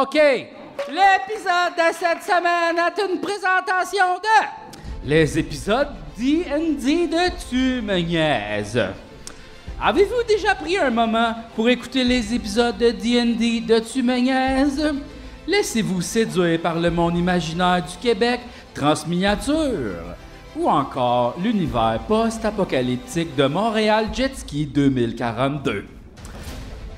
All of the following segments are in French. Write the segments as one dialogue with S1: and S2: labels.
S1: OK. L'épisode de cette semaine est une présentation de les épisodes D&D de Tu me niaises. Avez-vous déjà pris un moment pour écouter les épisodes de D&D de Tu me niaises? Laissez-vous séduire par le monde imaginaire du Québec transminiature ou encore l'univers post-apocalyptique de Montréal Jet Ski 2042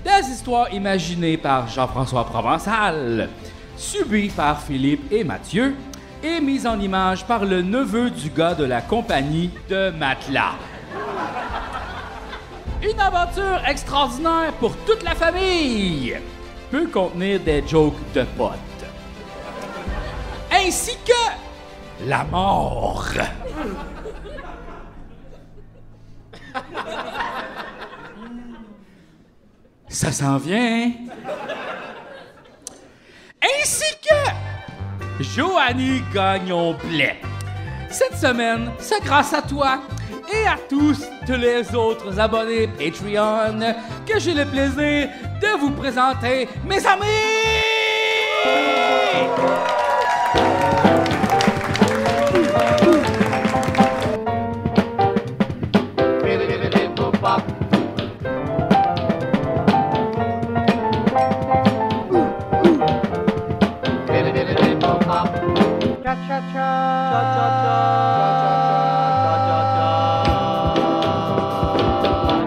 S1: des histoires imaginées par Jean-François Provençal, subies par Philippe et Mathieu, et mises en image par le neveu du gars de la compagnie de Matelas. Une aventure extraordinaire pour toute la famille peut contenir des jokes de potes. Ainsi que la mort. Ça s'en vient. Ainsi que Joanny Gagnon-Blais. Cette semaine, c'est grâce à toi et à tous les autres abonnés Patreon que j'ai le plaisir de vous présenter mes amis!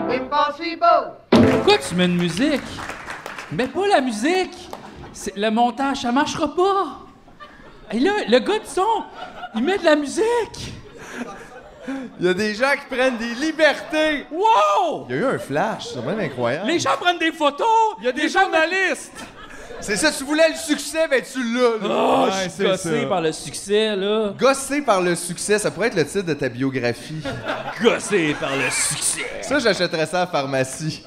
S2: Impossible!
S1: Pourquoi tu mets une musique? Mets pas la musique! C'est- le montage, ça marchera pas! Et là, le gars de son, il met de la musique!
S3: Il y a des gens qui prennent des libertés.
S1: Wow!
S3: Il y a eu un flash, c'est même incroyable.
S1: Les gens prennent des photos! Il y a des journalistes!
S3: C'est ça, tu voulais le succès, ben tu l'as. là.
S1: Oh,
S3: Ouais,
S1: je suis
S3: c'est
S1: gossé
S3: ça.
S1: par le succès, là!
S3: Gossé par le succès, ça pourrait être le titre de ta biographie.
S1: Gossé par le succès!
S3: ça, j'achèterais ça à la pharmacie.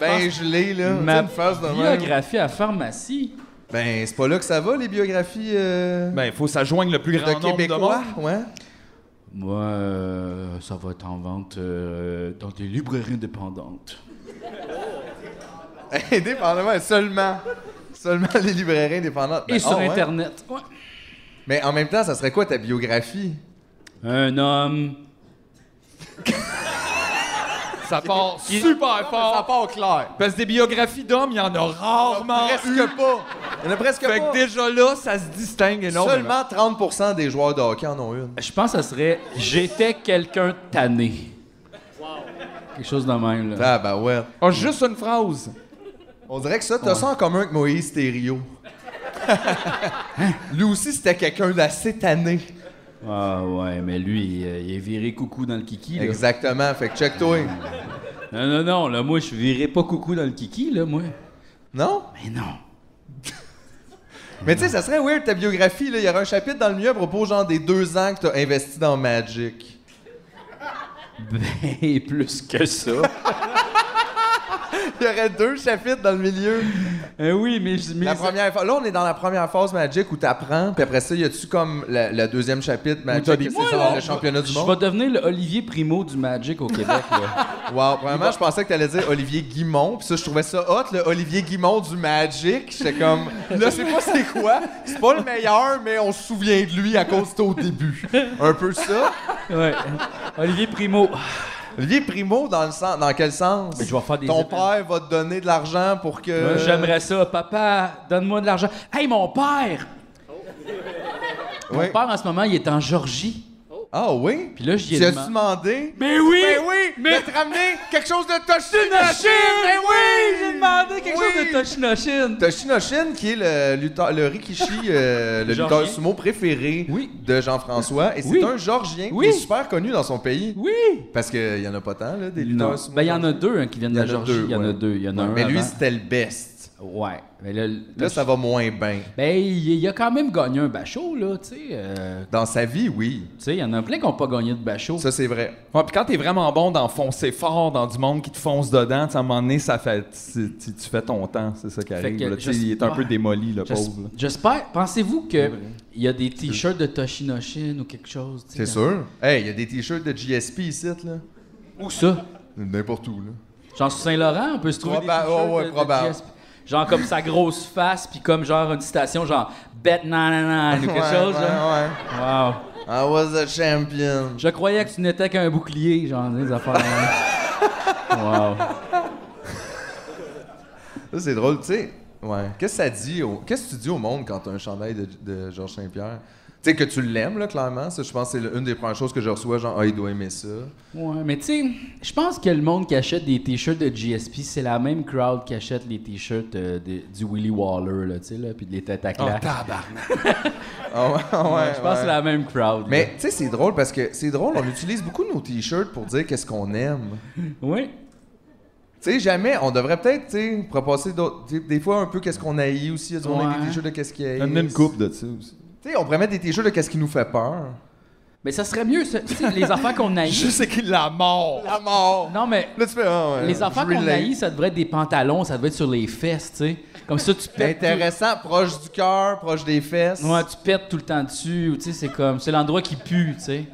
S3: Ben gelé, là.
S1: Ma
S3: Tu sais, une face de même.
S1: biographie à pharmacie?
S3: Ben, c'est pas là que ça va, les biographies euh,
S4: Ben, il faut que ça joigne le plus grand
S3: de
S4: nombre de
S3: Québécois.
S4: monde.
S3: ouais.
S1: Moi, euh, ça va être en vente euh, dans des librairies indépendantes.
S3: Indépendamment, seulement. Seulement les librairies indépendantes. Ben,
S1: Et sur
S3: oh, ouais.
S1: Internet. Ouais.
S3: Mais en même temps, ça serait quoi ta biographie?
S1: Un homme
S4: Ça part super fort.
S3: part clair.
S4: Parce que des biographies d'hommes, il y en a rarement eu.
S3: Presque pas. Il y en a presque
S4: Fait
S3: pas.
S4: que déjà là, ça se distingue énormément.
S3: Seulement 30% des joueurs de hockey en ont une.
S1: Je pense que ça serait J'étais quelqu'un de tanné. Quelque chose de même, là.
S3: Ah bah ouais.
S4: Ah, juste une phrase.
S3: On dirait que ça, t'as ça en commun avec Moïse Thériault. Lui aussi, c'était quelqu'un d'assez tanné.
S1: Ah ouais, mais lui, euh, il est viré coucou dans le kiki, là.
S3: Exactement. Fait que check-toi.
S1: Non, non, non, là, moi, je suis viré pas coucou dans le kiki, là, moi.
S3: Non?
S1: Mais non.
S3: Mais tu sais, ça serait weird ta biographie. là. Il y aurait un chapitre dans le milieu à propos genre des deux ans que t'as investi dans Magic.
S1: Ben, plus que ça.
S3: Il y aurait deux chapitres dans le milieu.
S1: Euh, oui, mais... je- mais
S3: La première phase- Là, on est dans la première phase Magic où t'apprends, puis après ça, y a-tu comme le, le deuxième chapitre Magic,
S4: t'as des-
S3: et c'est
S1: Moi,
S3: genre
S1: là,
S3: le championnat du
S1: je
S3: monde?
S1: vais devenir le Olivier Primo du Magic au Québec, là.
S3: Wow, premièrement, je pensais que t'allais dire Olivier Guimont, puis ça, je trouvais ça hot, le Olivier Guimont du Magic. J'étais comme, là, je sais pas c'est quoi, c'est pas le meilleur, mais on se souvient de lui à cause de au début. Un peu ça.
S1: Ouais. Olivier Primo.
S3: Olivier Primo, dans, le sens, dans quel sens?
S1: Mais je vais faire des
S3: Ton
S1: études.
S3: père va te donner de l'argent pour que...
S1: Ouais, J'aimerais ça. Papa, donne-moi de l'argent. Hey, mon père!
S3: Ouais.
S1: Mon père, en ce moment, il est en Georgie.
S3: Ah oui?
S1: Puis là, j'y ai
S3: Tu as
S1: demandé-
S3: demandé?
S1: Mais oui!
S3: Ben oui!
S1: Mais-
S3: Mais te ramener quelque chose de Toshinoshin!
S1: Mais
S3: Ben oui!
S1: J'ai demandé quelque chose de
S3: Oui!
S1: Toshinoshin!
S3: Toshinoshin, qui est le, lutteur, le Rikishi, euh, le
S1: Georgien.
S3: lutteur sumo préféré
S1: Oui.
S3: de Jean-François. Et c'est
S1: Oui.
S3: un Georgien
S1: Oui.
S3: qui est super connu dans son pays.
S1: Oui!
S3: Parce qu'il y en a pas tant, là, des
S1: Non.
S3: lutteurs sumo.
S1: Ben, il y en a deux hein, qui viennent de
S3: Il y
S1: la
S3: en a
S1: Georgie.
S3: deux,
S1: Il y en a
S3: ouais.
S1: deux. Il y en a un.
S3: Mais lui,
S1: avant.
S3: c'était le best.
S1: Ouais. Mais là, le-
S3: Là, ça va moins bien.
S1: Ben, il, il a quand même gagné un bachot, là, tu sais. euh,
S3: Dans sa vie, oui.
S1: tu sais, il y en a plein qui n'ont pas gagné de bachot.
S3: Ça, c'est vrai.
S4: Ouais, Ah, puis quand t'es vraiment bon d'en foncer fort dans du monde qui te fonce dedans, tu sais, à un moment donné, ça fait, tu, tu- tu fais ton temps, c'est ça qui arrive.
S1: que
S4: là. Tu sais,
S1: j'es-
S4: il est un peu démoli, le
S1: J'es-
S4: pauvre. là.
S1: J'espère. Pensez-vous que il y a des t-shirts de Toshinoshin ou quelque chose? tu sais,
S3: C'est
S1: dans-
S3: sûr. Hey, il y a des t-shirts de GSP ici, là.
S1: Où ça?
S3: N'importe où, là.
S1: Genre sur Saint-Laurent, on peut se trouver
S3: Proba-
S1: des t-shirts
S4: oh,
S3: ouais, ouais,
S1: de- de
S3: probable.
S1: GSP. genre comme sa grosse face, puis comme genre une citation genre Bet nanana ou quelque
S3: Ouais,
S1: chose.
S3: ouais,
S1: genre.
S3: ouais.
S1: Wow.
S3: I was a champion.
S1: Je croyais que tu n'étais qu'un bouclier, genre des affaires. hein. de même. wow.
S3: Ça, c'est drôle, tu sais. Ouais. Qu'est-ce que ça dit au... Qu'est-ce que tu dis au monde quand t'as un chandail de, de Georges Saint-Pierre? Tu sais, que tu l'aimes, là, clairement. Ça, je pense que c'est le- une des premières choses que je reçois, genre, ah, il doit aimer ça.
S1: Ouais, mais tu sais, je pense que le monde qui achète des t-shirts de GSP, c'est la même crowd qui achète les t-shirts euh, de- du Willy Waller, là, tu sais, là, puis des têtes à claque.
S3: Ah ouais, ah ouais,
S1: Ouais, je pense que
S3: ouais.
S1: c'est la même crowd.
S3: Mais, tu sais, c'est drôle parce que c'est drôle, on utilise beaucoup nos t-shirts pour dire qu'est-ce qu'on aime.
S1: là. Oui.
S3: Tu sais, jamais, on devrait peut-être, tu sais, propasser d'autres. tu sais, Des fois, un peu qu'est-ce qu'on haït aussi. Il y a du monde avec
S1: Ouais.
S3: des t-shirts de qu'est-ce qu'il haït.
S4: J'en ai une coupe de ça aussi.
S3: Tu sais, on pourrait mettre des t-shirts de qu'est-ce qui nous fait peur.
S1: Mais ça serait mieux, ça, tu sais, les affaires qu'on haït.
S4: sais qu'il la mort.
S3: La mort!
S1: Non, mais
S3: Là, tu fais, ah ouais.
S1: les affaires
S3: je
S1: qu'on
S3: relate.
S1: haït, ça devrait être des pantalons, ça devrait être sur les fesses, tu sais. Comme ça, tu pètes. tout-
S3: Intéressant, proche du cœur, proche des fesses.
S1: Ouais, tu pètes tout le temps dessus, ou tu sais, c'est comme. C'est l'endroit qui pue, tu sais.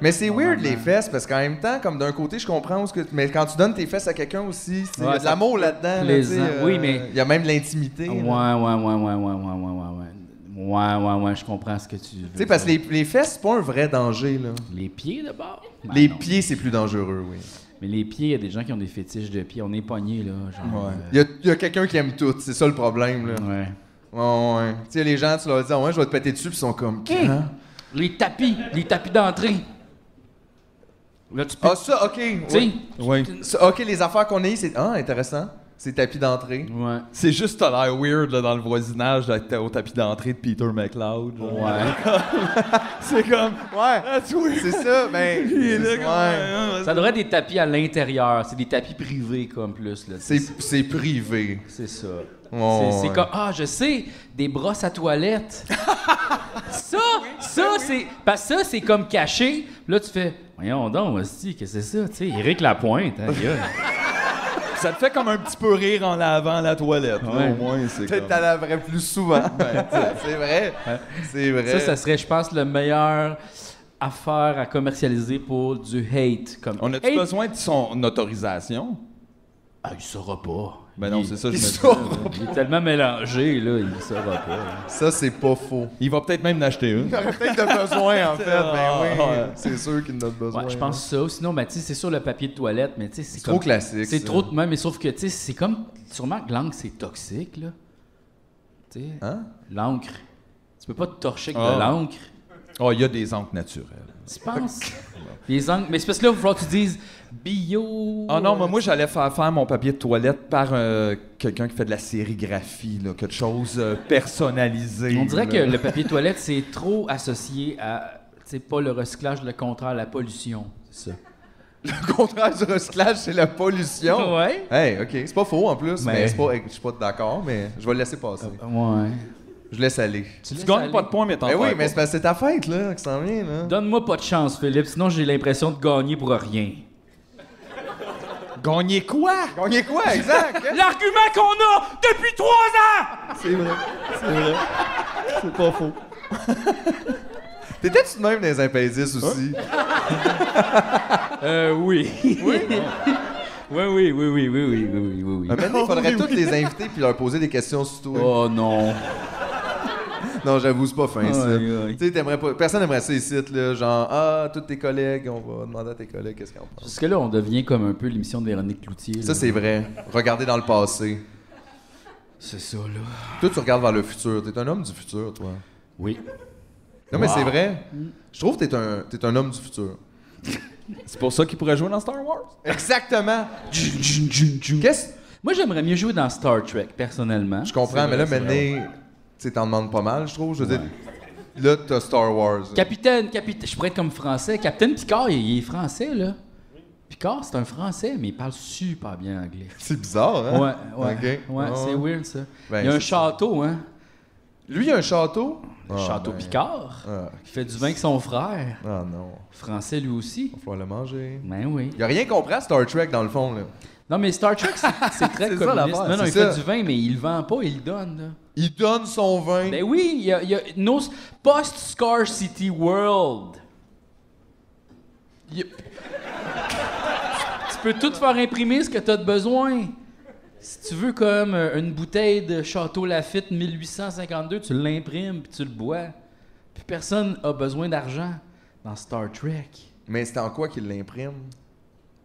S3: Mais c'est weird les fesses parce qu'en même temps, comme d'un côté, je comprends où ce que mais quand tu donnes tes fesses à quelqu'un aussi, c'est- il y
S1: Ouais,
S3: a de l'amour là-dedans. là, tu sais, euh,
S1: plaisant. Oui, mais-
S3: il y a même de l'intimité. là.
S1: Ouais, ouais, ouais, ouais, ouais, ouais, ouais, ouais. Ouais, ouais, ouais, je comprends ce que tu veux.
S3: Tu sais, parce que les,
S1: dire.
S3: les fesses, c'est pas un vrai danger là.
S1: Les pieds, d'abord? Ben
S3: les
S1: non.
S3: pieds, c'est plus dangereux, oui.
S1: Mais les pieds, il y a des gens qui ont des fétiches de pieds. On est pognés, là. Genre,
S3: Il y a, il y a quelqu'un qui aime tout, c'est ça le problème là.
S1: euh, ouais.
S3: Ouais, ouais. Tu sais, les gens, tu leur dis, Ah ouais, je vais te péter dessus, puis ils sont comme.
S1: Hein?
S3: Hein?
S1: Les tapis, les tapis d'entrée. Là, tu peux.
S3: Ah ça, ok. ouais.
S1: tu sais?
S4: Oui.
S3: Ça, ok, les affaires qu'on a eu, c'est ah intéressant. C'est tapis d'entrée.
S1: Ouais.
S4: C'est juste t'as l'air weird là, dans le voisinage d'être au tapis d'entrée de Peter McLeod. genre.
S1: Ouais.
S4: C'est comme.
S3: Ouais.
S4: That's weird.
S3: C'est ça, ben.
S4: Il est là, comme,
S3: ouais.
S4: ouais,
S1: Ça devrait être des tapis à l'intérieur. C'est des tapis privés, comme plus, là.
S3: C'est c'est privé.
S1: C'est ça.
S3: Ouais,
S1: c'est c'est
S3: ouais.
S1: comme. Ah, je sais, des brosses à toilette. ça, ça, c'est. Parce que ça, c'est comme caché. Là, tu fais. Voyons donc, aussi, qu'est-ce que c'est ça? Tu sais, Éric Lapointe, hein, gars.
S4: ouais. Ça te fait comme un petit peu rire en lavant la toilette. là,
S1: Ouais.
S4: au moins, c'est
S3: Peut-être
S4: comme.
S3: t'en laverais plus souvent. c'est vrai. C'est vrai.
S1: Ça, ça serait, je pense, le meilleur affaire à commercialiser pour du hate. Comme,
S4: On a-tu
S1: Hey,
S4: besoin de son autorisation?
S1: Ah, il saura pas.
S4: Ben non,
S1: Il-
S4: c'est ça, je
S3: il
S4: me dis.
S3: saura
S4: là.
S1: Il est tellement mélangé, là, il saura pas. là.
S3: Ça, c'est pas faux.
S4: Il va peut-être même l'acheter une.
S3: T'aurais peut-être de besoin, en fait. Ben oui,
S4: Ouais.
S3: c'est sûr qu'il en a de besoin.
S1: Ouais, je pense ça. Ou Sinon, ben, tu sais, c'est sur le papier de toilette, mais tu sais, c'est
S3: hein. C'est trop
S1: comme-
S3: classique.
S1: C'est
S3: ça.
S1: trop de même, mais sauf que, tu sais, c'est comme. Sûrement que l'encre, c'est toxique, là. Tu sais,
S3: Hein?
S1: l'encre. Tu peux pas te torcher avec
S4: Ah.
S1: de l'encre.
S4: Oh, il y a des encres naturelles.
S1: Tu penses? Les encres. Mais c'est parce que là, il va falloir que tu dises bio.
S4: Ah non, mais moi j'allais faire faire mon papier de toilette par euh, quelqu'un qui fait de la sérigraphie, là, quelque chose euh, personnalisé.
S1: On dirait que
S4: là.
S1: le papier toilette, c'est trop associé à. C'est pas le recyclage, le contraire, la pollution. C'est ça.
S3: Le hein. contraire du recyclage, c'est la pollution.
S1: Ouais?
S3: Hey, OK. C'est pas faux, en plus.
S1: Mais- Euh,
S3: Mais c'est pas... Je suis pas d'accord, mais je vais le laisser passer.
S1: Ouais.
S3: Je laisse aller.
S4: tu gagnes pas de points, mais t'en
S3: Ben oui,
S4: perds
S3: mais c'est
S4: pas.
S3: parce que c'est ta fête, là, qui s'en vient, là.
S1: Donne-moi pas de chance, Philippe, sinon j'ai l'impression de gagner pour rien.
S4: Gagner quoi?
S3: Gagner quoi, exact? hein?
S1: L'argument qu'on a depuis trois ans!
S4: C'est vrai, c'est vrai. C'est pas faux.
S3: T'étais-tu de même dans les impédices
S1: Hein?
S3: aussi?
S1: Euh, oui. Oui? oui, oui, oui, oui, oui, oui, oui, oui, oui.
S3: Un moment donné, Il faudrait tous les inviter puis leur poser des questions sur toi.
S1: Oh non.
S3: Non, j'avoue, c'est pas fin, ça.
S1: Aïe, aïe.
S3: Tu sais, t'aimerais pas... Personne n'aimerait ça ici, là, genre « Ah, tous tes collègues, on va demander à tes collègues qu'est-ce qu'ils en pensent.
S1: Parce que là, on devient comme un peu l'émission de Véronique Cloutier. »
S3: Ça,
S1: là.
S3: c'est vrai. Regarder dans le passé.
S1: C'est ça, là.
S3: Toi, tu regardes vers le futur. T'es un homme du futur, toi.
S1: Oui.
S3: Non, mais c'est vrai.
S1: Mm.
S3: Je trouve que t'es un, t'es un homme du futur.
S4: C'est pour ça qu'il pourrait jouer dans Star Wars.
S3: Exactement.
S1: Qu'est-ce-
S3: Qu'est-ce...
S1: Moi, j'aimerais mieux jouer dans Star Trek, personnellement.
S3: Je comprends,
S1: C'est vrai,
S3: mais là,
S1: c'est vrai.
S3: maintenant, tu sais, t'en demandes pas mal, je trouve. Je veux dire, là, t'as Star Wars.
S1: Capitaine, capitaine, je pourrais être comme français. Capitaine Picard, il, il est français, là. Picard, c'est un français, mais il parle super bien anglais.
S3: C'est bizarre,
S1: Ouais,
S3: hein?
S1: ouais. Ouais,
S3: Ok.
S1: c'est weird, ça.
S3: Ben,
S1: il y a un
S3: c'est
S1: château, hein.
S3: Lui, il a un château.
S1: Le
S3: Ah,
S1: château
S3: ben.
S1: Picard.
S3: Ah,
S1: Il fait du vin avec son frère.
S3: ah non.
S1: Français, lui aussi.
S3: Il va falloir le manger.
S1: Ben oui.
S3: Il a rien compris à Star Trek, dans le fond, là.
S1: Non, mais Star Trek, c'est c'est très
S4: C'est ça,
S1: communiste.
S4: l'affaire,
S1: non, non,
S3: c'est
S1: il fait
S3: ça.
S1: du vin, mais il le vend pas, il le donne, là.
S3: Il donne son vin.
S1: Ben oui, il y a, il y a no post-scarcity world. Il y a- tu peux tout faire imprimer ce que tu as de besoin. Si tu veux comme euh, une bouteille de Château Lafite 1852, tu l'imprimes puis tu le bois. Puis personne a besoin d'argent dans Star Trek.
S3: Mais c'est en quoi qu'il l'imprime?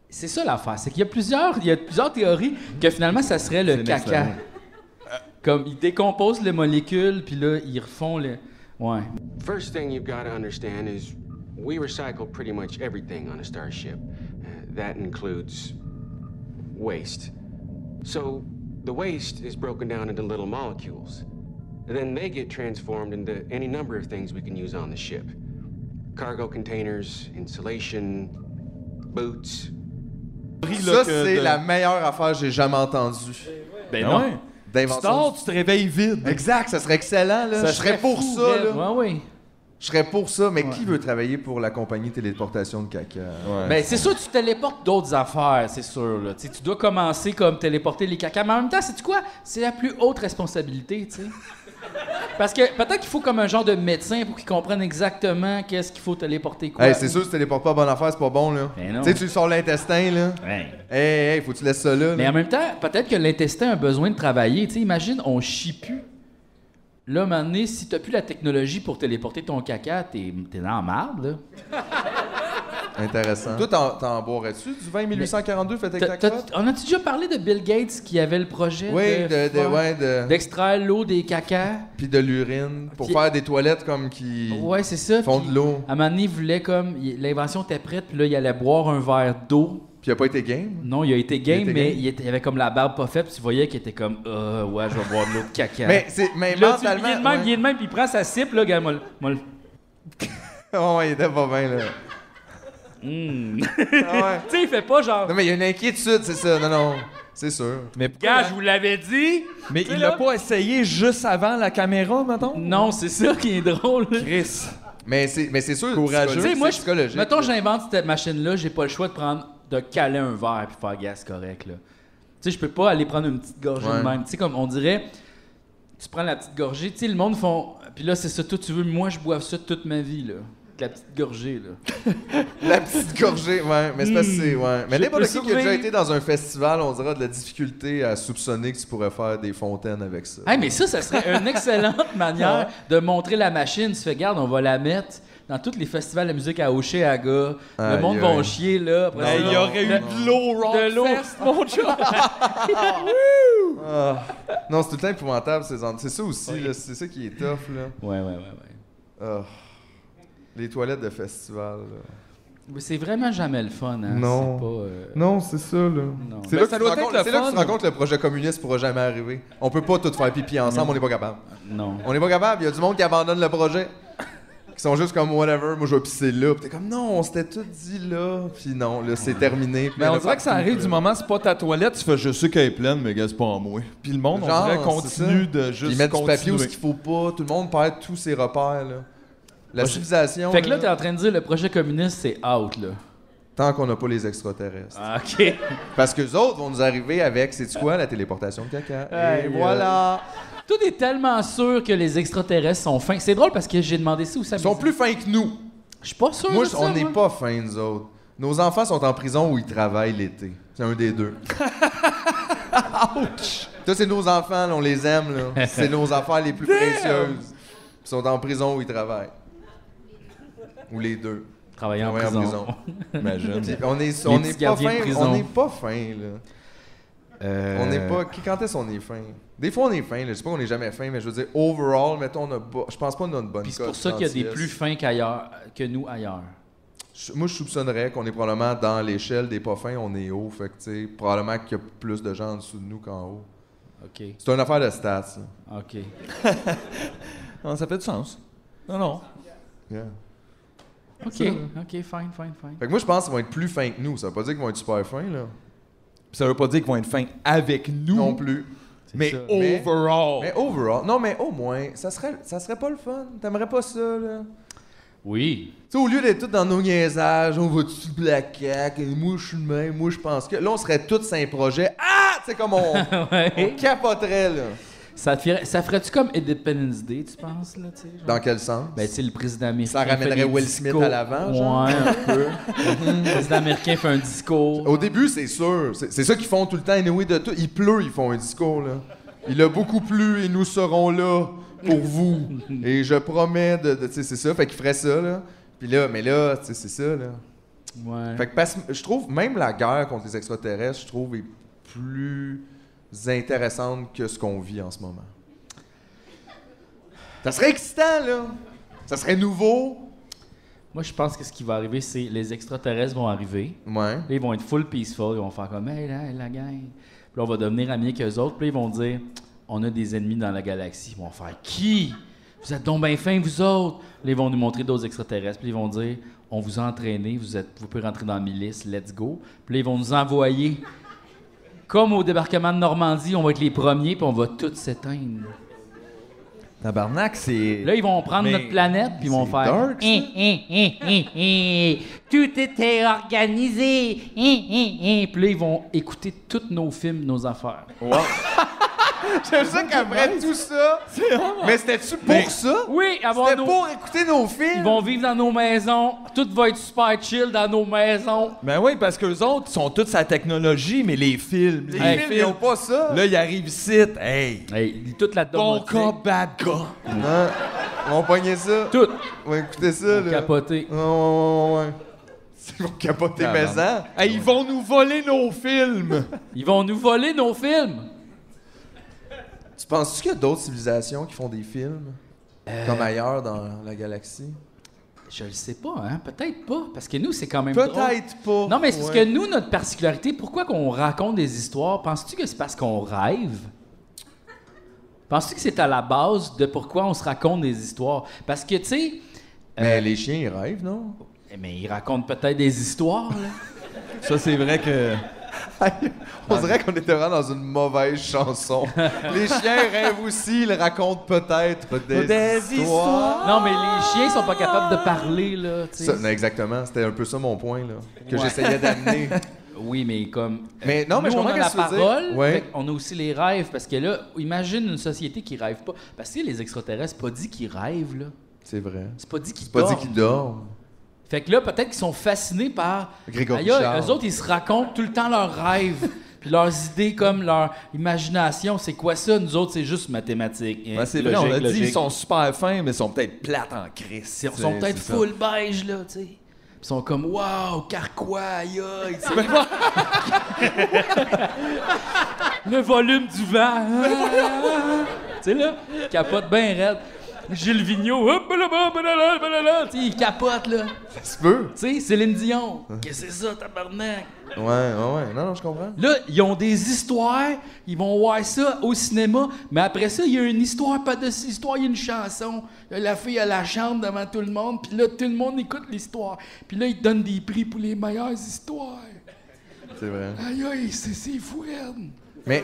S1: C'est ça l'affaire, c'est qu'il y a plusieurs, il y a plusieurs théories que finalement ça serait le
S3: C'est
S1: caca. Euh,
S3: excellent.
S1: Comme ils décomposent les molécules puis là ils refont le ouais.
S2: First thing you've got to understand is we recycle pretty much everything on a starship. Uh, that includes waste. So the waste is broken down into little molecules. Then they get transformed into any number of things we can use on the ship cargo containers, insulation, boots,
S3: Ça, c'est la meilleure affaire que j'ai jamais entendue.
S1: Ben
S4: Ah ouais. Tu
S3: D'invention.
S4: dors, tu te réveilles vide.
S3: Exact, ça serait excellent, là. je serais pour
S1: fou, hein.
S3: ça,
S1: Red.
S3: là.
S1: Ouais, ouais.
S3: Je serais pour ça, mais qui veut travailler pour la compagnie téléportation de caca?
S1: Ben, c'est sûr, tu téléportes d'autres affaires, c'est sûr. Là. Tu sais, tu dois commencer comme téléporter les cacas. Mais en même temps, c'est quoi? C'est la plus haute responsabilité, tu sais. Parce que peut-être qu'il faut comme un genre de médecin pour qu'il comprenne exactement qu'est-ce qu'il faut téléporter quoi.
S3: Hey, c'est sûr, si tu téléportes pas bonne affaire, c'est pas bon, là.
S1: Ben non.
S3: Tu sais, tu lui sors l'intestin, là.
S1: Ouais.
S3: Hey, hey, faut que tu laisses ça là.
S1: Mais
S3: là.
S1: en même temps, peut-être que l'intestin a besoin de travailler. Tu sais, imagine, on chie plus. Là, un moment donné, si t'as plus la technologie pour téléporter ton caca, t'es t'es dans la marde, là.
S3: Intéressant. Toi, t'en, t'en boirais-tu du vin 1842 fait
S1: T'as-
S3: avec ta
S1: t'as- On a-tu déjà parlé de Bill Gates qui avait le projet
S3: Oui, de, de-
S1: faire-
S3: ouais, de,
S1: d'extraire l'eau des cacas?
S3: puis de l'urine pour
S1: Puis-
S3: faire des toilettes comme qui
S1: Ouais, c'est ça.
S3: font
S1: puis
S3: de l'eau.
S1: À un moment donné, il voulait comme. il- L'invention était prête, puis là, il allait boire un verre d'eau.
S3: Puis il a pas été game.
S1: Non, il a été game,
S3: Il a été
S1: mais
S3: game.
S1: il, était- il avait comme la barbe pas faite, puis tu voyais qu'il était comme. Ah, ouais, je vais boire de l'eau de caca.
S3: Mais c'est mais
S1: Puis là, tu-
S3: mentalement
S1: il est de même,
S3: ouais.
S1: il est de même, puis il prend sa cible, là, gars, moi, le- moi, le-
S3: Oh, ouais, il était pas bien là.
S1: Hmm.
S3: Ah ouais.
S1: Tu sais, il fait pas genre.
S3: Non mais il y a une inquiétude, c'est ça. Non non, c'est sûr.
S4: Mais,
S1: Gars, je vous l'avais dit!
S4: mais
S1: Tu sais,
S4: il
S1: là-
S4: l'a pas essayé juste avant la caméra, mettons?
S1: Non, c'est ça qui est drôle. là.
S4: Chris.
S3: Mais c'est mais c'est sûr
S1: Tu
S3: courageux,
S1: sais, moi,
S3: c'est psychologique.
S1: je, mettons, j'invente cette machine-là, j'ai pas le choix de prendre, de caler un verre puis faire gaz correct, là. Tu sais, je peux pas aller prendre une petite gorgée
S3: Ouais.
S1: de même. Tu sais, comme on dirait, tu prends la petite gorgée, tu sais, le monde font, puis là, c'est ça, toi, tu veux, moi, je bois ça toute ma vie, là. La petite gorgée, là.
S3: La petite gorgée, ouais, mais c'est parce que c'est ouais. Mais
S1: Je
S3: n'importe
S1: peux
S3: qui qui a déjà
S1: sauver.
S3: été dans un festival, on dira de la difficulté à soupçonner que tu pourrais faire des fontaines avec ça.
S4: Hein?
S1: Hey, mais ça, ça serait une excellente manière de montrer la machine. Tu fais, garde, on va la mettre dans tous les festivals de musique à Oceaga.
S3: Aïe,
S1: le monde
S3: aïe.
S1: va chier, là. Après
S4: Hey,
S1: ça,
S4: Ben, il y aurait eu
S1: le-
S4: de l'eau rock
S1: de l'eau.
S4: fest, mon chum.
S3: Ah. Non, c'est tout le temps épouvantable ces endroits. C'est ça aussi, là, c'est ça qui est tough là.
S1: Ouais, ouais, ouais, ouais.
S3: Ah. Les toilettes de festival. là.
S1: Mais c'est vraiment jamais le fun, hein.
S3: Non.
S1: C'est pas, euh,
S3: Non, c'est ça là.
S1: Non.
S3: C'est
S4: Ben,
S3: là, que
S4: ça
S3: tu te
S4: doit
S3: rends
S4: être
S3: compte-
S4: le
S3: c'est là que tu
S4: fun.
S3: te rends compte que le projet communiste pourra jamais arriver. On peut pas tout faire pipi ensemble, on n'est pas capable.
S1: Non.
S3: On n'est pas capable, il y a du monde qui abandonne le projet. Qui sont juste comme whatever, moi je vais pisser là. Puis t'es comme non, on s'était tout dit là. Puis non, là c'est terminé. Puis
S4: Mais
S3: là,
S4: Ben, on dirait que ça
S3: partout,
S4: arrive
S3: là.
S4: du moment, c'est pas ta toilette, tu fais je sais qu'elle est pleine, mais gars, c'est pas en moi. Puis le monde,
S3: Genre,
S4: on dirait,
S3: c'est
S4: continue
S3: ça.
S4: de juste.
S3: Puis ils mettent du papier où ce
S4: continuer.
S3: qu'il faut pas. Tout le monde perd tous ses repères là. La civilisation.
S1: Fait que là, t'es en train de dire le projet communiste, c'est out, là.
S3: tant qu'on n'a pas les extraterrestres.
S1: Ah, OK.
S3: Parce que les autres vont nous arriver avec, c'est quoi, la téléportation de caca. euh,
S1: Aïe,
S3: Et
S1: aïe.
S3: voilà.
S1: Tout est tellement sûr que les extraterrestres sont fins. C'est drôle parce que j'ai demandé ça où ça
S3: Ils sont plus fins que nous.
S1: Je suis pas sûr
S3: Moi,
S1: de ça,
S3: on n'est
S1: moi.
S3: pas fins, nous autres. Nos enfants sont en prison où ils travaillent l'été. C'est un des deux. Ouch! Ça, c'est nos enfants, là, on les aime. là. C'est nos affaires les plus précieuses. Ils sont en prison où ils travaillent. Ou les deux.
S1: Travailler en
S3: Ouais,
S1: prison.
S3: Puis
S4: Imagine.
S3: on est, on
S1: petits
S3: est pas
S1: gardiens de
S3: fin,
S1: prison.
S3: on n'est pas fin là.
S4: Euh,
S3: On n'est
S1: Euh.
S3: pas. qui- Quand est-ce qu'on est fin? Des fois on est fin, là. je sais pas qu'on est jamais fin, mais je veux dire, overall, mettons, on a bo- je pense pas qu'on a une bonne
S1: Puis c'est
S3: cote
S1: pour ça qu'il y a des
S3: gentillesse.
S1: plus fins qu'ailleurs, que nous ailleurs.
S3: Je- Moi je soupçonnerais qu'on est probablement dans l'échelle des pas fins, on est haut, fait que tu sais, probablement qu'il y a plus de gens en dessous de nous qu'en haut.
S1: OK.
S3: C'est une affaire de stats. là.
S1: OK.
S4: Non, Ah, ça fait du sens. Non, non.
S3: Yeah.
S1: OK. OK, fine, fine, fine.
S3: Fait que moi je pense qu'ils vont être plus fins que nous, ça veut pas dire qu'ils vont être super fins là.
S4: Puis ça veut pas dire qu'ils vont être fins avec nous.
S3: Non plus.
S4: Mais
S1: ça.
S3: Mais-
S4: overall.
S3: Mais overall, non mais au moins, ça serait ça serait pas le fun. T'aimerais pas ça là.
S1: Oui.
S3: Tu sais, au lieu d'être tous dans nos niaisages, on va dessus le black cac, et moi je suis le même, moi je pense que. Là, on serait tous un projet. Ah! Tu sais, comme on,
S1: Ouais.
S3: on capoterait, là.
S1: Ça, ferait- ça ferait-tu comme Independence Day, tu penses, là, tu sais? genre?
S3: Dans quel sens?
S1: Ben, tu sais, le président américain.
S3: Ça ramènerait
S1: fait des
S3: Will Smith
S1: discours.
S3: à l'avant, genre?
S1: Ouais, un peu. le président américain fait un discours.
S3: Au début, c'est sûr. C'est c'est ça qu'ils font tout le temps. Anyway, de tout. Il pleut, ils font un discours, là. Il a beaucoup plu et nous serons là pour vous. Et je promets de. de- tu sais, c'est ça. Fait qu'ils feraient ça, là. Puis là, mais là, tu sais, c'est ça, là.
S1: Ouais.
S3: Fait que parce- je trouve même la guerre contre les extraterrestres, je trouve, est plus intéressante que ce qu'on vit en ce moment. Ça serait excitant, là. Ça serait nouveau.
S1: Moi, je pense que ce qui va arriver, c'est les extraterrestres vont arriver.
S3: Ouais.
S1: Là, ils vont être full peaceful. Ils vont faire comme, hey, là, la gang. Puis là, on va devenir amis avec eux autres. Puis là, ils vont dire, on a des ennemis dans la galaxie. Ils vont faire, qui Vous êtes donc bien fins, vous autres. Là, ils vont nous montrer d'autres extraterrestres. Puis ils vont dire, on vous a entraîné. Vous, êtes, vous pouvez rentrer dans la milice. Let's go. Puis là, ils vont nous envoyer. Comme au débarquement de Normandie, on va être les premiers. Puis on va tous s'éteindre.
S4: Tabarnak, c'est.
S1: Là, ils vont prendre
S4: Mais
S1: notre planète puis ils vont
S3: c'est
S1: faire.
S3: dark, ça.
S1: Hein, hein, hein, hein, hein. Tout était organisé. Hein, hein, hein. Puis là, ils vont écouter tous nos films, nos affaires.
S3: J'aime ça qu'après tout ça. Mais c'était-tu pour ça?
S1: Oui, avoir
S3: C'était
S1: nos.
S3: pour écouter nos films?
S1: Ils vont vivre dans nos maisons. Tout va être super chill dans nos maisons.
S4: Ben oui, parce qu'eux autres, ils sont toute sa technologie, mais les films. Les
S3: Les
S1: Hey,
S3: films,
S4: films.
S3: ils ont pas ça.
S4: Là, ils arrivent ici. Hey!
S1: Hey, toute la
S4: Bon
S1: domotique.
S4: cop, bad cop.
S3: Hein? Ils vont pogner ça.
S1: Tout
S3: Ils vont écouter ça, là.
S1: capoté.
S3: Ouais, ouais, ouais, ouais. Ils vont capoter
S4: Ah,
S3: mes ans.
S4: Hey, ils vont nous voler nos films!
S1: Ils vont nous voler nos films.
S3: Tu penses-tu qu'il y a d'autres civilisations qui font des films?
S1: Euh.
S3: Comme ailleurs dans la galaxie?
S1: Je le sais pas, hein? Peut-être pas. Parce que nous, c'est quand même. drôle.
S3: Peut-être pas.
S1: Non, mais c'est parce
S3: Ouais.
S1: que nous, notre particularité, pourquoi qu'on raconte des histoires, penses-tu que c'est parce qu'on rêve? Penses-tu que c'est à la base de pourquoi on se raconte des histoires? Parce que, tu sais,
S3: Mais les chiens, ils rêvent, non?
S1: eh, mais ils racontent peut-être des histoires, là.
S4: Ça, c'est vrai que.
S3: On dirait qu'on était vraiment dans une mauvaise chanson. les chiens rêvent aussi, ils racontent peut-être des,
S4: Des
S3: histoires.
S1: non, mais les chiens sont pas capables de parler, là, tu
S3: Ça, non,
S1: sais.
S3: exactement, c'était un peu ça mon point là, que
S1: Ouais.
S3: j'essayais d'amener.
S1: Oui, mais comme... euh,
S3: Mais non, mais
S1: Nous,
S3: je
S1: on
S3: comprends
S1: a la
S3: qu'est-ce que tu veux
S1: parole,
S3: dire. Ouais.
S1: on a aussi les rêves, parce que là, imagine une société qui rêve pas. Parce que les extraterrestres, c'est pas dit qu'ils rêvent, là.
S3: C'est vrai.
S1: C'est pas dit qu'ils
S3: C'est pas dit
S1: dorment.
S3: qu'ils dorment.
S1: Fait que là, peut-être qu'ils sont fascinés par.
S3: Grégory
S1: Aïe, aïe,
S3: Charles.
S1: Eux autres, ils se racontent tout le temps leurs rêves, puis leurs idées, comme leur imagination. C'est quoi ça? Nous autres, c'est juste mathématiques.
S4: Ben, c'est vrai,
S1: Logique,
S4: on a dit,
S1: logique.
S4: ils sont super fins, mais ils sont peut-être plates en crise.
S1: Ils sont peut-être
S4: c'est
S1: full beige, là, tu sais. Puis Ils sont comme, waouh, carquois, aïe, aïe, tu sais. Le volume du vent. Ah. tu sais, là, il capote bien raide. Gilles Vigneault, hop, blablabla, blablabla, tu sais, il capote, là.
S3: Ça se peut.
S1: Tu sais, Céline Dion.
S3: Hein?
S1: Qu'est-ce que c'est ça, tabarnak?
S3: Ouais, ouais, ouais. Non, non, je comprends.
S1: Là, ils ont des histoires, ils vont voir ça au cinéma, mais après ça, il y a une histoire, pas de histoire, il y a une chanson. Là, La fille, elle la chante devant tout le monde, puis là, tout le monde écoute l'histoire. Puis là, ils donnent des prix pour les meilleures histoires.
S3: C'est vrai.
S1: Aïe, aïe, c'est c'est fouine.
S3: Mais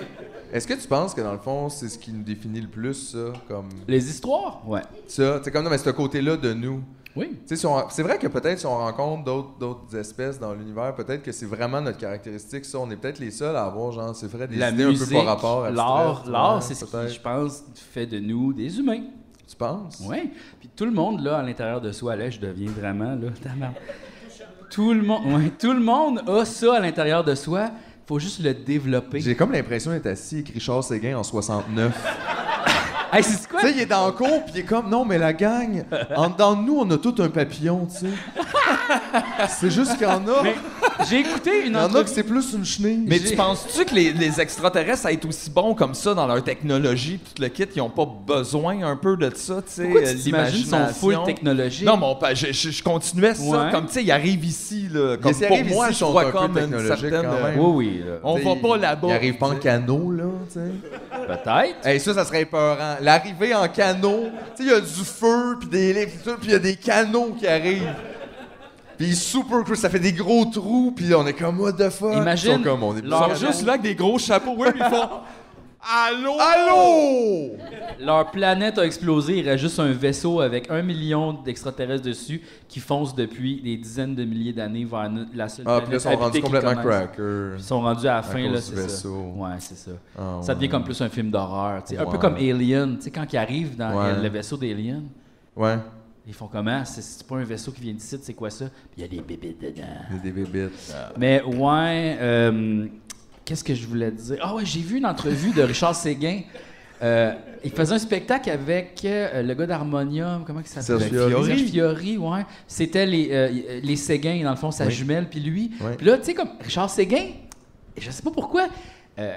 S3: est-ce que tu penses que dans le fond, c'est ce qui nous définit le plus ça comme
S1: Les histoires? Ouais.
S3: ça, c'est comme non, mais ce côté-là de nous.
S1: Oui.
S3: Tu sais, si on- c'est vrai que peut-être si on rencontre d'autres, d'autres espèces dans l'univers, peut-être que c'est vraiment notre caractéristique. Ça, on est peut-être les seuls à avoir, genre, c'est vrai, des idées un peu par rapport à
S1: l'art, l'art, c'est ce qui, je pense, fait de nous des humains.
S3: Tu penses?
S1: Oui. Puis tout le monde, là, à l'intérieur de soi, là, je deviens vraiment, là, tabarnak. tout le monde, ouais, tout le monde a ça à l'intérieur de soi. Faut juste le développer.
S3: J'ai comme l'impression d'être assis avec Richard Séguin en 69.
S1: Hey, c'est quoi?
S3: tu sais, il est dans le cours, puis il est comme, non, mais la gang, en dedans de nous, on a tout un papillon, tu sais. c'est juste qu'il y en a,
S1: J'ai écouté une
S3: il y en a que
S1: entrevue.
S3: c'est plus une chenille.
S4: Mais
S1: J'ai-
S4: tu penses-tu que les, les extraterrestres, ça être aussi bons comme ça dans leur technologie, tout le kit, ils ont pas besoin un peu de ça, tu sais,
S1: Pourquoi
S4: euh,
S1: tu t'imagines son full
S4: l'imagination?
S1: technologique?
S4: Non, mais on pa- je, je- je continuais ça,
S1: Ouais.
S4: comme tu sais, ils arrivent ici, là. Comme
S3: s'ils
S4: pour
S3: arrivent
S4: moi,
S3: ici, ils
S4: je
S3: sont un
S4: vois
S3: peu
S4: comme une
S3: technologiques
S4: certaine.
S3: quand même.
S4: euh,
S1: Oui, oui, là.
S4: On va pas là-bas.
S3: Il arrive pas en canot, là, tu sais.
S1: peut-être.
S3: Hey, ça, ça serait épeurant. L'arrivée en canot, tu sais, il y a du feu, puis des livres, puis tout, puis il y a des canots qui arrivent. Puis super cool, ça fait des gros trous, puis on est comme, what the fuck?
S1: Imagine,
S3: Ils sont comme, on est
S4: Ils
S1: leur-
S4: sont juste là avec des gros chapeaux, oui, puis ils font. Allô?
S3: Allô?
S1: Leur planète a explosé, il reste juste un vaisseau avec un million d'extraterrestres dessus qui fonce depuis des dizaines de milliers d'années vers no- la seule
S3: Ah,
S1: planète
S3: puis là, ils sont
S1: habitée
S3: rendus
S1: qu'ils
S3: complètement
S1: connaissent.
S3: crackers.
S1: Ils sont rendus à la fin,
S3: cause
S1: là,
S3: du
S1: c'est ça.
S3: vaisseau.
S1: Ouais, c'est ça.
S3: Ah,
S1: Ça devient
S3: ouais.
S1: comme plus un film d'horreur, tu sais. un peu
S3: Ouais.
S1: comme Alien, tu sais, quand ils arrivent dans
S3: Ouais.
S1: le vaisseau d'Alien.
S3: Ouais.
S1: Ils font comment? C'est- C'est pas un vaisseau qui vient d'ici, c'est quoi ça? Puis il y a des bébés dedans.
S3: Des bébites.
S1: Mais ouais, euh, qu'est-ce que je voulais te dire? Ah ouais, j'ai vu une entrevue de Richard Séguin. Euh, il faisait un spectacle avec euh, le gars d'Harmonium, comment il s'appelle?
S3: Serge Fiori.
S1: Serge Fiori, ouais. C'était les, euh, les Séguin, dans le fond, sa jumelle, puis lui.
S3: Oui.
S1: Puis là, tu sais, comme Richard Séguin, je sais pas pourquoi, euh,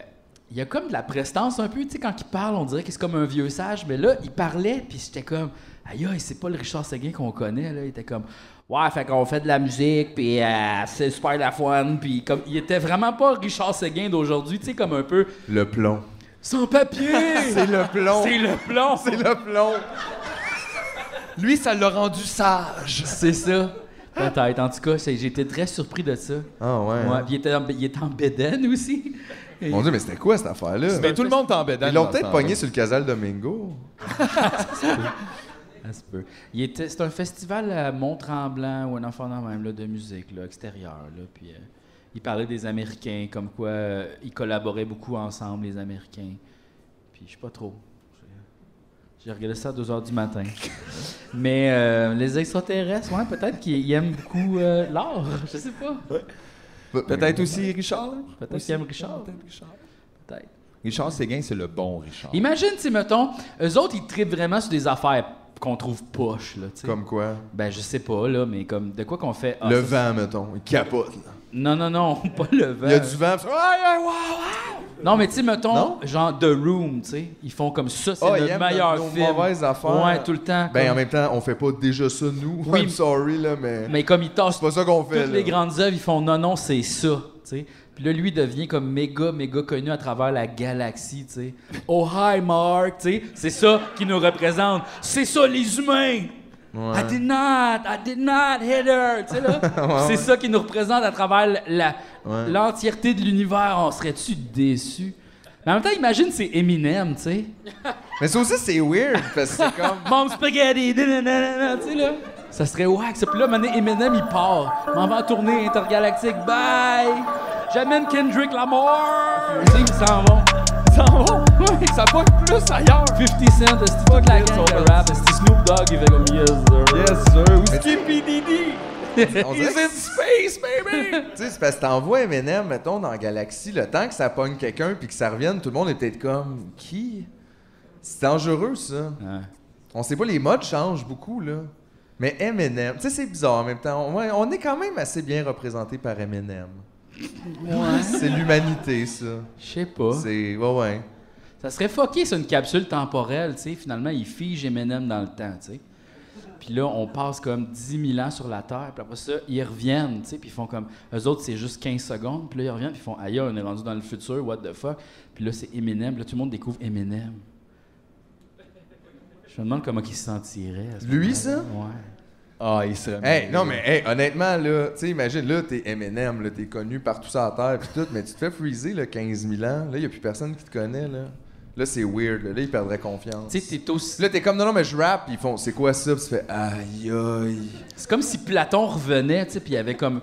S1: il y a comme de la prestance un peu, tu sais, quand il parle, on dirait qu'il est comme un vieux sage, mais là, il parlait, puis j'étais comme, aïe, aïe, c'est pas le Richard Séguin qu'on connaît, là. Il était comme, ouais, fait qu'on fait de la musique, puis euh, c'est super la fun, puis comme, il était vraiment pas Richard Séguin d'aujourd'hui, tu sais, comme un peu,
S3: Le plomb.
S1: sans papier!
S3: C'est le plomb.
S1: C'est le plan!
S3: C'est le plomb.
S4: Lui, ça l'a rendu sage.
S1: C'est ça. Peut-être. En tout cas, c'est- j'ai été très surpris de ça.
S3: Ah ouais.
S1: Ouais,
S3: hein.
S1: puis il était en, il était en bédaine aussi. Et-
S3: Mon dieu, mais c'était quoi cette affaire-là?
S4: Mais tout le monde t'embête. hein,
S3: Ils l'ont peut-être pogné sur le Casal Domingo.
S1: Ça se peut. Il était, c'est un festival à Mont-Tremblant ou un enfant dans même là, de musique là, extérieure. Là, puis, euh, il parlait des Américains, comme quoi euh, ils collaboraient beaucoup ensemble, les Américains. Puis je sais pas trop. J'ai- J'ai regardé ça à 2 h du matin. Mais euh, les extraterrestres, ouais, peut-être qu'ils aiment beaucoup euh, l'art. Je sais pas.
S4: Peut-être aussi Richard.
S1: Peut-être qu'il aime Richard. Peut-être.
S4: Richard Séguin, c'est le bon
S3: Ah
S4: Richard.
S1: Imagine, si mettons, eux autres, ils tripent vraiment sur des affaires qu'on trouve poches, là, tu sais.
S3: Comme quoi?
S1: Ben, je sais pas, là, mais comme, de quoi qu'on fait... Ah,
S3: le
S1: ça,
S3: vent, mettons. Il capote, là.
S1: c'est- Non, non, non, pas le vent.
S3: Il y a du vent. pis- Ouais, ouais, ouais, ouais.
S1: Non, mais tu sais, mettons,
S3: Non?
S1: genre The Room, tu sais, ils font comme ça, c'est
S3: Ah, ils
S1: le
S3: aiment
S1: meilleur
S3: nos- nos
S1: film.
S3: mauvaises affaires.
S1: Ouais, tout le temps.
S3: Ben, en
S1: comme-
S3: même temps, on fait pas déjà ça, nous.
S1: Oui.
S3: I'm sorry, là, mais.
S1: Mais comme ils tassent
S3: C'est pas ça qu'on
S1: toutes
S3: fait, là.
S1: les grandes œuvres, ils font non, non, c'est ça, tu sais. Puis là, lui devient comme méga, méga connu à travers la galaxie, tu sais. Oh, hi, Mark, tu sais. C'est ça qui nous représente. C'est ça, les humains! I did not, I did not hit her, tu sais, là. c'est ça qui nous représente à travers la- l'entièreté de l'univers. On serait-tu déçus? Mais en même temps, imagine, c'est Eminem, tu sais.
S3: Mais ça aussi, c'est weird, parce que c'est comme.
S1: Mom spaghetti, nanana, tu sais là. Ça serait wack. ça. Puis là, maintenant, Eminem, il part. M'en va en tournée intergalactique. Bye! J'amène Kendrick Lamar! tu sais, ils s'en vont. Ils s'en vont? Oui, ça va plus ailleurs. 50 Cent, c'est toute la gang de rap. C'est Snoop Dogg, il fait comme Yes, sir.
S4: Yes, sir. Ou
S3: Skippy Didi! On dirait que
S4: space, baby!
S3: Tu sais, c'est parce que t'envoies M&M, mettons, dans Galaxy, le temps que ça pogne quelqu'un puis que ça revienne, tout le monde est peut-être comme qui C'est dangereux, ça.
S1: Ouais.
S3: On sait pas, les modes changent beaucoup, là. Mais M&M, tu sais, c'est bizarre en même temps. On, ouais, on est quand même assez bien représenté par M&M. C'est l'humanité, ça.
S1: Je sais pas.
S3: C'est. Ouais, ouais.
S1: Ça serait fucké sur une capsule temporelle, tu sais. Finalement, il fige Eminem dans le temps, tu sais. Puis là, on passe comme 10 000 ans sur la Terre, puis après ça, ils reviennent, tu sais, puis ils font comme... Eux autres, c'est juste 15 secondes, puis là, ils reviennent, puis ils font « Aïe, on est rendu dans le futur, what the fuck? » Puis là, c'est Eminem, puis là, tout le monde découvre Eminem. Je me demande comment il se sentirait. à ce
S3: Lui,
S1: moment-là.
S3: ça?
S1: Ouais.
S4: Ah, il serait.
S5: Ben,
S3: Hey, non, mais hey, honnêtement, là, tu sais, imagine, là, t'es M&M, là, t'es connu partout sur la terre pis tout, mais tu te fais freezer, là, 15 000 ans, là, y a plus personne qui te connaît, là. Là, c'est weird, là, là, ils perdraient confiance.
S1: Tu sais, t'es aussi...
S3: Là, t'es comme, non, non, mais je rappe, pis ils font, c'est quoi ça? Pis tu fais, aïe, aïe.
S1: C'est comme si Platon revenait, tu sais, puis il y avait comme...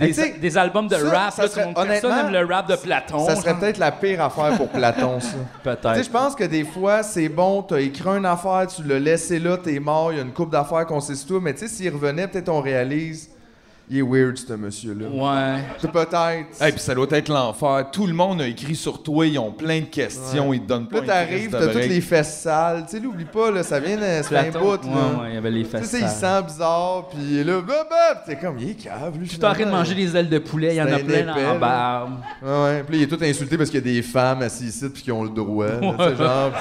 S3: Mais
S1: Des,
S3: tu sais,
S1: des albums de
S3: ça,
S1: rap, là, tout
S3: ça
S1: le
S3: serait-
S1: monde- personne
S3: honnêtement,
S1: aime le rap de Platon.
S3: Ça serait
S1: genre.
S3: peut-être la pire affaire pour Platon, ça. Tu sais,
S1: Peut-être.
S3: je pense que des fois, c'est bon, t'as écrit une affaire, tu l'as laissé là, t'es mort, il y a une coupe d'affaires qu'on sait sur toi, mais tu sais, s'il revenait, peut-être on réalise, il est weird, ce monsieur-là.
S1: Ouais.
S3: Peut-être.
S4: Hey, puis ça doit être l'enfer. Tout le monde a écrit sur toi, ils ont plein de questions, ils te donnent
S3: Là,
S4: plein de
S3: t'arrives, t'as toutes les fesses sales. Tu sais, l'oublie pas, là, ça vient de ça fait un
S1: Platon.
S3: bout, là.
S1: Ouais, ouais, il y avait les
S3: tu
S1: fesses.
S3: sais, il
S1: sales.
S3: sent bizarre, puis là, bop, bop, t'es comme, il est cave, lui.
S1: Je suis en train de manger des ailes de poulet, il y en a
S3: C'est un
S1: plein
S3: épais,
S1: en
S3: là.
S1: barbe.
S3: Ouais, ouais. Puis là, il est tout insulté parce qu'il y a des femmes assises ici, puis qui ont le droit. là, tu sais, genre.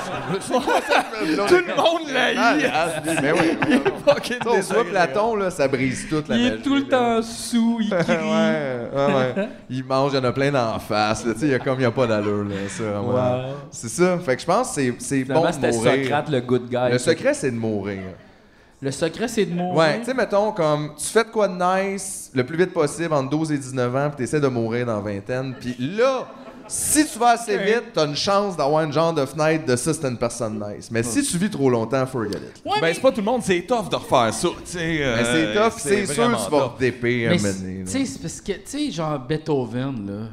S4: Tout le monde l'a eu!
S3: Ah, Mais oui. Tu sais, On voit Platon, là, ça brise toute la
S1: Il est
S3: magie,
S1: tout le
S3: là.
S1: temps sous, il
S3: Ouais,
S1: crie.
S3: ouais, ouais. Il mange, il y en a plein d'en face. là, Tu sais, il y a comme, il n'y a pas d'allure, là. C'est vraiment.
S1: Wow.
S3: C'est ça. Fait que je pense que c'est- c'est bon
S1: Finalement,
S3: de
S1: c'était
S3: mourir.
S1: Socrate, le good guy.
S3: Le secret, c'est de mourir.
S1: Le secret, c'est de mourir.
S3: Ouais, tu sais, mettons, comme, tu fais de quoi de nice le plus vite possible entre 12 et 19 ans, puis t'essaies de mourir dans la vingtaine, puis là, Si tu vas assez vite, t'as une chance d'avoir une genre de fenêtre de ça, c'est une personne nice. Mais
S1: Mhm.
S3: si tu vis trop longtemps, forget it.
S1: Ouais, mais-
S4: Ben, c'est pas tout le monde, c'est tough de refaire ça, tu sais.
S3: Mais c'est
S4: euh,
S3: tough, c'est sûr
S4: vraiment
S3: que tu vas
S4: tough.
S3: te dépé un
S1: Mais
S3: moment
S1: c'est-
S3: donné,
S1: tu
S3: là.
S1: sais, c'est parce que, tu sais, genre Beethoven, là,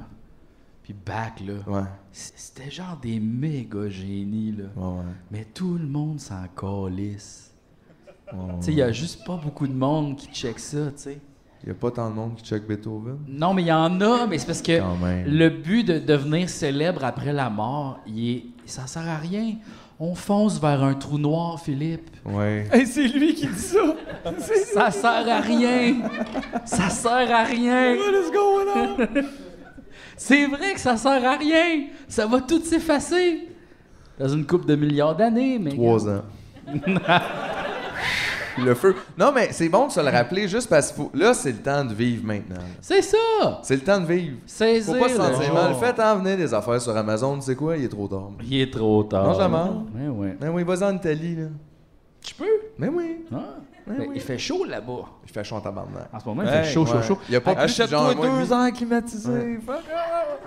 S1: puis Bach, là,
S3: Ouais,
S1: c- c'était genre des méga génies, là.
S3: ouais, ouais.
S1: Mais tout le monde s'en calisse.
S3: Oh.
S1: Tu sais, il y a juste pas beaucoup de monde qui check ça, tu sais.
S3: Y a pas tant de monde qui check Beethoven?
S1: Non, mais il y en a, mais c'est parce que
S3: Quand même.
S1: le but de devenir célèbre après la mort, il est... ça sert à rien. On fonce vers un trou noir, Philippe.
S3: Ouais.
S4: Hey, c'est lui qui dit ça. C'est
S1: Ça sert à rien. Ça sert à rien.
S4: Let's go, là.
S1: C'est vrai que ça sert à rien. Ça va tout s'effacer. Dans une coupe de milliards d'années, mais.
S3: Trois ans. le feu. Non, mais c'est bon de se le rappeler juste parce que faut- là, c'est le temps de vivre maintenant.
S1: C'est ça.
S3: C'est le temps de vivre.
S1: Saisir.
S3: Faut pas se
S1: le
S3: sentir mal.
S1: jour.
S3: Faites envenir des affaires sur Amazon, tu sais quoi? Il est trop tard.
S1: Il est trop tard.
S3: Non, jamais.
S1: Ouais, ouais.
S3: Ben oui, vas-y en Italie, là.
S1: Tu peux?
S3: Ben oui.
S1: Hein?
S3: Ben
S1: Ben,
S3: oui.
S1: Il fait chaud là-bas.
S3: Je fais chaud en tabarnak.
S1: En ce moment, il fait chaud, chaud, chaud.
S3: Il y a pas plus de genre,
S4: Achète-toi
S3: moi, lui.
S4: deux ans climatisés. fuck.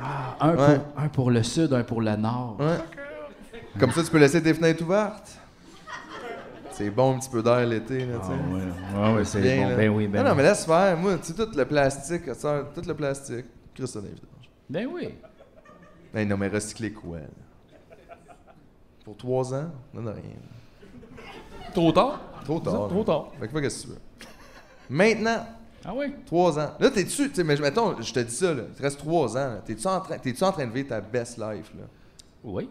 S1: Ah, Un,
S3: Ouais.
S1: pour, un pour le sud, un pour le nord.
S3: Ouais. Comme ça, tu peux laisser tes fenêtres ouvertes. C'est bon, un petit peu d'air l'été, là, tu sais.
S1: Ah, ouais, ouais, c'est
S3: Ah, Bien,
S1: bon.
S3: là.
S1: Ben oui, ben
S3: Non, non, mais
S1: oui.
S3: laisse faire. Moi, tu sais, tout le plastique, ça sort, tout le plastique. Christ, ça n'évidence.
S1: Ben oui.
S3: Ben non, mais recycler quoi, là? Pour trois ans? Non, non, rien.
S4: Trop tard.
S3: Trop tard.
S4: Trop
S3: là.
S4: tard.
S3: Fait que fais qu'est-ce que tu veux. Maintenant,
S1: Ah oui?
S3: Trois ans. Là, t'es-tu, tu sais, mais mettons, je te dis ça, là, il te reste trois ans, là. T'es-tu en, train- t'es-tu en train de vivre ta best life, là?
S1: Oui.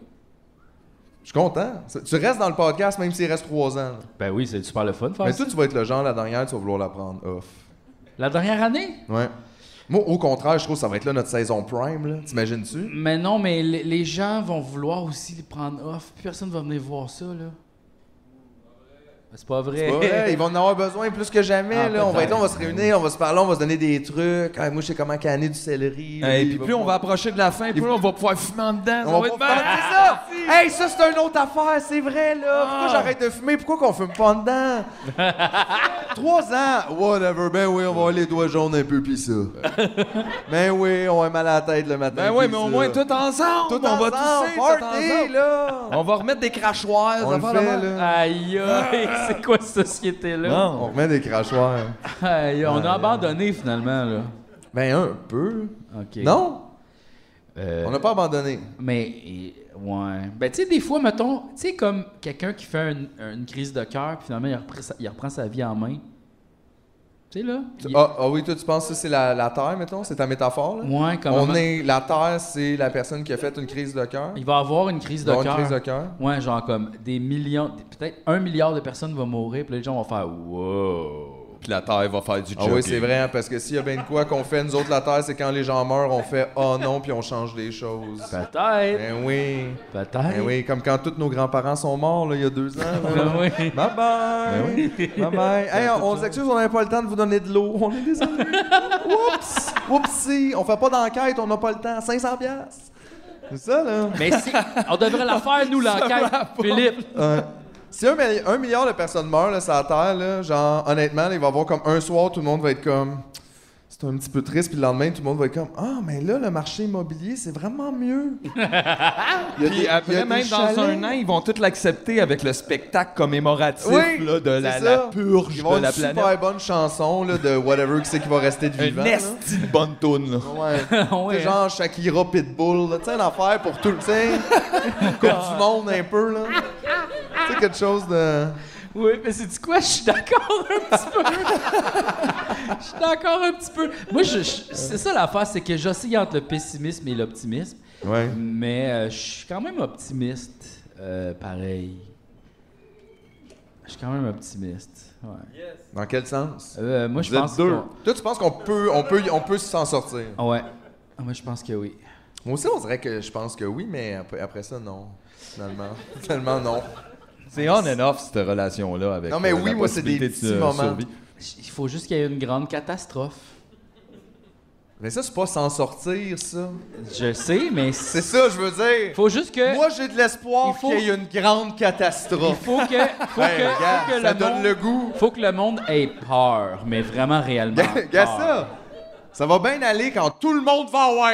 S3: Je suis content. Ça- Tu restes dans le podcast même s'il reste trois ans. là.
S1: Ben oui, c'est super le fun de faire
S3: Mais
S1: ça.
S3: toi, tu vas être le genre, la dernière, tu vas vouloir la prendre off.
S1: La dernière année?
S3: Ouais. Moi, au contraire, je trouve que ça va être là notre saison prime, là. T'imagines-tu?
S1: Mais non, mais les- les gens vont vouloir aussi les prendre off. Personne va venir voir ça, là. Ben, C'est pas vrai.
S3: Ouais, ils vont en avoir besoin plus que jamais,
S1: Ah,
S3: là. On va être là, on va se
S1: peut-être.
S3: réunir, on va se parler, on va se donner des trucs. Ah, moi, je sais comment canner du céleri.
S4: Et
S3: lui,
S4: puis
S3: il va
S4: plus on va
S3: pouvoir-
S4: approcher de la fin, plus on va pouvoir fumer en dedans. Ça
S3: On
S4: va
S3: va
S4: être
S3: pas
S4: malade. Ah,
S3: faire- c'est ça! Hey, ça, c'est une autre affaire, c'est vrai, là! Pourquoi j'arrête de fumer? Pourquoi qu'on fume pas en dedans? Trois ans! Whatever, ben oui, on va avoir les doigts jaunes un peu, pis ça. ben oui, on a mal à la tête le matin.
S4: Ben ouais,
S3: pis
S4: mais au
S3: ça.
S4: moins tout ensemble.
S3: Tout
S4: on va
S3: ensemble,
S4: tousser tout
S3: party,
S4: ensemble.
S3: là!
S4: On va remettre des crachoirs.
S3: On
S4: ça
S3: le
S4: va
S3: fait,
S4: là-bas.
S3: là.
S1: Aïe, aïe, c'est quoi cette société-là?
S3: On
S4: Non.
S3: remet des crachoirs.
S1: Aïe, on
S3: Euh,
S1: a abandonné finalement, là.
S3: Ben, un peu.
S1: OK.
S3: Non?
S1: Euh,
S3: On n'a pas abandonné.
S1: Mais, et- ouais. Ben, tu sais, des fois, mettons, tu sais, comme quelqu'un qui fait une, une crise de cœur, puis finalement, il reprend, sa, il reprend sa vie en main. Tu sais, là?
S3: Tu-
S1: il-
S3: Ah ah oui, toi, tu penses que c'est la, la Terre, mettons? C'est ta métaphore, là?
S1: Ouais, comme
S3: On est... La Terre, c'est la personne qui a fait une crise de cœur.
S1: Il va avoir une crise de
S3: Avoir une
S1: cœur.
S3: crise de cœur.
S1: Ouais, genre comme des millions, des- peut-être un milliard de personnes vont mourir, puis les gens vont faire wow.
S4: Puis la terre va faire du
S3: Ah oui, c'est vrai, hein, parce que s'il y a bien de quoi qu'on fait, nous autres, la Terre, c'est quand les gens meurent, on fait « Oh non », puis on change les choses.
S1: Peut-être.
S3: Ben oui,
S1: Peut-être.
S3: ben oui, comme quand tous nos grands-parents sont morts, là, il y a deux ans. là.
S1: Ben oui.
S3: Bye-bye! Bye-bye! Hey, on, on s'excuse, on n'avait pas le temps de vous donner de l'eau. On est désolé. Oups! Oupsie! On fait pas d'enquête, on n'a pas le temps. 500 piastres. C'est ça, là?
S1: Mais si, on devrait la faire, nous, l'enquête, Philippe.
S3: Ouais. Si un, milli- un milliard de personnes meurent là, sur la Terre, là, genre, honnêtement, là, il va y avoir comme un soir, tout le monde va être comme. C'est un petit peu triste, puis le lendemain, tout le monde va être comme Ah, mais là, le marché immobilier, c'est vraiment mieux. Il y a des- il y
S4: Puis
S3: a
S4: après,
S3: des
S4: même
S3: chalets.
S4: dans un an, ils vont tous l'accepter avec le spectacle commémoratif
S3: Oui,
S4: là, de la,
S3: c'est
S4: la
S3: ça.
S4: purge
S3: Ils
S4: de
S3: vont avoir
S4: la
S3: une super
S4: planète.
S3: bonne chanson là, de whatever qui c'est qui va rester de vivant.
S4: Une
S3: là.
S4: esti de bonne toune, là.
S3: Ouais.
S1: Ouais,
S3: C'est genre Shakira Pitbull, là. tu sais, une affaire pour tout le temps. Coupe du monde un peu, là. Tu sais, quelque chose de.
S1: Oui, mais c'est du quoi? Je suis d'accord un petit peu. Je suis d'accord un petit peu. Moi, je, je- c'est ça l'affaire, c'est que j'oscille entre le pessimisme et l'optimisme.
S3: Ouais.
S1: Mais euh, je suis quand même optimiste, euh, pareil. Je suis quand même optimiste. Ouais.
S3: Dans quel sens?
S1: Euh, moi, je
S3: Vous êtes
S1: pense
S3: deux.
S1: qu'on-
S3: Toi, tu penses qu'on peut, on peut, on peut s'en sortir?
S1: Ah Ouais. Ah, Moi, je pense que oui.
S3: Moi aussi, on dirait que je pense que oui, mais après, après ça, non. Finalement, finalement non.
S4: C'est on and off, cette relation-là. avec
S3: Non, mais
S4: euh,
S3: oui,
S4: la
S3: moi, c'est des
S4: possibilité de
S3: petits
S4: se-
S3: moments.
S4: survie.
S1: J- Il faut juste qu'il y ait une grande catastrophe.
S3: Mais ça, c'est pas s'en sortir, ça.
S1: Je sais, mais
S3: C'est
S1: il
S3: ça, je veux dire.
S1: faut juste que.
S3: Moi, j'ai de l'espoir
S1: Il faut-
S3: qu'il y ait une grande
S1: il
S3: catastrophe.
S1: faut que. Faut
S3: Hey,
S1: que,
S3: Ben, regarde,
S1: faut que
S3: ça
S1: le
S3: donne
S1: monde-
S3: le goût.
S1: Faut que le monde ait peur, mais vraiment réellement.
S3: Regarde
S1: peur.
S3: ça. Ça va bien aller quand tout le monde va avoir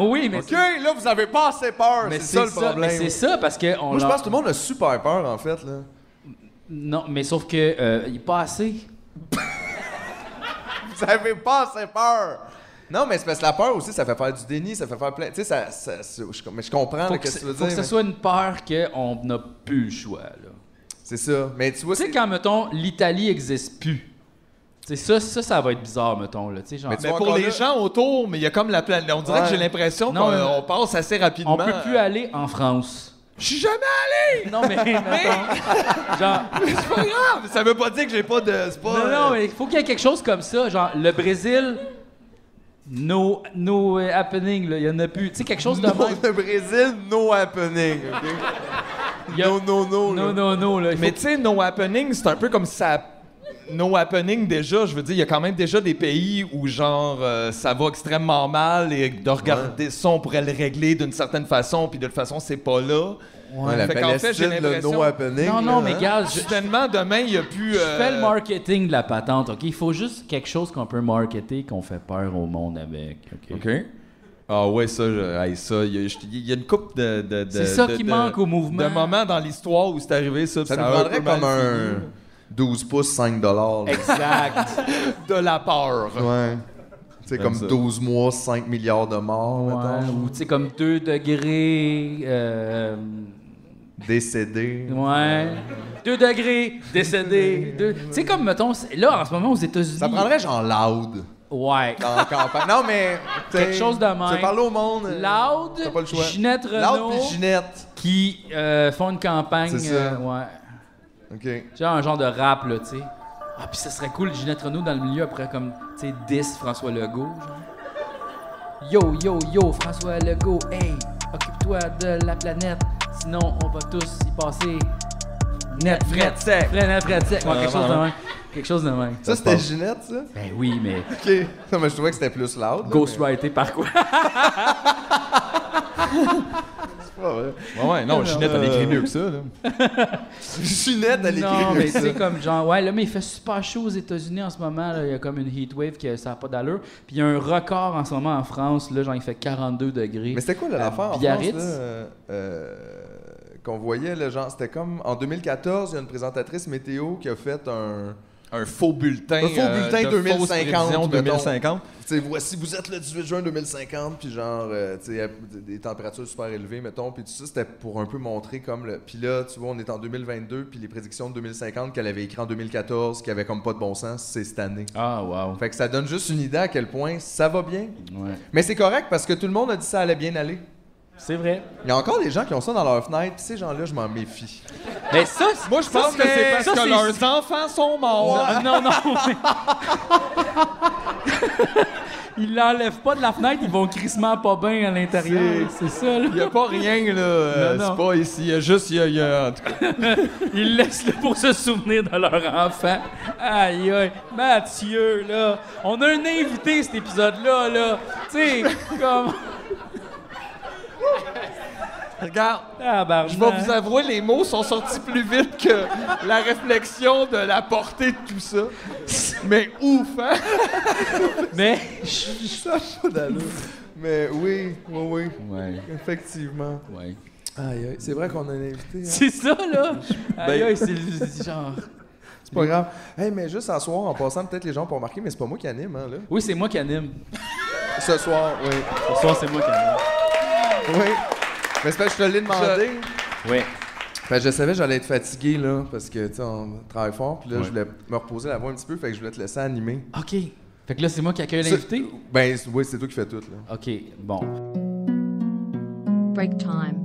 S1: oui, mais
S3: OK, là, vous avez pas assez peur.
S1: mais
S3: C'est ça le problème.
S1: mais c'est ça parce que on
S3: Moi, je
S1: leur-
S3: pense que tout le monde a super peur, en fait. Là.
S1: Non, mais sauf que euh, il est pas assez.
S3: Vous avez pas assez peur. Non, mais c'est parce que la peur aussi, ça fait faire du déni, ça fait faire plein. Tu sais, ça, ça- ça- je, mais je comprends
S1: Faut
S3: là,
S1: que,
S3: qu'est-ce
S1: ce-
S3: que tu veux
S1: faut
S3: dire.
S1: que ce
S3: mais-
S1: soit une peur qu'on n'a plus le choix. là.
S3: C'est ça. Mais tu vois,
S1: Tu sais,
S3: c'est.
S1: quand, mettons, l'Italie existe plus, tu sais, ça, ça, ça va être bizarre, mettons. Là, tu sais, genre,
S3: Mais tu
S5: Mais
S3: vois,
S5: pour
S3: encore
S5: les
S3: là-
S5: gens autour, mais il y a comme la planète. On dirait
S3: Ouais.
S5: que j'ai l'impression
S1: Non,
S5: qu'on
S1: mais-
S5: on passe assez rapidement.
S1: on peut plus aller en France.
S5: Je suis jamais allé!
S1: Non, mais, mettons, genre,
S5: C'est pas grave! Ça veut pas dire que j'ai pas de. C'est pas.
S1: non, non, mais il faut qu'il y ait quelque chose comme ça. Genre, le Brésil, no, no euh, happening, là, il y en a plus. Tu sais, quelque chose de
S3: Pour
S1: même.
S3: le Brésil, no happening. OK?
S1: Il y a-
S3: No, no, no. là.
S1: Non, non, non, là. il faut-
S5: Mais tu sais, No Happening, c'est un peu comme ça. No Happening, déjà, je veux dire, il y a quand même déjà des pays où, genre, euh, ça va extrêmement mal et de regarder ça, on pourrait le régler d'une certaine façon, puis de toute façon, c'est pas là.
S3: Ouais, la
S5: Fait qu'en fait, j'ai
S3: Palestine, le
S5: l'impression-
S3: no happening.
S1: non, non,
S3: là, euh,
S1: mais
S3: hein?
S1: gars, je,
S5: Soudainement, demain, il y a plus. euh,
S1: je fais le marketing de la patente, OK? Il faut juste quelque chose qu'on peut marketer, qu'on fait peur au monde avec, OK?
S4: OK. Ah ouais, ça, je- hey, ça, il y, a- je- il y a une coupe de, de- de-
S1: C'est ça
S4: de-
S1: qui
S4: de-
S1: manque au mouvement.
S4: De moments dans l'histoire où c'est arrivé ça. puis
S3: Ça nous
S4: a
S3: prendrait
S4: peu mal
S3: comme un 12 pouces, 5 dollars. là.
S1: Exact.
S5: de la peur.
S3: Ouais. Tu sais,
S4: J'aime
S3: comme
S4: ça.
S3: 12 mois, 5 milliards de morts,
S1: Ouais,
S3: mettons.
S1: ou tu sais, comme 2 degrés. euh,
S3: Décédés.
S1: ouais. 2 degrés, décédé. deux- Tu sais, comme, mettons, c'est- là, en ce moment, aux États-Unis.
S3: Ça prendrait genre loud
S1: Ouais.
S3: dans la campagne. Non, mais. tu sais,
S1: Quelque chose de
S3: Tu
S1: même.
S3: veux parler au monde. euh,
S1: Loud,
S3: T'as pas le choix.
S1: Ginette
S3: Loud
S1: Renault,
S3: pis Ginette.
S1: qui euh, font une campagne.
S3: C'est ça.
S1: euh, ouais.
S3: OK.
S1: Genre un genre de rap, là, tu sais. Ah, puis ça serait cool, Ginette Renault dans le milieu après, comme, tu sais, 10 François Legault, genre. Yo, yo, yo, François Legault, hey, occupe-toi de la planète, sinon on va tous y passer. Net, fret, sec. net, fret, sec. Ouais, quelque chose de même. Quelque chose de même.
S3: Ça, c'était Ginette, ça?
S1: Ben oui, mais
S3: OK. Non, mais je trouvais que c'était plus loud. là,
S1: ghostwrité par quoi?
S3: mais c'est pas vrai.
S4: Ouais, ouais, non, Ginette, elle
S5: euh,
S4: écrit mieux que ça. Là.
S3: Ginette, elle écrit
S1: Non,
S3: mieux
S1: mais
S3: que ça.
S1: c'est comme genre, ouais, là, mais il fait super chaud aux États-Unis en ce moment. là. Il y a comme une heat wave qui ça n'a pas d'allure. Puis il y a un record en ce moment en France. Là, genre, il fait 42 degrés.
S3: Mais c'était quoi là,
S1: À
S3: l'affaire en France,
S1: Biarritz.
S3: là, euh, euh, qu'on voyait, là, genre, c'était comme en 2014, il y a une présentatrice météo qui a fait un.
S4: Un faux bulletin.
S3: Un faux
S5: euh,
S3: bulletin
S4: de fausses
S3: 2050,
S4: prévisions
S3: mettons.
S4: 2050.
S3: Tu sais, voici, vous êtes le 18 juin 2050, puis genre, euh, tu sais, des températures super élevées, mettons, puis tout ça, c'était pour un peu montrer comme le. Puis là, tu vois, on est en 2022, puis les prédictions de 2050 qu'elle avait écrites en 2014, qui avaient comme pas de bon sens, c'est cette année.
S1: Ah, wow.
S3: Fait que ça donne juste une idée à quel point ça va bien.
S1: Ouais.
S3: Mais c'est correct parce que tout le monde a dit ça allait bien aller.
S1: C'est vrai.
S3: Il y a encore des gens qui ont ça dans leur fenêtre, puis ces gens-là, je m'en méfie.
S1: Mais ça, c'est-
S5: Moi, je pense que c'est parce
S1: ça,
S5: que
S1: c'est-
S5: leurs enfants sont morts.
S1: Non, non, mais... Ils l'enlèvent pas de la fenêtre, ils vont crissement pas bien à l'intérieur. C'est ça, là.
S5: Il y a pas rien, là. euh,
S1: Non, non.
S5: C'est pas ici. Il y a juste. il y a- il y a- en tout cas,
S1: Ils laissent le pour se souvenir de leur enfant. Aïe, aïe. Mathieu, là. On a un invité, cet épisode-là, là. Tu sais, comme.
S5: Regarde.
S1: Ah,
S5: Je vais vous avouer, les mots sont sortis plus vite que la réflexion de la portée de tout ça. Mais ouf, hein?
S1: Mais.
S3: Ça a pas d'allure. Mais oui, oui, oui,
S1: Ouais,
S3: effectivement.
S1: ouais.
S3: Aïe, aïe, c'est vrai qu'on a un invité. hein.
S1: C'est ça, là.
S5: Ben-
S1: Aïe, aïe, c'est le- genre.
S3: C'est pas grave. Hey, mais juste ce soir, en passant, peut-être les gens pourront remarquer, mais c'est pas moi qui anime, hein, là.
S1: Oui, c'est moi qui anime.
S3: Ce soir, oui.
S1: Ce soir, c'est moi qui anime.
S3: Oui. Mais c'est parce que je te l'ai demandé.
S1: Ouais.
S3: Fait que je savais que j'allais être fatigué, là, parce que, tu sais, on travaille fort, puis là, je voulais me reposer la voix un petit peu, fait que je voulais te laisser animer.
S1: OK. Fait que là, c'est moi qui accueille l'invité.
S3: Ben, c'est- oui, c'est toi qui fais tout, là.
S1: OK, bon.
S6: Break time.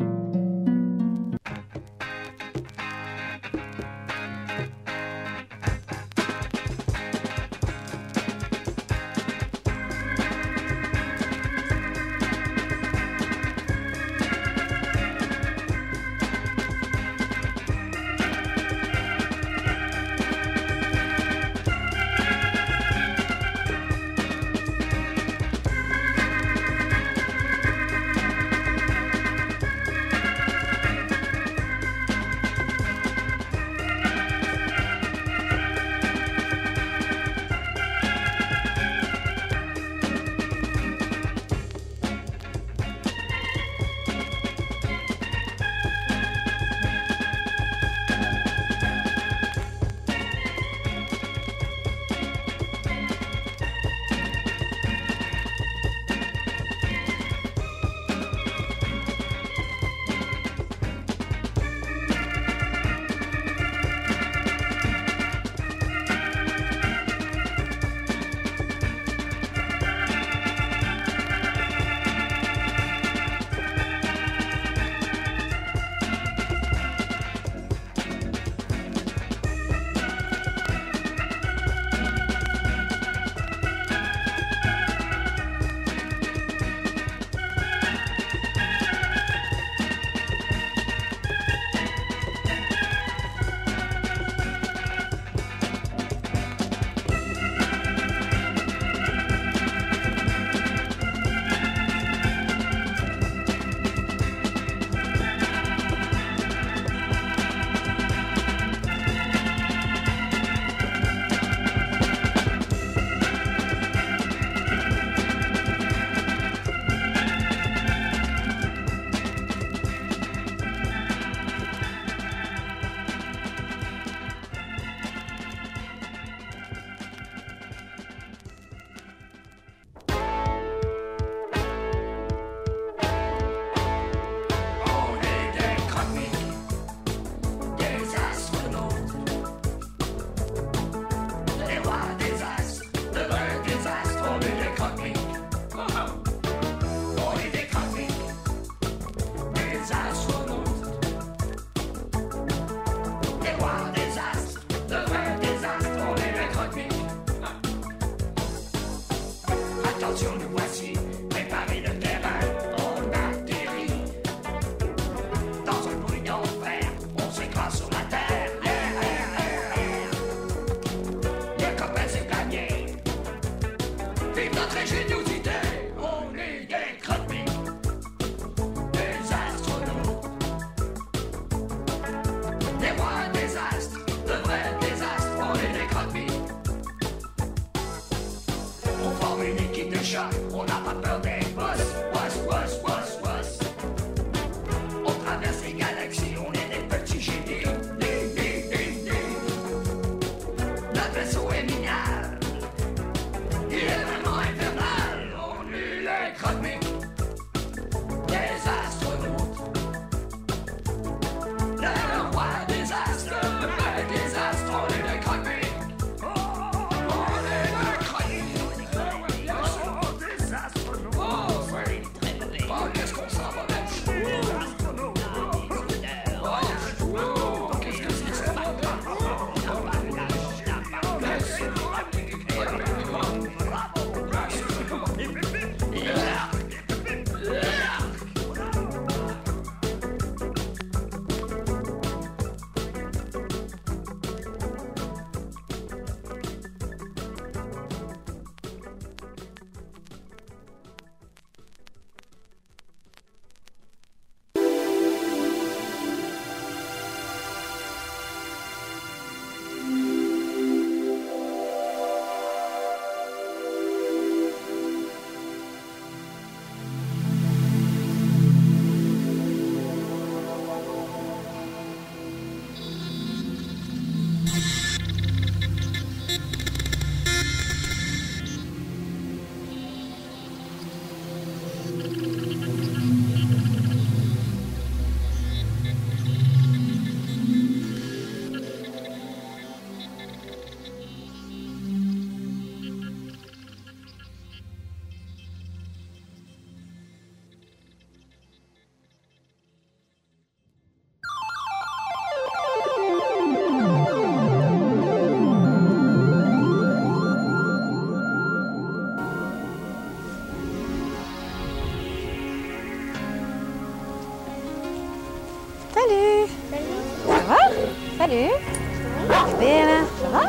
S7: Salut. Elle est belle, hein? Ça va?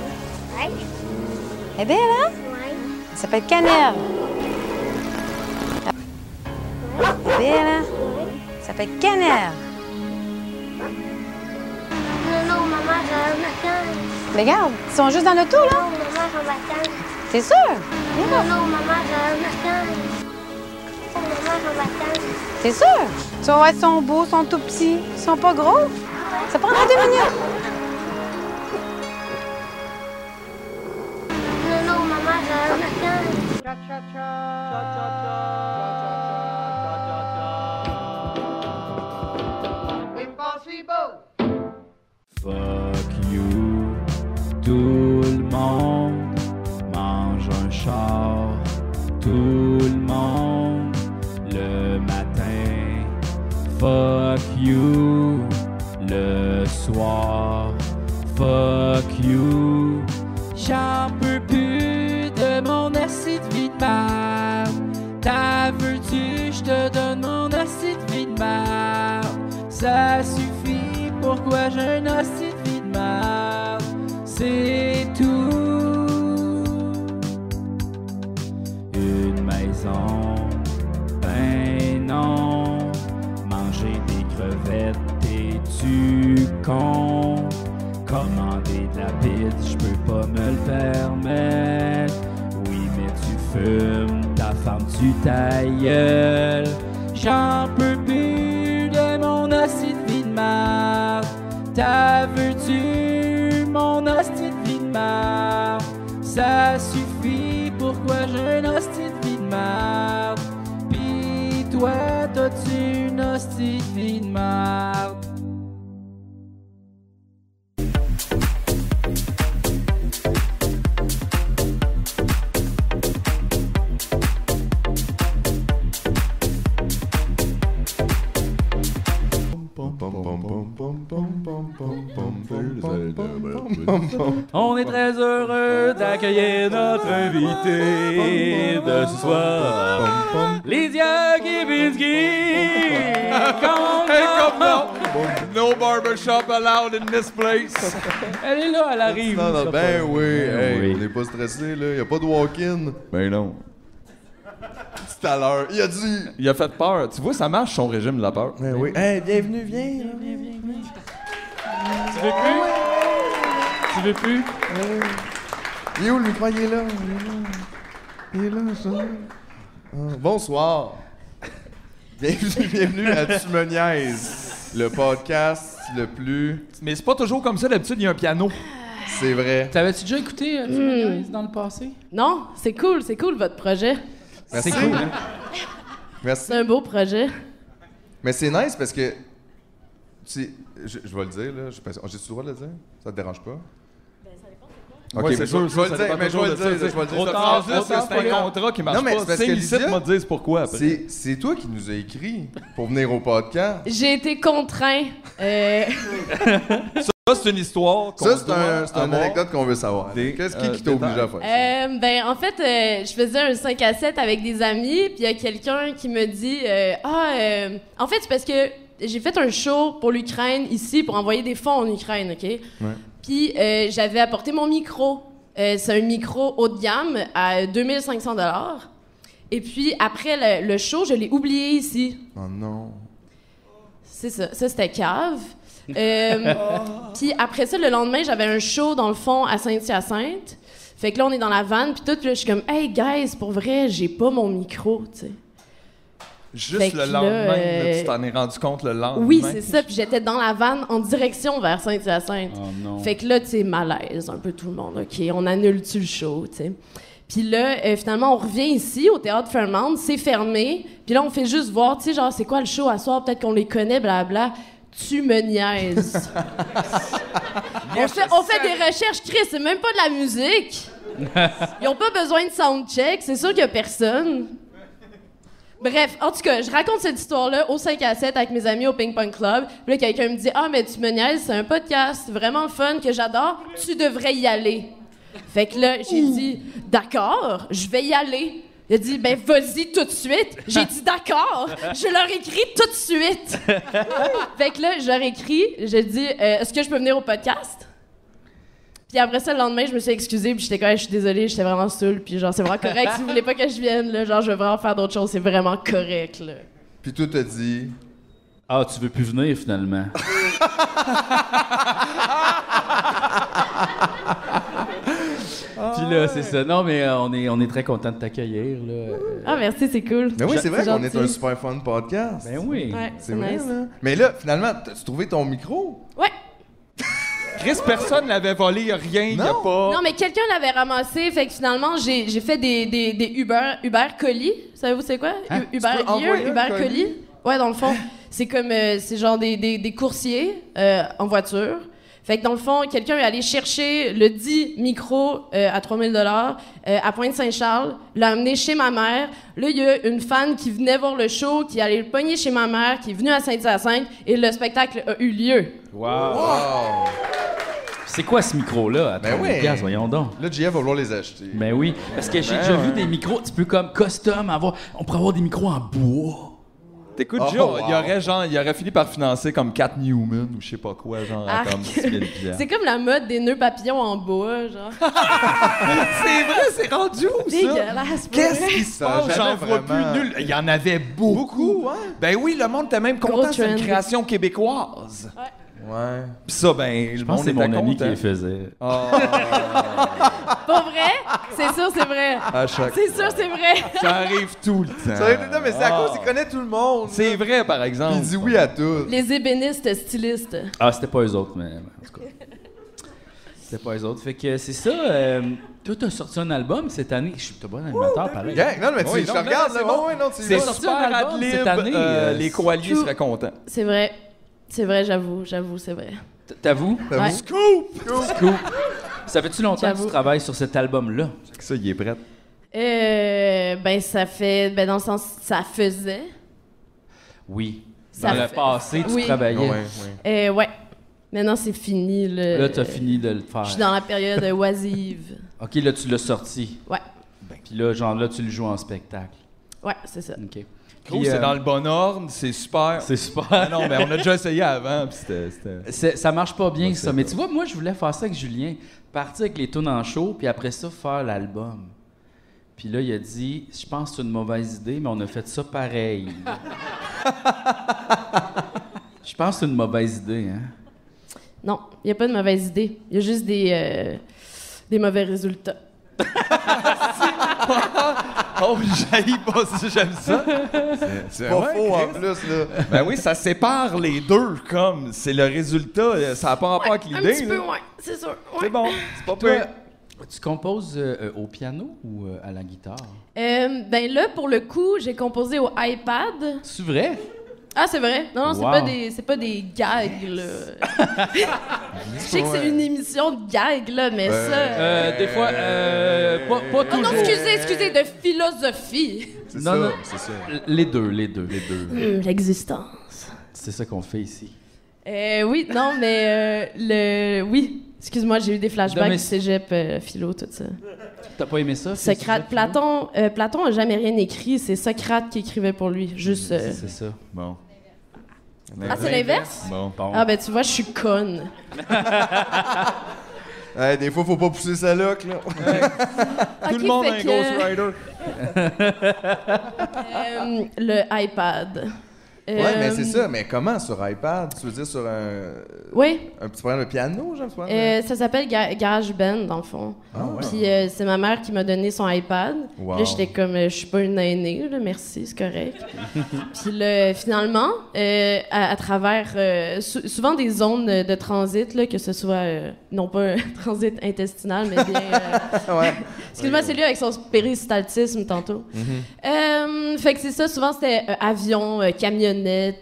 S7: Elle est belle, hein? Elle s'appelle Canel. Elle est belle, hein? Elle s'appelle Canel.
S8: Non, non, maman, j'ai un matin.
S7: Mais regarde, ils sont juste dans l'auto, là.
S8: Non, maman, j'ai un matin.
S7: T'es sûr?
S8: Non, non, maman, j'ai un matin. Non, maman, j'ai un matin.
S7: T'es sûr? Tu vas voir, ils sont beaux, ils sont tout petits, ils sont pas gros. Ça prendra deux minutes.
S8: Non, non, maman, j'ai un matin.
S1: Fuck you. Tout le monde mange un char. Tout le monde le matin. Fuck you. Le soir. Fuck you. J'en peux plus de mon acide de vie de merde. T'as veux-tu, je te donne mon acide de vie de merde. Ça suffit, pourquoi j'ai un acide de vie de merde? C'est tout. Une maison, ben non. Manger des crevettes, t'es-tu con? Commander de la pizza, je peux pas me le permettre. Oui, mais tu fumes, ta femme, tu ta gueule. J'en peux plus de mon acide de vie de marde. T'as vu-tu mon hostie de vie de marde? Ça suffit, pourquoi j'ai une hostie de vie de marde? Pis toi, t'as-tu une hostie de vie de marde? On est très heureux d'accueillir notre invité de ce soir, Lydia Gibinski!
S5: No barbershop allowed in this place.
S1: Elle est là, elle arrive.
S3: Non, non, ben oui, hey,
S1: Oui.
S3: on n'est pas stressé, là. Y a pas de walk-in.
S5: Ben non.
S3: Tout à l'heure, il a dit.
S5: Il a fait peur. Tu vois, ça marche son régime de la peur.
S3: Ben oui. Hey, bienvenue, viens.
S1: Tu veux plus? Tu veux plus?
S3: Il est où le micro? Il est là. Il est là, ça. Ah, bonsoir. Bienvenue, bienvenue à Tu me niaises, le podcast le plus.
S5: Mais c'est pas toujours comme ça d'habitude, il y a un piano.
S3: C'est vrai.
S1: T'avais-tu déjà écouté euh, Tu me niaises dans le passé?
S9: Non, c'est cool, c'est cool votre projet.
S3: Merci. Merci.
S9: C'est un beau projet.
S3: Mais c'est nice parce que. Tu sais, je, je vais le dire, là. je sais pas- J'ai-tu le droit de le dire? Ça te dérange pas?
S9: Ben,
S3: Ok, mais je, je vais le dire, mais je vais le dire, je vais le dire. Ça-
S5: Autant juste que c'est un contrat qui marche
S3: Non, mais c'est
S5: pas.
S3: parce
S5: C'est
S3: que
S5: ici
S3: Lydia-
S5: pour me dire pourquoi après.
S3: C'est c'est toi qui nous as écrit pour venir au podcast.
S9: J'ai été contraint. euh,
S5: Ça, c'est une histoire qu'on
S3: Ça, c'est
S5: doit
S3: un- c'est une
S5: avoir.
S3: anecdote qu'on veut savoir. Qu'est-ce qui,
S5: euh,
S3: qui t'a obligé à faire ça?
S9: euh, ben, en fait, euh, je faisais un 5 à 7 avec des amis, puis il y a quelqu'un qui me dit euh, Ah, euh, en fait, c'est parce que j'ai fait un show pour l'Ukraine ici, pour envoyer des fonds en Ukraine, OK? Puis euh, j'avais apporté mon micro. Euh, c'est un micro haut de gamme à 2500 Et puis après le, le show, je l'ai oublié ici.
S3: Oh non.
S9: C'est ça. Ça, c'était cave. Euh, Puis après ça, le lendemain, j'avais un show dans le fond à Saint-Hyacinthe. Fait que là, on est dans la vanne, puis tout, puis là, je suis comme, hey guys, pour vrai, j'ai pas mon micro, tu sais. Fait
S5: Juste
S9: que
S5: le
S9: là,
S5: lendemain, là,
S9: euh,
S5: tu t'en es rendu compte le lendemain.
S9: Oui, c'est ça, puis j'étais dans la vanne en direction vers Saint-Hyacinthe.
S1: non.
S9: Fait que là, tu sais, malaise, un peu tout le monde, OK, on annule-tu le show, tu sais. Puis là, euh, finalement, on revient ici, au Théâtre Fairmount, c'est fermé. Puis là, on fait juste voir, tu sais, genre, c'est quoi le show à soir, peut-être qu'on les connaît, blabla. Tu me niaises. on, fait, on fait des recherches, Chris, c'est même pas de la musique. Ils ont pas besoin de soundcheck, c'est sûr qu'il y a personne. Bref, en tout cas, je raconte cette histoire-là au 5 à 7 avec mes amis au Ping Pong Club. Puis là, quelqu'un me dit Ah, mais tu me niaises, c'est un podcast vraiment le fun que j'adore, tu devrais y aller. Fait que là, j'ai dit D'accord, je vais y aller. Il a dit, ben vas-y tout de suite. J'ai dit, d'accord, je leur écris tout de suite. fait que là, je leur écris, j'ai dit, Euh, est-ce que je peux venir au podcast? Puis après ça, le lendemain, je me suis excusée, puis j'étais comme, Hey, je suis désolée, j'étais vraiment saoule, puis genre, c'est vraiment correct. si vous voulez pas que je vienne, là, genre, je veux vraiment faire d'autres choses, c'est vraiment correct, là.
S3: Puis tout te dit.
S1: Ah, tu veux plus venir finalement. Puis là, c'est ça. Non, mais euh, on est, on est très content de t'accueillir. Là. Euh,
S9: Ah, merci, c'est cool.
S3: Mais oui, c'est vrai qu'on est
S9: gentil.
S3: un super fun podcast.
S1: Ben oui.
S9: Ouais,
S3: c'est
S9: c'est
S3: vrai,
S9: nice.
S3: là. Mais là, finalement, t'as-tu trouvé ton micro?
S9: Ouais.
S5: Chris, personne l'avait volé, y a rien, il a
S3: Non.
S5: pas.
S9: Non, mais quelqu'un l'avait ramassé, fait que finalement, j'ai j'ai fait des, des, des Uber, Uber colis. Savez-vous c'est quoi? U-
S3: Hein? Tu
S9: Uber
S3: peux
S9: Gear,
S3: envoyer un
S9: Uber
S3: colis?
S9: colis. Ouais, dans le fond, c'est comme, euh, c'est genre des, des, des coursiers euh, en voiture. Fait que dans le fond, quelqu'un est allé chercher le 10 micro euh, à 3000 dollars euh, à Pointe-Saint-Charles, l'a amené chez ma mère. Là, il y a une fan qui venait voir le show, qui allait le pogner chez ma mère, qui est venue à Saint-Hyacinthe, et le spectacle a eu lieu.
S1: Wow. C'est quoi ce micro-là? à
S3: Ben
S1: 3000
S3: oui.
S1: piastres, voyons donc.
S3: Là, JF va vouloir les acheter.
S1: Ben oui, parce que j'ai déjà vu des micros, tu peux comme custom avoir, on pourrait avoir des micros en bois.
S5: T'écoutes,
S3: Oh,
S5: Joe,
S3: wow.
S5: il, aurait, genre, il aurait fini par financer comme 4 Newman ou je sais pas quoi, genre, à
S9: Arc.
S5: comme 10 000 piastres.
S9: C'est comme la mode des nœuds papillons en bois, genre.
S5: C'est vrai, c'est rendu où,
S9: Dégueulasse. pour vrai.
S5: qui se
S3: Ça a jamais
S5: J'en vois
S3: vraiment-
S5: plus nul. Il y en avait beaucoup.
S3: Beaucoup, hein?
S5: Ben oui, le monde était même
S9: Gros
S5: content. C'est une
S9: trend.
S5: création québécoise.
S3: Ouais.
S5: Pis ça, ben, le
S1: Je pense
S5: monde
S1: que c'est hein. mon
S5: était
S1: ami qui
S5: content.
S1: les faisait.
S9: Pas vrai? C'est sûr, c'est vrai.
S5: À chaque-
S9: C'est sûr, c'est vrai.
S5: Ça arrive tout le temps. Ah.
S3: Ça aurait été- non, mais c'est à cause qu'il connaît tout le monde.
S5: C'est vrai, par
S3: Puis
S5: exemple.
S3: Il dit oui à tout.
S9: Les ébénistes stylistes.
S1: Ah, c'était pas eux autres, mais en tout cas. C'était pas eux autres. Fait que c'est ça, euh, toi t'as sorti un album cette année. Je suis t'es bon animateur, pareil.
S3: Gang, non, mais tu
S5: Oui,
S3: je
S5: non,
S3: te
S5: non,
S3: regarde,
S5: c'est
S3: là.
S5: bon.
S3: ouais, non, tu y
S5: C'est
S3: vas.
S1: sorti
S5: super
S1: un album
S5: ad lib,
S1: cette année,
S5: euh,
S1: euh,
S5: les coaliers
S9: tout-
S5: seraient contents.
S9: C'est vrai. C'est vrai, j'avoue, j'avoue, c'est vrai.
S1: T'avoues?
S3: T'as
S9: Ouais.
S3: vu?
S1: Cool. Ça fait-tu longtemps que
S9: J'avoue.
S1: tu travailles sur cet album-là?
S5: Ça, il est prêt.
S9: Euh, ben, ça fait. Ben, dans le sens, ça faisait.
S1: Oui. Dans
S9: Ça
S1: le
S9: fait-
S1: passé, tu
S9: oui.
S1: travaillais.
S3: Ouais, ouais.
S9: Euh, ouais. Maintenant, c'est fini. Là,
S1: Là, t'as fini de le faire.
S9: Je suis dans la période oisive.
S1: OK, là, tu l'as sorti.
S9: Ouais.
S1: Puis là, genre, là, tu le joues en spectacle.
S9: Ouais, c'est ça.
S1: OK.
S5: Gros,
S1: Puis,
S5: c'est
S1: euh,
S5: dans le bon ordre, c'est super. Ah
S1: C'est super.
S5: Non, mais on a déjà essayé avant, puis c'était- c'était...
S1: C'est- ça marche pas bien,
S5: Ouais,
S1: ça.
S5: c'est
S1: Mais
S5: ça.
S1: tu vois, moi, je voulais faire ça avec Julien. Partir avec les tunes en show, puis après ça, faire l'album. Puis là, il a dit, je pense que c'est une mauvaise idée, mais on a fait ça pareil. Je pense que c'est une mauvaise idée, hein?
S9: Non, il n'y a pas de mauvaise idée. Il y a juste des, euh, des mauvais résultats.
S5: Oh, j'haïs pas ça, j'aime ça. hein.
S3: C'est pas
S5: ouais,
S3: faux en
S5: Chris.
S3: plus, là.
S5: Ben oui, ça sépare les deux, comme. C'est le résultat, euh, ça n'a pas rapport avec
S9: un
S5: l'idée.
S9: petit
S5: là.
S9: peu, ouais, c'est sûr. ouais.
S5: C'est bon, c'est pas
S1: Toi,
S5: peu.
S1: tu composes euh, euh, au piano ou euh, à la guitare?
S9: Euh, ben là, pour le coup, j'ai composé au iPad.
S1: C'est vrai?
S9: Ah, c'est vrai? Non, non, c'est
S1: Wow.
S9: pas des, c'est pas des gags, là. Je sais que c'est une émission de gags, là, mais ça... euh,
S1: Euh, des fois, euh, pas, pas
S9: Oh non,
S1: toujours.
S9: excusez, excusez, de philosophie.
S3: Ah C'est
S1: Non, non.
S3: ça, c'est ça.
S1: les deux, les deux, les deux.
S9: L'existence.
S1: C'est ça qu'on fait ici.
S9: Euh, oui, non, mais euh, le... Oui, excuse-moi, j'ai eu des flashbacks
S1: Non, mais
S9: du cégep, euh, philo, tout ça.
S1: T'as pas aimé ça? c'est
S9: Socrate,
S1: ça,
S9: Platon... euh, Platon a jamais rien écrit, c'est Socrate qui écrivait pour lui, juste... euh,
S1: C'est ça.
S5: Bon.
S9: Ah, c'est l'inverse?
S5: Bon.
S1: Bon.
S9: Ah, ben tu vois, je suis conne.
S3: Hey, des fois, faut pas pousser ça là, là.
S5: Tout le monde a un ghostwriter.
S9: Euh, le iPad.
S3: Ouais,
S9: Euh,
S3: mais c'est ça. Mais comment sur iPad? Tu veux dire sur un,
S9: Oui,
S3: un petit problème de piano, genre?
S9: euh, ça s'appelle Ga- GarageBand, dans le fond. Puis euh, c'est ma mère qui m'a donné son iPad.
S3: Wow.
S9: Puis Là, j'étais comme, euh, je suis pas une aînée, là, merci, c'est correct. Puis là, finalement, euh, à, à travers euh, sou- souvent des zones euh, de transit, là, que ce soit euh, non pas un transit intestinal, mais bien. euh,
S3: ouais.
S9: Excuse-moi, c'est lui avec son péristaltisme tantôt. Euh, fait que c'est ça, souvent c'était euh, avion, euh, camionnette,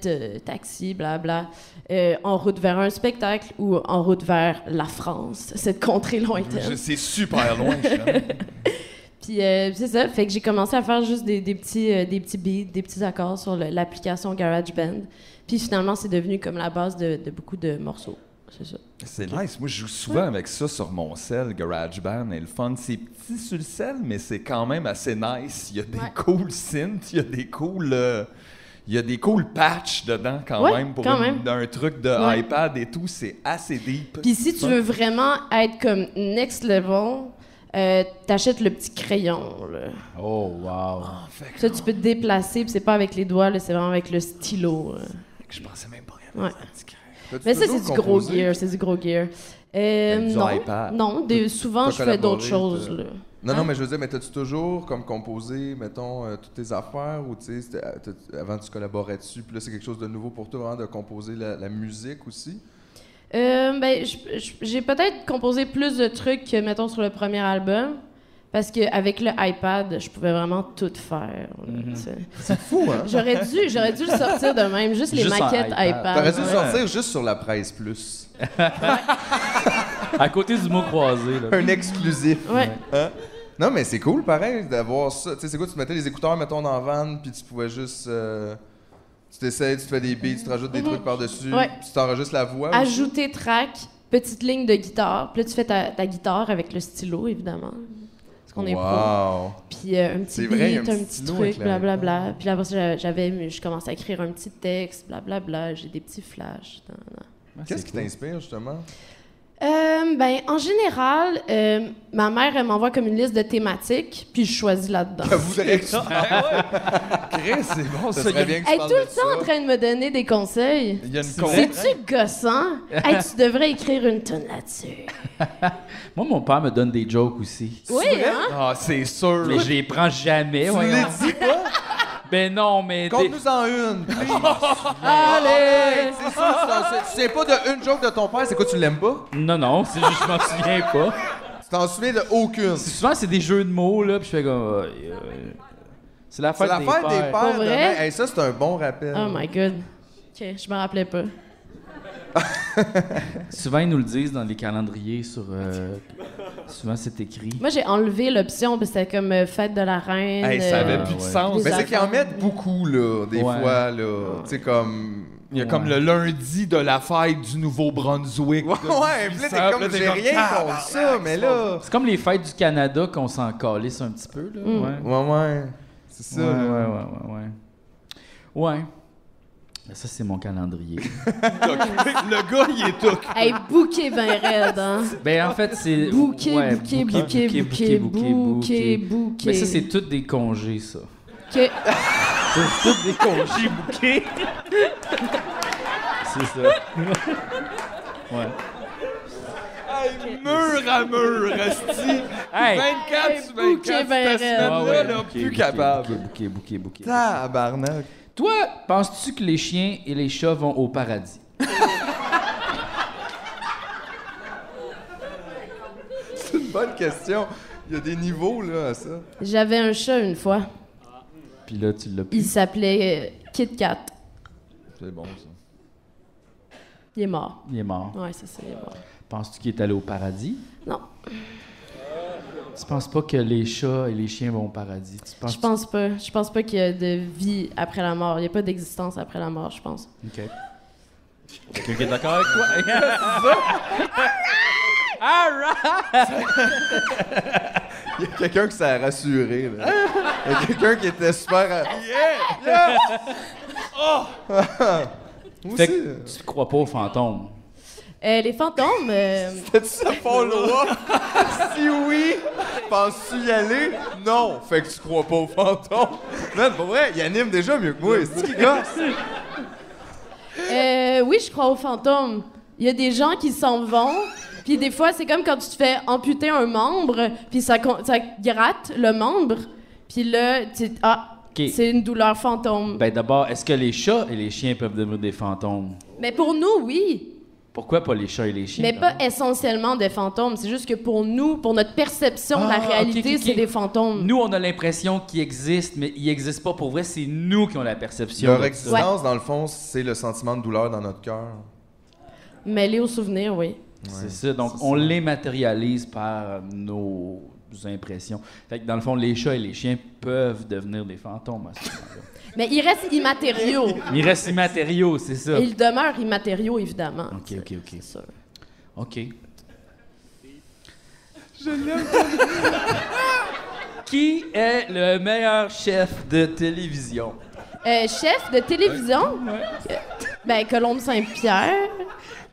S9: euh, taxi, blabla, euh, en route vers un spectacle ou en route vers la France, cette contrée
S5: Je-
S9: lointaine.
S5: C'est super loin, je sais.
S9: Puis euh, c'est ça, fait que j'ai commencé à faire juste des, des petits, euh, des petits beats, des petits accords sur le- l'application GarageBand. Puis finalement, c'est devenu comme la base de, de beaucoup de morceaux. c'est ça.
S4: C'est nice. Moi, je joue souvent avec ça sur mon sel, GarageBand, et le fun. C'est petit sur le sel, mais c'est quand même assez nice. Il y a des
S9: Ouais.
S4: cool synths, il y a des cool. euh, il y a des cool patchs dedans quand
S9: Ouais,
S4: même pour
S9: quand
S4: une- un truc de
S9: Ouais.
S4: iPad et tout. C'est assez deep.
S9: Puis si tu veux vraiment être comme next level, euh, t'achètes le petit crayon. Là. Ah,
S1: Oh, wow.
S9: Ça, tu peux te déplacer, puis c'est pas avec les doigts, là, c'est vraiment avec le stylo. là.
S4: Je pensais même pas.
S9: Ouais.
S3: T'as-tu
S9: Mais ça,
S3: d'autres
S9: c'est du gros
S3: composés?
S9: gear, c'est du gros gear. Euh,
S4: Ben, du
S9: non,
S4: iPad.
S9: non des- souvent,
S3: T'as
S9: je fais d'autres
S3: collaboré,
S9: choses.
S3: t'as-
S9: là.
S3: Non, non, mais je veux dire, mais t'as-tu toujours comme composé, mettons, euh, toutes tes affaires ou tu sais, c'était- euh, t'as- avant tu collaborais dessus, puis là c'est quelque chose de nouveau pour toi, vraiment de composer la, la musique aussi?
S9: Euh, ben, je- je- j'ai peut-être composé plus de trucs que, mettons, sur le premier album. Parce qu'avec le iPad, je pouvais vraiment tout faire. là,
S1: Mhm.
S9: tu sais.
S3: Fou, hein?
S9: J'aurais dû, j'aurais dû le sortir de même, juste les
S1: Juste en
S9: maquettes
S1: iPad.
S9: iPad.
S3: T'aurais dû
S9: Ah, ouais.
S3: sortir juste sur la presse plus.
S1: À côté du mot croisé, là.
S3: Un exclusif. Hein?
S9: Ouais.
S3: Non, mais c'est cool, pareil, d'avoir ça. Tu sais, c'est quoi, tu mettais les écouteurs, mettons, dans la van, puis tu pouvais juste. euh, tu t'essayes, tu te fais des beats, tu te rajoutes des trucs par-dessus,
S9: Mhm. Ouais.
S3: puis tu t'enregistres la voix. aussi.
S9: Ajouter track, petite ligne de guitare. Puis là, tu fais ta, ta guitare avec le stylo, évidemment. Parce qu'on est pro.
S3: Wow!
S9: Puis euh, un petit
S3: C'est
S9: beat,
S3: vrai, il y a
S9: un,
S3: un petit
S9: petit
S3: stylo avec
S9: truc,
S3: la-
S9: blablabla. Puis là, après ça, j'a- j'avais, je commençais à écrire un petit texte, blablabla. J'ai des petits flashs. nan, nan.
S3: Qu'est-ce qui t'inspire, justement?
S9: Euh, ben, en général, euh, ma mère, elle m'envoie comme une liste de thématiques, puis je choisis là-dedans.
S3: Je voudrais que tu
S4: Chris, c'est bon
S3: ça
S4: ça.
S3: serait bien que tu
S9: Elle est
S3: parles
S9: tout le
S3: de
S9: temps en
S3: ça.
S9: train de me donner des conseils.
S4: Il y a une
S9: C'est-tu gossant? hey, tu devrais écrire une tonne là-dessus.
S1: Moi, mon père me donne des jokes aussi.
S9: Oui, hein?
S4: Ah, c'est sûr.
S1: Mais je les prends jamais.
S3: Tu
S1: voyons.
S3: les dis pas?
S1: Ben non, mais... des-
S3: Compte-nous en une!
S1: Allez!
S3: C'est ça, c'est- tu sais pas de une joke de ton père, c'est quoi, tu l'aimes pas?
S1: Non, non, c'est juste je m'en souviens pas.
S3: Tu t'en souviens de aucune.
S1: C'est- Souvent, c'est des jeux de mots, là, puis je fais comme... euh, euh, c'est la
S3: C'est
S1: fête
S3: la
S1: des
S3: fête des
S1: pères.
S3: pères
S9: Pour
S3: demain.
S9: vrai?
S3: Hey, ça, c'est un bon rappel.
S9: Oh my God. OK, je me rappelais pas.
S1: Souvent, ils nous le disent dans les calendriers sur... euh, souvent, c'est écrit.
S9: Moi, j'ai enlevé l'option, parce que c'était comme euh, fête de la reine.
S4: Hey, ça avait
S9: euh,
S4: plus de
S1: Ah ouais.
S4: sens.
S9: des
S3: Mais c'est qu'ils en
S9: affaires.
S3: mettent beaucoup, là, des
S1: Ouais.
S3: fois, là. Tu sais, comme.
S4: Il y a comme le lundi de la fête du Nouveau-Brunswick.
S3: Ouais, ouais, puis là, t'es comme, j'ai rien contre ça, mais là.
S1: C'est comme les fêtes du Canada qu'on s'en calisse un petit peu, là. Ouais.
S3: Ouais, ouais. C'est ça,
S1: Ouais, ouais,
S3: là.
S1: ouais, ouais, ouais. Ouais. Ben, Ça, c'est mon calendrier.
S4: Le gars, il est tout.
S9: Hey, bouquet ben raide, hein?
S1: ben, en fait, c'est.
S9: Bouquet,
S1: ouais,
S9: bouquet, bouquet, bouquet, bouquet, bouquet.
S1: Mais Ben, ça, c'est toutes des congés, ça.
S9: OK.
S1: C'est toutes des congés bouquets. c'est ça. ouais.
S4: Mur à mur, Resti.
S1: Hey!
S5: Ben,
S1: Ah
S4: 24 sur 24,
S9: Bouquet
S4: cette
S9: ben
S3: euh.
S4: semaine-là,
S3: Ah
S1: Ouais, ouais,
S4: là,
S1: bouquet,
S4: plus
S1: bouquet,
S4: capable.
S1: Bouquet, bouquet, bouquet, bouquet.
S3: Tabarnak.
S1: Toi, penses-tu que les chiens et les chats vont au paradis?
S3: C'est une bonne question. Il y a des niveaux, là, à ça.
S9: J'avais un chat une fois.
S1: Puis là, tu l'as
S9: Il
S1: plus.
S9: s'appelait euh, Kit Kat.
S4: C'est bon, ça.
S9: Il est mort.
S1: Il est mort.
S9: Ouais, c'est ça, il est mort.
S1: Penses-tu qu'il est allé au paradis?
S9: Non,
S1: Tu penses pas que les chats et les chiens vont au paradis? Tu penses
S9: je pense pas. Je pense pas qu'il y a de vie après la mort. Il n'y a pas d'existence après la mort, je pense.
S1: OK. Quelqu'un qui est d'accord avec toi? All right!
S3: Il y a quelqu'un qui s'est rassuré, là. Il y a quelqu'un qui était super. à- Oh! Moi
S1: Fait
S3: aussi.
S1: que tu crois pas aux fantômes.
S9: Euh, les fantômes, euh,
S3: Fais-tu ça follow-up? si oui, penses-tu y aller? Non, fait que tu crois pas aux fantômes. Non, pour vrai, il anime déjà mieux que moi. C'est qui gosse?
S9: euh, oui, je crois aux fantômes. Il y a des gens qui s'en vont, puis des fois, c'est comme quand tu te fais amputer un membre, puis ça, con- ça gratte le membre, puis là, tu ah,
S1: OK.
S9: c'est une douleur fantôme.
S1: Ben d'abord, est-ce que les chats et les chiens peuvent devenir des fantômes?
S9: Mais pour nous, oui.
S1: Pourquoi pas les chats et les chiens?
S9: Mais pas essentiellement des fantômes. C'est juste que pour nous, pour notre perception de
S1: Ah,
S9: la
S1: ok,
S9: réalité,
S1: ok, ok.
S9: c'est des fantômes.
S1: Nous, on a l'impression qu'ils existent, mais ils existent pas pour vrai. C'est nous qui avons la perception.
S3: Leur
S1: de ça.
S3: existence, dans le fond, c'est le sentiment de douleur dans notre cœur.
S9: Mêlés aux souvenirs, oui.
S1: C'est ça. Donc, on les matérialise par nos impressions. Fait que dans le fond, les chats et les chiens peuvent devenir des fantômes à ce moment-là.
S9: Mais ils restent immatériaux.
S1: Il reste immatériaux, c'est ça.
S9: Ils demeurent immatériaux, évidemment.
S1: Ok, ok, ok.
S9: C'est sûr.
S1: OK. Je l'aime. Qui est le meilleur chef de télévision?
S9: Euh, chef de télévision? Euh, Ben, Colombe Saint-Pierre.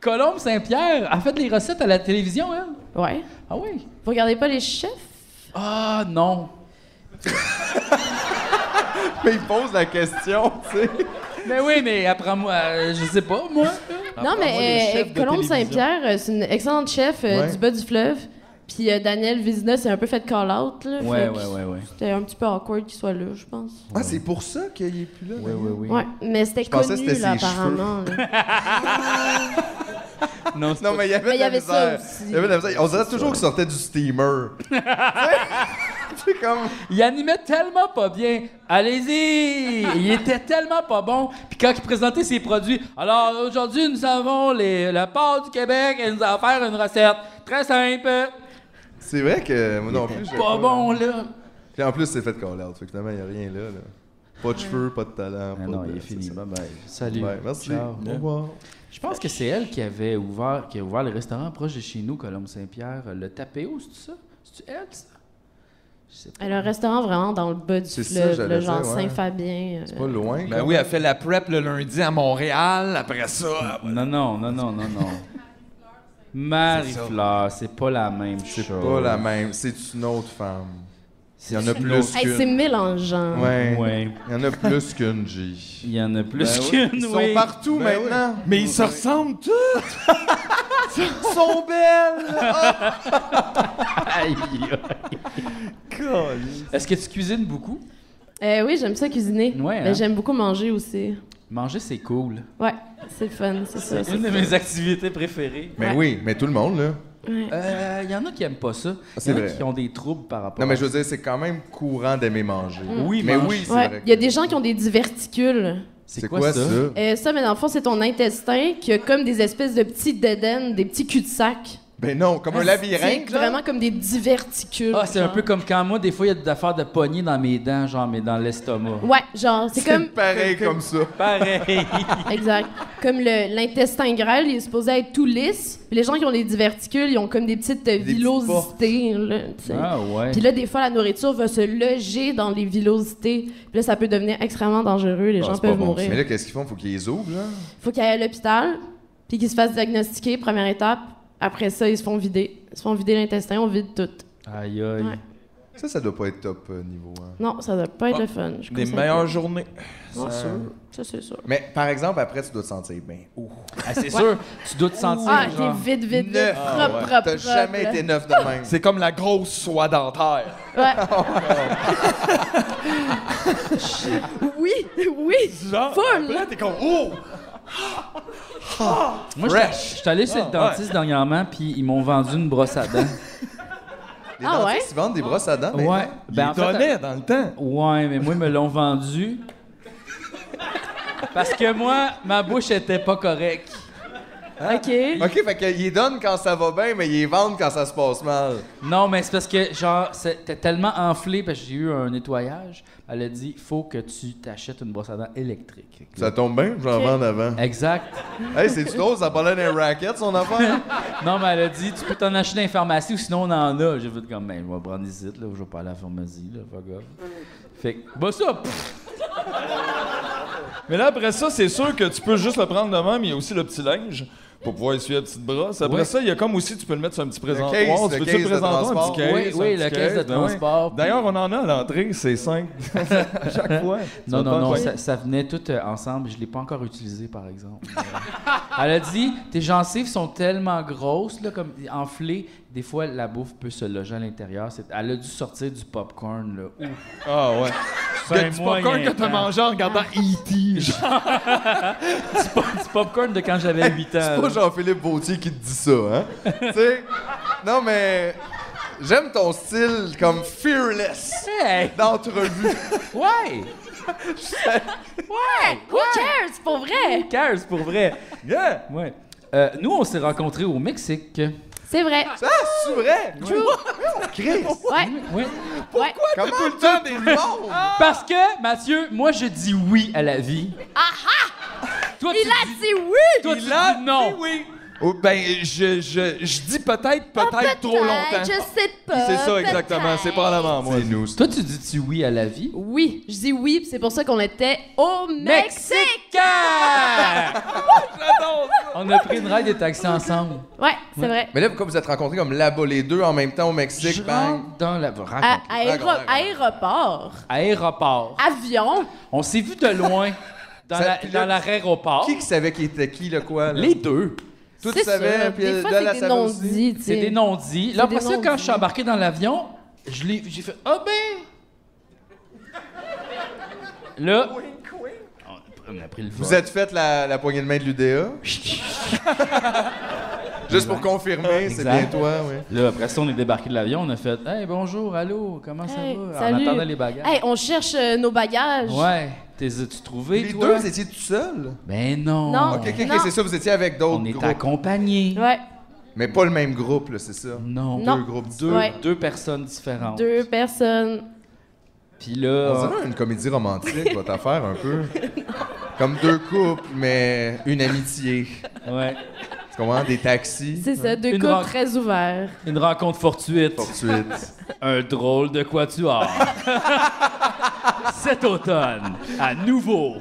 S1: Colombe Saint-Pierre a fait des recettes à la télévision, elle?
S9: Ouais.
S1: Ah oui?
S9: Vous regardez pas les chefs?
S1: Ah non!
S3: Mais il pose la question, tu sais.
S1: Mais oui, mais apprends-moi, euh, je sais pas, Ah, moi.
S9: non, mais euh, Colombe Saint-Pierre, euh, c'est une excellente chef euh,
S4: Ouais.
S9: du bas du fleuve. Puis euh, Daniel Vizina s'est un peu fait call-out. là.
S1: Ouais,
S9: Fait que
S1: ouais, ouais, ouais.
S9: C'était un petit peu awkward qu'il soit là, je pense.
S3: Ah, c'est pour ça qu'il est plus là.
S1: Oui, oui, oui.
S9: Ouais, mais c'était
S3: pensais que
S9: connu,
S3: c'était
S9: là,
S3: ses
S9: apparemment. là.
S1: Non, c'est
S3: Non, mais il y avait,
S9: Mais il y
S3: de la
S9: avait ça
S3: misère.
S9: aussi.
S3: Il y avait de la misère. On dirait toujours qu'il sortait du steamer. Tu sais? c'est comme.
S1: Il animait tellement pas bien. Allez-y! Il était tellement pas bon. Puis quand il présentait ses produits, alors aujourd'hui, nous avons les, le port du Québec et nous allons faire une recette très simple.
S3: C'est vrai que moi non plus. j'ai
S1: Pas bon, là.
S3: Puis en plus, c'est fait call out. Fait que finalement, il n'y a rien là. là. Pas de cheveux, pas de
S9: Ah
S3: talent.
S1: Ah
S3: pas de- c'est ça.
S1: Salut.
S3: Ouais, merci.
S1: Ciao.
S3: Au revoir.
S1: Je pense que c'est elle qui avait ouvert, qui a ouvert le restaurant proche de chez nous, Colombe Saint-Pierre. Le Tapéo, c'est ça? C'est elle, ça? Je sais pas.
S9: Elle a un restaurant vraiment dans le bas du
S3: C'est ça,
S9: fleuve,
S3: j'allais
S9: le genre
S3: dire, ouais.
S9: Saint-Fabien. euh.
S3: Pas loin.
S5: Ben oui, elle fait la prep le lundi à Montréal, après ça.
S1: Non, non, non, non, non, non. Marie-Fleur, c'est pas la même chose.
S3: C'est pas la même. C'est une autre femme. Il y en a
S1: une
S3: plus
S1: autre-
S9: Hey, c'est
S3: qu'une.
S9: mélangeant.
S3: Ouais.
S1: Ouais.
S3: Il y en a plus qu'une, G.
S1: Il y en a plus
S3: Ben ouais.
S1: qu'une,
S3: Ils sont
S1: Bah oui.
S3: partout
S9: Ben
S3: maintenant.
S5: Mais ils se ressemblent tous!
S3: Ils sont belles.
S1: Aïe, aïe. Est-ce que tu cuisines beaucoup?
S9: Euh, oui, j'aime ça cuisiner.
S1: Ouais,
S9: Mais
S1: hein?
S9: j'aime beaucoup manger aussi.
S1: Manger, c'est cool.
S9: Ouais, c'est le fun, c'est ça.
S1: C'est une de mes activités préférées.
S3: Mais oui, mais tout le monde, là.
S1: Il Euh, y en a qui aiment pas ça. Il y
S3: Ah, c'est
S1: en a
S3: vrai.
S1: qui ont des troubles par rapport
S3: Non, mais
S1: à
S3: je veux dire, c'est quand même courant d'aimer manger.
S1: Oui,
S3: mais
S1: mange.
S3: oui, c'est
S9: Mm. Ouais,
S3: vrai.
S9: Il y a
S3: que-
S9: des gens qui ont des diverticules.
S3: C'est quoi ça?
S9: Euh, ça, mais dans le fond, c'est ton intestin qui a comme des espèces de petits dédaines, des petits culs-de-sac.
S3: Ben non, comme un
S9: Ah, C'est
S3: labyrinthe. genre.
S9: vraiment comme des diverticules.
S1: Ah, c'est un
S9: genre.
S1: peu comme quand moi, des fois, il y a des affaires de poignée dans mes dents, genre, mais dans l'estomac.
S9: Ouais, genre, c'est comme.
S3: Pareil comme ça. Ah,
S1: Pareil.
S9: Exact. Comme le- l'intestin grêle, il est supposé être tout lisse. Puis les gens qui ont des diverticules, ils ont comme des petites euh,
S3: petites
S9: villosités. là, tu sais.
S1: ah ouais.
S9: Puis là, des fois, la nourriture va se loger dans les villosités. Puis là, ça peut devenir extrêmement dangereux. Les
S3: Ah,
S9: gens
S3: c'est pas
S9: peuvent
S3: bon.
S9: mourir.
S3: Mais là, qu'est-ce qu'ils font? Faut qu'ils les ouvrent, genre?
S9: faut qu'ils aillent à l'hôpital, puis qu'ils se fassent diagnostiquer, première étape. Après ça, ils se font vider. Ils se font vider l'intestin, on vide tout.
S1: Aïe, aïe.
S9: Ouais.
S3: Ça, ça doit pas être top euh, niveau. hein.
S9: Non, ça doit pas être le fun. Je
S5: Des
S9: conseille
S5: meilleures
S9: pas.
S5: journées.
S9: Ouais. Ah,
S3: Euh,
S9: Ça, c'est sûr.
S3: Mais par exemple, après, tu dois te sentir bien. Ouh.
S1: Ah, c'est sûr, tu dois te sentir.
S9: Ah,
S1: genre,
S9: t'es vite, vite, vite,
S3: Neuf.
S9: propre,
S3: Ah, Ouais.
S9: propre,
S3: T'as jamais
S9: propre,
S3: été
S9: là.
S3: neuf de même.
S5: C'est comme la grosse soie dentaire.
S9: Ouais. oui, oui.
S5: Genre,
S9: Full.
S5: Là, t'es comme, oh!
S1: Moi, je suis allé chez le dentiste dernièrement, puis ils m'ont vendu une brosse à dents.
S3: Les
S9: Ah
S3: dentistes, ils vendent des brosses à dents.
S1: ouais.
S3: maintenant.
S1: Ben, en
S5: Il
S1: fait,
S5: donnait dans le temps.
S1: Ouais, mais moi, ils me l'ont vendu. Parce que moi, ma bouche était pas correcte.
S9: OK.
S3: OK, fait qu'ils les donnent quand ça va bien, mais ils les vendent quand ça se passe mal.
S1: Non, mais c'est parce que, genre, c'était tellement enflé parce que j'ai eu un nettoyage. Elle a dit faut que tu t'achètes une brosse à dents électrique.
S3: Ça tombe bien, j'en
S9: Ok.
S3: vends avant.
S1: Exact.
S3: hey, c'est du drôle, ça parlait d'un racket, son affaire.
S1: Non, mais elle a dit tu peux t'en acheter dans les pharmacies ou sinon on en a. J'ai vu comme, ben, je vais prendre ici, là, je vais pas aller à la pharmacie, là, fuck off. Fait que, bah ça, pff,
S5: Mais là, après ça, c'est sûr que tu peux juste le prendre de même, mais il y a aussi le petit linge pour pouvoir essuyer la petite brosse. Après
S1: Ouais.
S5: ça, il y a comme aussi, tu peux le mettre sur un petit présentoir.
S3: case, le
S5: tu veux-tu
S3: case de
S5: présentoir,
S3: transport.
S5: un petit
S1: Oui,
S5: case,
S1: oui,
S5: un petit
S1: le case de
S5: ouais.
S1: transport, puis-
S5: D'ailleurs, on en a à l'entrée, c'est cinq à chaque fois. Tu vas
S1: non,
S5: pas
S1: non, non,
S5: envoyer.
S1: ça, ça venait tout euh, ensemble. Je l'ai pas encore utilisé, par exemple. Euh, elle a dit tes gencives sont tellement grosses, là, comme enflées, des fois la bouffe peut se loger à l'intérieur. C'est- Elle a dû sortir du popcorn, là. Ouf.
S5: Ah ouais.
S1: Ben,
S5: Le petit
S1: moyen
S5: popcorn que t'as
S1: temps.
S5: mangé en regardant E E.T. genre.
S1: du popcorn de quand j'avais 8 ans.
S3: C'est pas Jean-Philippe Vautier qui te dit ça, hein? tu sais? Non, mais j'aime ton style comme fearless
S1: Hey,
S3: d'entrevue.
S1: ouais!
S9: Who cares, pour vrai?
S1: Cares, pour vrai.
S5: Yeah!
S1: Ouais. Euh, nous, on s'est rencontrés au Mexique.
S9: C'est vrai.
S3: Ah, c'est vrai?
S9: True.
S3: Chris!
S9: Ouais.
S1: Oui.
S9: Ouais.
S3: Comment tout le temps des monde?
S1: Parce que, Mathieu, moi, je dis oui à la vie. Ah Toi, tu
S9: Il a
S1: dis-
S9: dit oui!
S1: toi, tu dis non.
S5: Oui. Oh, ben, je, je, je dis peut-être, peut-être trop longtemps.
S9: Ah, Je sais pas.
S5: C'est ça, exactement. C'est
S9: pas
S5: probablement moi.
S3: nous.
S1: Toi, tu dis-tu oui à la vie?
S9: Oui, je dis oui, puis c'est pour ça qu'on était au Mexique.
S1: On a pris une ride de taxi ensemble.
S9: Ouais, c'est vrai.
S3: Mais là, pourquoi vous êtes rencontrés comme là-bas les deux en même temps au Mexique?
S1: Je
S3: bang?
S1: rentre dans la... raconte.
S9: À- aéro-
S3: raconte, raconte.
S9: aéroport,
S1: Aéroport.
S9: avion,
S1: On s'est vu de loin dans
S3: Ça,
S1: la-
S3: puis là,
S1: dans l'aéroport.
S3: Qui qui savait qui était qui, le quoi? Là?
S1: Les deux.
S3: Toi, tu
S9: c'est
S3: savais,
S9: sûr.
S3: puis
S9: Des fois,
S3: Della
S9: c'est des
S3: savait aussi.
S9: non-dits, tu
S1: C'est
S9: sais.
S1: des non-dits. Là,
S9: des
S1: après ça, quand je
S9: non-dits.
S1: suis embarqué dans l'avion, je l'ai- j'ai fait Ah ben! Là. On on a pris le vol.
S3: Vous êtes fait la, la poignée de main de l'UDA? Juste pour confirmer, c'est
S1: Exact.
S3: bien toi, oui.
S1: Là, après ça, on est débarqué de l'avion, on a fait Hey, bonjour, allô, comment
S9: Hey,
S1: ça va?
S9: salut.
S1: On attendait les bagages.
S9: Hey, on cherche euh, nos bagages.
S1: Ouais. T'es as-tu trouvé,
S3: Les
S1: toi?
S3: deux, vous étiez tout seul?
S1: Ben non.
S9: Non.
S3: Ok, ok,
S9: Non.
S3: ok, c'est ça, vous étiez avec d'autres
S1: On est
S3: groupes.
S1: accompagnés.
S9: Ouais,
S3: Mais pas le même groupe, là, c'est ça.
S1: Non.
S9: Non.
S3: Deux groupes.
S1: Deux,
S9: Ouais.
S1: deux personnes différentes.
S9: deux personnes.
S1: Puis là.
S3: On dirait une comédie romantique, votre affaire, un peu. Comme deux couples, mais une amitié.
S1: Ouais.
S3: Tu comprends? Des taxis.
S9: C'est ça, deux
S1: Une
S9: couples
S1: rock.
S9: très ouverts.
S1: Une rencontre fortuite.
S3: Tout de suite.
S1: Un drôle de quatuor. Cet automne, à nouveau,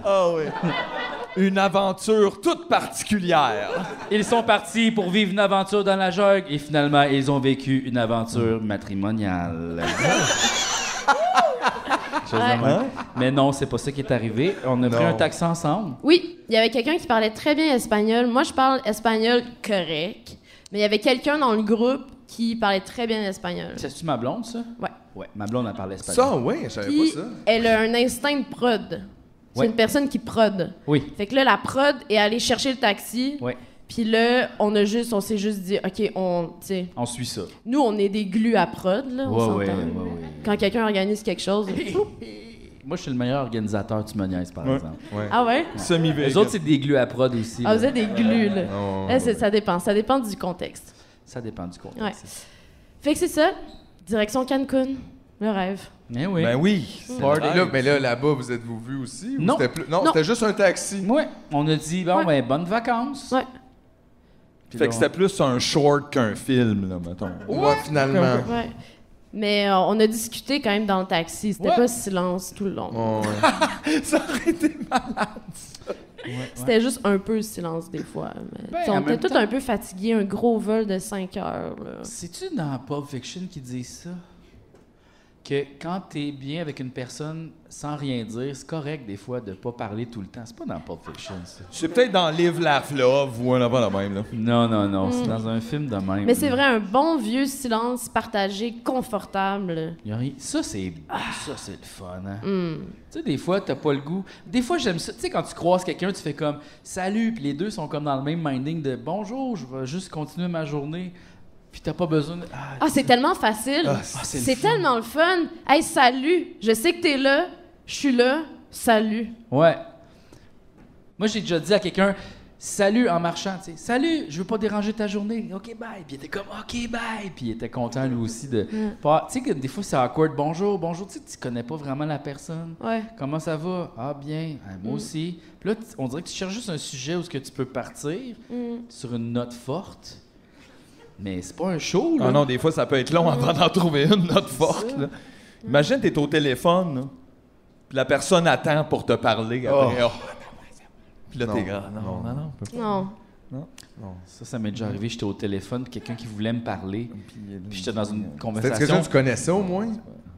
S5: Une aventure toute particulière.
S1: ils sont partis pour vivre une aventure dans la jungle et finalement, ils ont vécu une aventure matrimoniale. Chose de même. Mais non, c'est pas ça qui est arrivé. On a pris un taxi ensemble.
S9: Oui, il y avait quelqu'un qui parlait très bien espagnol. Moi, je parle espagnol correct, mais il y avait quelqu'un dans le groupe qui parlait très bien espagnol.
S1: C'est-tu ma blonde, ça?
S9: Ouais.
S1: Ouais, ma blonde, elle parlait espagnol.
S3: Ça, oui, je savais
S9: Puis,
S3: pas ça.
S9: elle a un instinct de prod. C'est
S1: Ouais.
S9: une personne qui prod.
S1: Oui.
S9: Fait que là, la prod est allée chercher le taxi.
S1: Ouais.
S9: Puis là, on a juste, on s'est juste dit, OK, on, tu sais,
S1: On suit ça.
S9: nous, on est des glues à prod, là, on
S1: Ouais, ouais,
S9: s'entend.
S1: ouais, ouais.
S9: Quand quelqu'un organise quelque chose, fou.
S1: Moi, je suis le meilleur organisateur, tu me niaises, par exemple.
S9: ah ouais?
S1: Les autres, c'est des glues à prod aussi.
S9: Ah,
S1: là.
S9: vous êtes des glues, là.
S3: Non,
S9: Là, c'est- ça dépend, ça dépend du contexte.
S1: Ça dépend du contexte.
S9: Ouais. Fait que c'est ça, direction Cancun, le rêve.
S1: Mais Eh oui.
S5: Ben oui. c'est
S3: Party.
S5: vrai.
S3: Là, mais là, là-bas, vous êtes-vous vus aussi? ou
S1: Non.
S3: c'était plus- Non,
S9: Non.
S3: c'était juste un taxi.
S1: Ouais. On a dit, bon,
S9: Ouais.
S1: ben, bonnes vacances.
S9: Ouais,
S1: Puis
S5: Fait
S1: là,
S5: que
S1: on-
S5: c'était plus un short qu'un film, là, mettons.
S3: Moi, finalement.
S9: ouais. Mais euh, on a discuté quand même dans le taxi, c'était
S1: Ouais.
S9: pas silence tout le long.
S3: Oh, ouais.
S9: C'était juste un peu silence des fois. mais,
S1: Ben,
S9: tu sais,
S1: en
S9: on
S1: même
S9: était tous
S1: temps-
S9: un peu fatigués, un gros vol de 5 heures. là.
S1: C'est-tu dans Pulp Fiction qui dit ça? Que quand t'es bien avec une personne sans rien dire, c'est correct des fois de pas parler tout le temps. C'est pas dans Pulp Fiction, ça.
S5: C'est peut-être dans Live Laugh Love ou un avant la même, là.
S1: Non, non, non. C'est dans un film de même.
S9: Mm. Mais c'est vrai, un bon vieux silence partagé, confortable.
S1: Y a rien- Ça, c'est ça c'est le fun, hein? Tu sais, des fois, t'as pas le goût. Des fois, j'aime ça. Tu sais, quand tu croises quelqu'un, tu fais comme « Salut », puis les deux sont comme dans le même minding de « Bonjour, je vais juste continuer ma journée », puis t'as pas besoin de... Ah,
S9: Ah, c'est tellement facile.
S1: c'est le
S9: c'est
S1: fun.
S9: tellement le fun. Hey, salut. Je sais que t'es là. Je suis là. Salut.
S1: Ouais. Moi, j'ai déjà dit à quelqu'un Salut en marchant, tu sais. Salut, je veux pas déranger ta journée. OK, bye. Puis il était comme OK, bye. Puis il était content lui aussi de. pas- Tu sais que des fois c'est awkward. Bonjour, bonjour. Tu sais, tu connais pas vraiment la personne.
S9: Ouais.
S1: Comment ça va? Ah, bien. Ah, moi aussi. Puis là, tu- on dirait que tu cherches juste un sujet où ce que tu peux partir sur une note forte. Mais c'est pas un show, là.
S5: Ah non, des fois, ça peut être long avant d'en trouver une, notre forte. là. Imagine, t'es au téléphone, là, puis la personne attend pour te parler après. Oh. Puis là, t'es grand. Non, non, non. on peut pas.
S9: Non.
S1: Ça, ça m'est déjà arrivé. J'étais au téléphone, puis quelqu'un qui voulait me parler. Puis j'étais dans une
S3: C'était
S1: conversation.
S3: quelqu'un que tu connaissais au moins?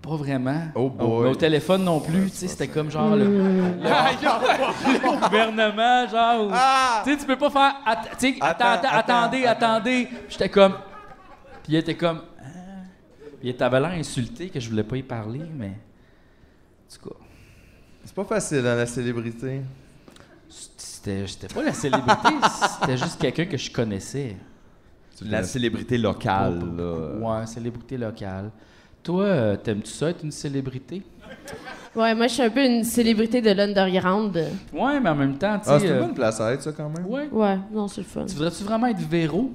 S1: Pas vraiment.
S3: Oh boy.
S1: Mais au téléphone non plus, tu sais, c'était comme genre le, le gouvernement, genre. où- Tu sais, tu peux pas faire. att- tu sais, Ah! attends, attends, attendez, attendez. J'étais comme. Puis il était comme. Ah. Puis il était avalant insulté que je voulais pas y parler, mais. En tout cas,
S3: C'est pas facile dans la célébrité.
S1: c'était j'étais pas la célébrité, c'était juste quelqu'un que je connaissais.
S5: La célébrité
S3: Ah,
S5: locale,
S1: Oh,
S5: là.
S1: Ouais, célébrité locale. Toi, euh, t'aimes-tu ça être une célébrité?
S9: Ouais, moi, je suis un peu une célébrité de l'underground.
S1: Ouais, mais en même temps, tu sais.
S3: Ah, c'est une
S1: euh,
S3: bonne place à être, ça, quand même.
S1: ouais.
S9: Ouais, non, c'est le fun.
S1: Tu voudrais-tu vraiment être Véro?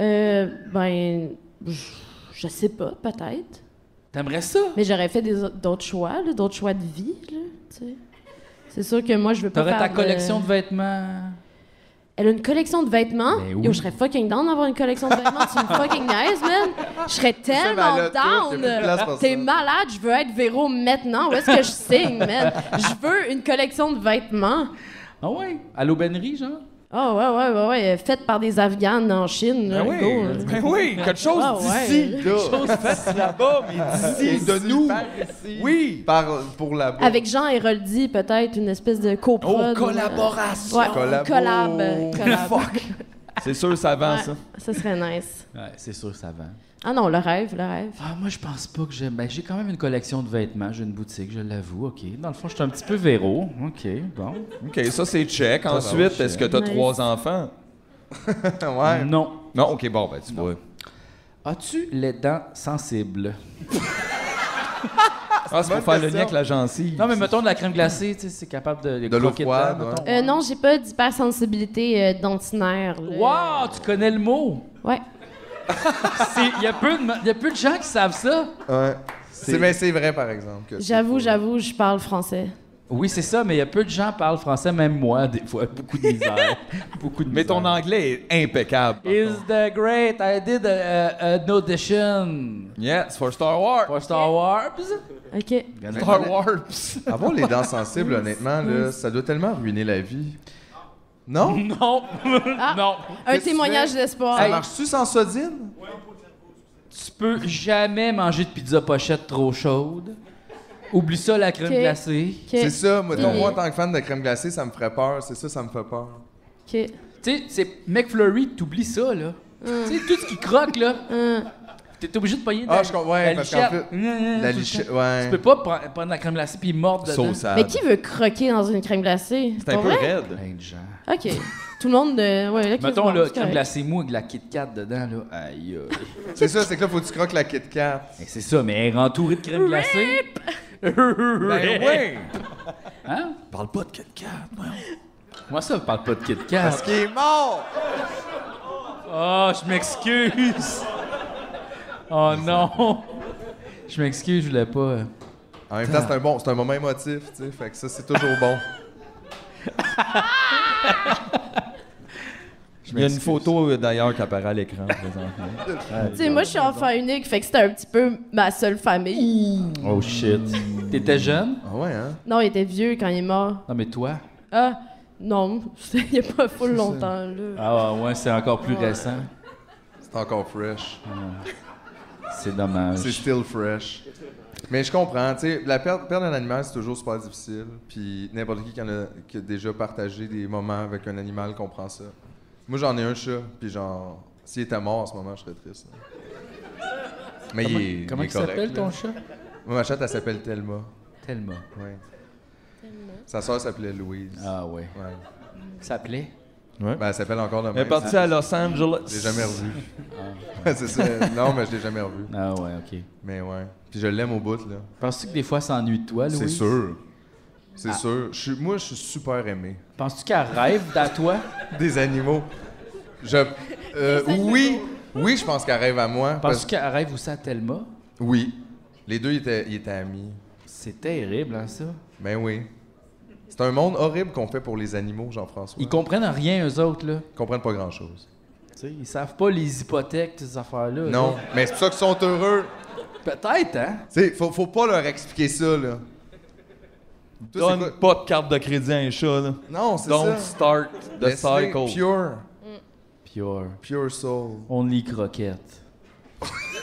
S9: Euh, ben, je- je sais pas, peut-être.
S1: T'aimerais ça?
S9: Mais j'aurais fait des au- d'autres choix, là, d'autres choix de vie, là, tu sais. C'est sûr que moi, je veux pas
S1: T'aurais
S9: faire euh,
S1: ta collection
S9: de...
S1: de vêtements.
S9: Elle a une collection de vêtements.
S1: Ben oui.
S9: Yo, je serais fucking down d'avoir une collection de vêtements. C'est une fucking nice, man. Je serais tellement
S3: malade, toi, t'as plus de place
S9: down.
S3: pour
S9: T'es
S3: ça.
S9: malade, je veux être Véro maintenant. Où est-ce que je signe, man? Je veux une collection de vêtements.
S1: Ah ouais? À l'aubainerie, genre?
S9: Ah ouais, ouais, ouais, ouais. Faite par des Afghanes en Chine. là,
S5: Ben oui,
S9: go, là.
S5: ben oui, quelque chose
S9: Ah ouais.
S5: d'ici.
S3: Là,
S5: Là-bas,
S1: Euh,
S5: mais d'ici.
S3: de nous.
S5: Oui.
S3: Par, pour la bouffe.
S9: Avec Jean Héroldi, peut-être, une espèce de coprod.
S5: Oh, collaboration.
S9: Ouais,
S3: Collabo.
S9: collab. euh, collab.
S5: C'est sûr, ça vend,
S9: Ouais,
S5: ça.
S9: ça serait nice.
S1: Ouais, c'est sûr, ça vend.
S9: Ah non, le rêve, le rêve.
S1: Ah, moi, je pense pas que j'aime. Ben, j'ai quand même une collection de vêtements. J'ai une boutique, je l'avoue. OK. Dans le fond, je suis un petit peu véro. OK, bon.
S5: OK, ça, c'est check. Ensuite, est-ce que t'as
S9: Nice.
S5: trois enfants?
S3: Ouais.
S1: Non.
S5: Non, OK, bon, ben, tu vois.
S1: As-tu les dents sensibles?
S5: Ah, c'est pour
S3: bonne
S5: faire le
S3: question.
S5: lien avec la gencive.
S1: Non, mais mettons de la crème glacée, tu sais, c'est capable de.
S3: De l'eau
S1: croquer
S3: froide,
S1: dedans,
S3: ouais.
S1: mettons.
S9: Euh, non, j'ai pas d'hypersensibilité euh, dentinaire. là.
S1: Wow, tu connais le mot!
S9: Ouais.
S1: Il y, a peu de- y a peu de gens qui savent ça.
S3: Ouais. C'est mais c'est vrai, par exemple. que c'est
S9: J'avoue,
S3: faux.
S9: j'avoue, je parle français.
S1: Oui, c'est ça, mais il y a peu de gens qui parlent français, même moi, des fois. Beaucoup de misère. Beaucoup de
S5: Mais ton
S1: misère.
S5: anglais est impeccable.
S1: Is the great. I did a- a- an audition
S5: Yes, for Star Wars.
S1: for Star Wars.
S9: OK.
S5: Star Wars.
S3: Avoir les dents sensibles, honnêtement, là, ça doit tellement ruiner la vie. Non?
S1: Non!
S3: Ah.
S1: non!
S9: Un
S3: Qu'est-ce que
S9: témoignage
S3: tu
S9: d'espoir.
S3: Ça marche-tu sans sodine?
S1: Tu peux jamais manger de pizza pochette trop chaude. Oublie ça, la crème
S9: Ok.
S1: glacée.
S9: OK.
S3: C'est ça, moi, donc,
S9: Oui.
S3: moi, en tant que fan de crème glacée, ça me ferait peur. C'est ça, ça me fait peur.
S9: OK.
S1: Tu sais, c'est McFlurry, t'oublies ça, là. Tu sais, tout ce qui croque, là. T'es obligé de pogner de
S3: Mm. Ah,
S1: la-
S3: je comprends, ouais,
S1: la
S3: parce
S1: lichette.
S3: qu'en plus-
S1: Hum, hum, tout
S3: La
S1: le
S3: liche...
S1: temps.
S3: Ouais.
S1: Tu peux pas pre- prendre de la crème glacée puis mordre dedans.
S5: Sauce à-
S9: Mais qui veut croquer dans une crème glacée?
S5: C'est un
S9: Pas
S5: peu
S9: vrai?
S5: raide.
S1: Plein de gens.
S9: OK. Tout le monde... euh, ouais, là, Chris,
S1: Mettons,
S9: bon,
S1: là,
S9: c'est
S1: crème
S9: correct.
S1: glacée mou avec de la Kit Kat dedans, là. Aïe, aïe.
S3: C'est ça, c'est que là, faut que tu croques la Kit Kat.
S1: Mais c'est ça, mais elle est entourée de crème glacée.
S5: Ben oui.
S1: Hein? Parle pas de Kit Kat, Moi, ça, parle pas de Kit Kat.
S3: Parce qu'il est mort!
S1: Oh, je m'excuse. Oh non. Je m'excuse, je voulais pas. euh.
S3: En même temps, c'est un, bon, c'est un moment émotif, tu sais, fait que ça, c'est toujours bon.
S5: Il y a une photo euh, d'ailleurs qui apparaît à l'écran présentement.
S9: Tu sais, moi, je suis enfant unique, fait que c'était un petit peu ma seule famille.
S1: Oh shit. T'étais jeune?
S3: Ah ouais, hein?
S9: Non, il était vieux quand il est mort.
S1: Non, mais toi?
S9: Ah, non, il y a pas full longtemps, là.
S1: Ah ouais, c'est encore plus récent.
S3: C'est encore fresh.
S1: C'est dommage.
S3: C'est still fresh. Mais je comprends, tu sais, la perte, perdre un animal, c'est toujours super difficile. Puis n'importe qui qui, en a, qui a déjà partagé des moments avec un animal comprend ça. Moi, j'en ai un chat, puis genre, s'il était mort en ce moment, je serais triste. là. Mais il est,
S1: Comment
S3: il est
S1: il
S3: correct,
S1: s'appelle
S3: là.
S1: ton chat?
S3: Moi, ma chatte, elle s'appelle Thelma.
S1: Thelma.
S3: Ouais. Sa sœur s'appelait Louise.
S1: Ah ouais.
S3: Ouais.
S1: S'appelait?
S3: Ben, elle s'appelle encore le
S5: Elle est
S3: même.
S5: partie à Los
S3: Je l'ai
S5: Angeles.
S3: jamais revu. c'est ça. Non, mais je l'ai jamais revu.
S1: Ah ouais, ok.
S3: Mais ouais. Puis je l'aime au bout, là.
S1: Penses-tu que des fois, elle s'ennuie de toi, Louis?
S3: C'est sûr. C'est sûr. Je suis- moi, je suis super aimé.
S1: Penses-tu qu'elle rêve d'à toi?
S3: Des animaux. Je. euh, oui. Oui, je pense qu'elle rêve à moi. parce-
S1: Penses-tu qu'elle rêve aussi à Thelma?
S3: Oui. Les deux, ils étaient, ils étaient amis.
S1: C'est terrible, hein, ça?
S3: Ben oui. C'est un monde horrible qu'on fait pour les animaux, Jean-François.
S1: Ils comprennent rien, eux autres, là.
S3: Ils comprennent pas grand-chose.
S1: Tu sais, ils savent pas les hypothèques, toutes ces affaires-là. eux
S3: Non,
S1: autres.
S3: mais c'est pour ça qu'ils sont heureux.
S1: Peut-être, hein?
S3: Tu sais, faut, faut pas leur expliquer ça, là. Toi, c'est
S5: Donne pas de carte de crédit à un chat. Là.
S3: Non, c'est
S5: Don't
S3: ça.
S5: start the
S3: Laisse-les
S5: cycle.
S3: Pure.
S1: Pure.
S3: Pure soul.
S1: Only croquette.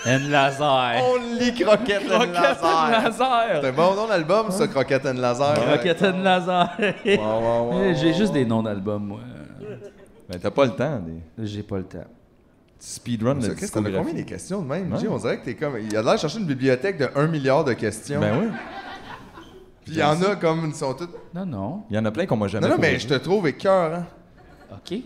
S1: And laser.
S3: Only Croquette and Laser. C'est un bon nom d'album, ça, Croquette and Laser.
S1: Croquette and laser.
S3: Wow, wow, wow.
S1: Eh, J'ai juste des noms d'albums, moi. Euh,
S5: Ben, t'as pas le temps. Des...
S1: J'ai pas le temps.
S5: Speedrun
S3: Ça,
S5: de
S3: Chris, t'en as combien des
S5: discographie.
S3: questions de même, Jay? On dirait que t'es comme... Il a l'air de chercher une bibliothèque de 1 milliard de questions.
S5: Ben oui.
S3: Puis il y en a comme... Ils sont toutes...
S1: Non, non.
S5: Il y en a plein qu'on m'a jamais
S3: Non, non, mais
S5: posé.
S3: je te trouve écœurant.
S1: OK.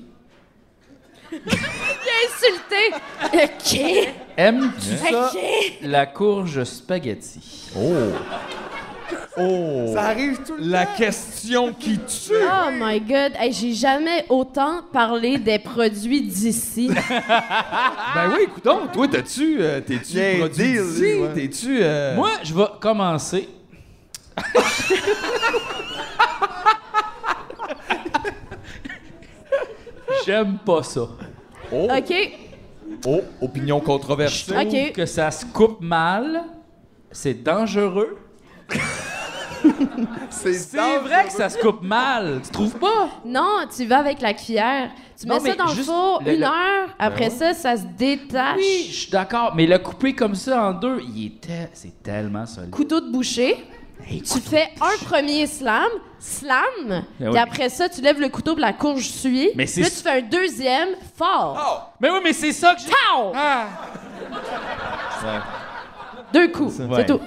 S9: Insulté! OK!
S1: Aimes-tu ça,
S9: OK!
S1: la courge spaghetti?
S5: Oh! Oh!
S3: Ça arrive tout le
S5: La
S3: temps.
S5: question qui tue!
S9: Oh my God, Hey, j'ai jamais autant parlé des produits d'ici.
S5: Ben oui, écoute donc, toi, t'as-tu. euh, t'es-tu
S3: Yeah,
S5: produit
S3: deal,
S5: d'ici?
S3: ouais.
S5: T'es-tu. euh,
S1: Moi, je vais commencer. J'aime pas ça.
S5: Oh,
S9: OK?
S5: oh, opinion
S1: Je
S5: controversée.
S1: trouve
S9: Ok.
S1: que ça se coupe mal. C'est dangereux. C'est vrai que ça se coupe mal. Tu trouves pas?
S9: Non, tu vas avec la cuillère. Tu
S1: Non,
S9: mets
S1: mais
S9: ça dans le
S1: juste
S9: four
S1: le-
S9: une
S1: le- Ben
S9: heure. Après ça, ça se détache.
S1: Oui, je suis d'accord. Mais le couper comme ça en deux, il est te- c'est tellement solide.
S9: Couteau de boucher. tu fais un premier slam, slam,
S1: Ben
S9: et
S1: oui.
S9: après ça, tu lèves le couteau pour la courge suit.
S1: Mais c'est- Oh.
S9: Puis là, tu fais un deuxième fort.
S1: Mais oui, mais c'est ça que j'ai. Ah!
S9: Pow! Deux coups, c'est
S1: Ouais.
S9: tout.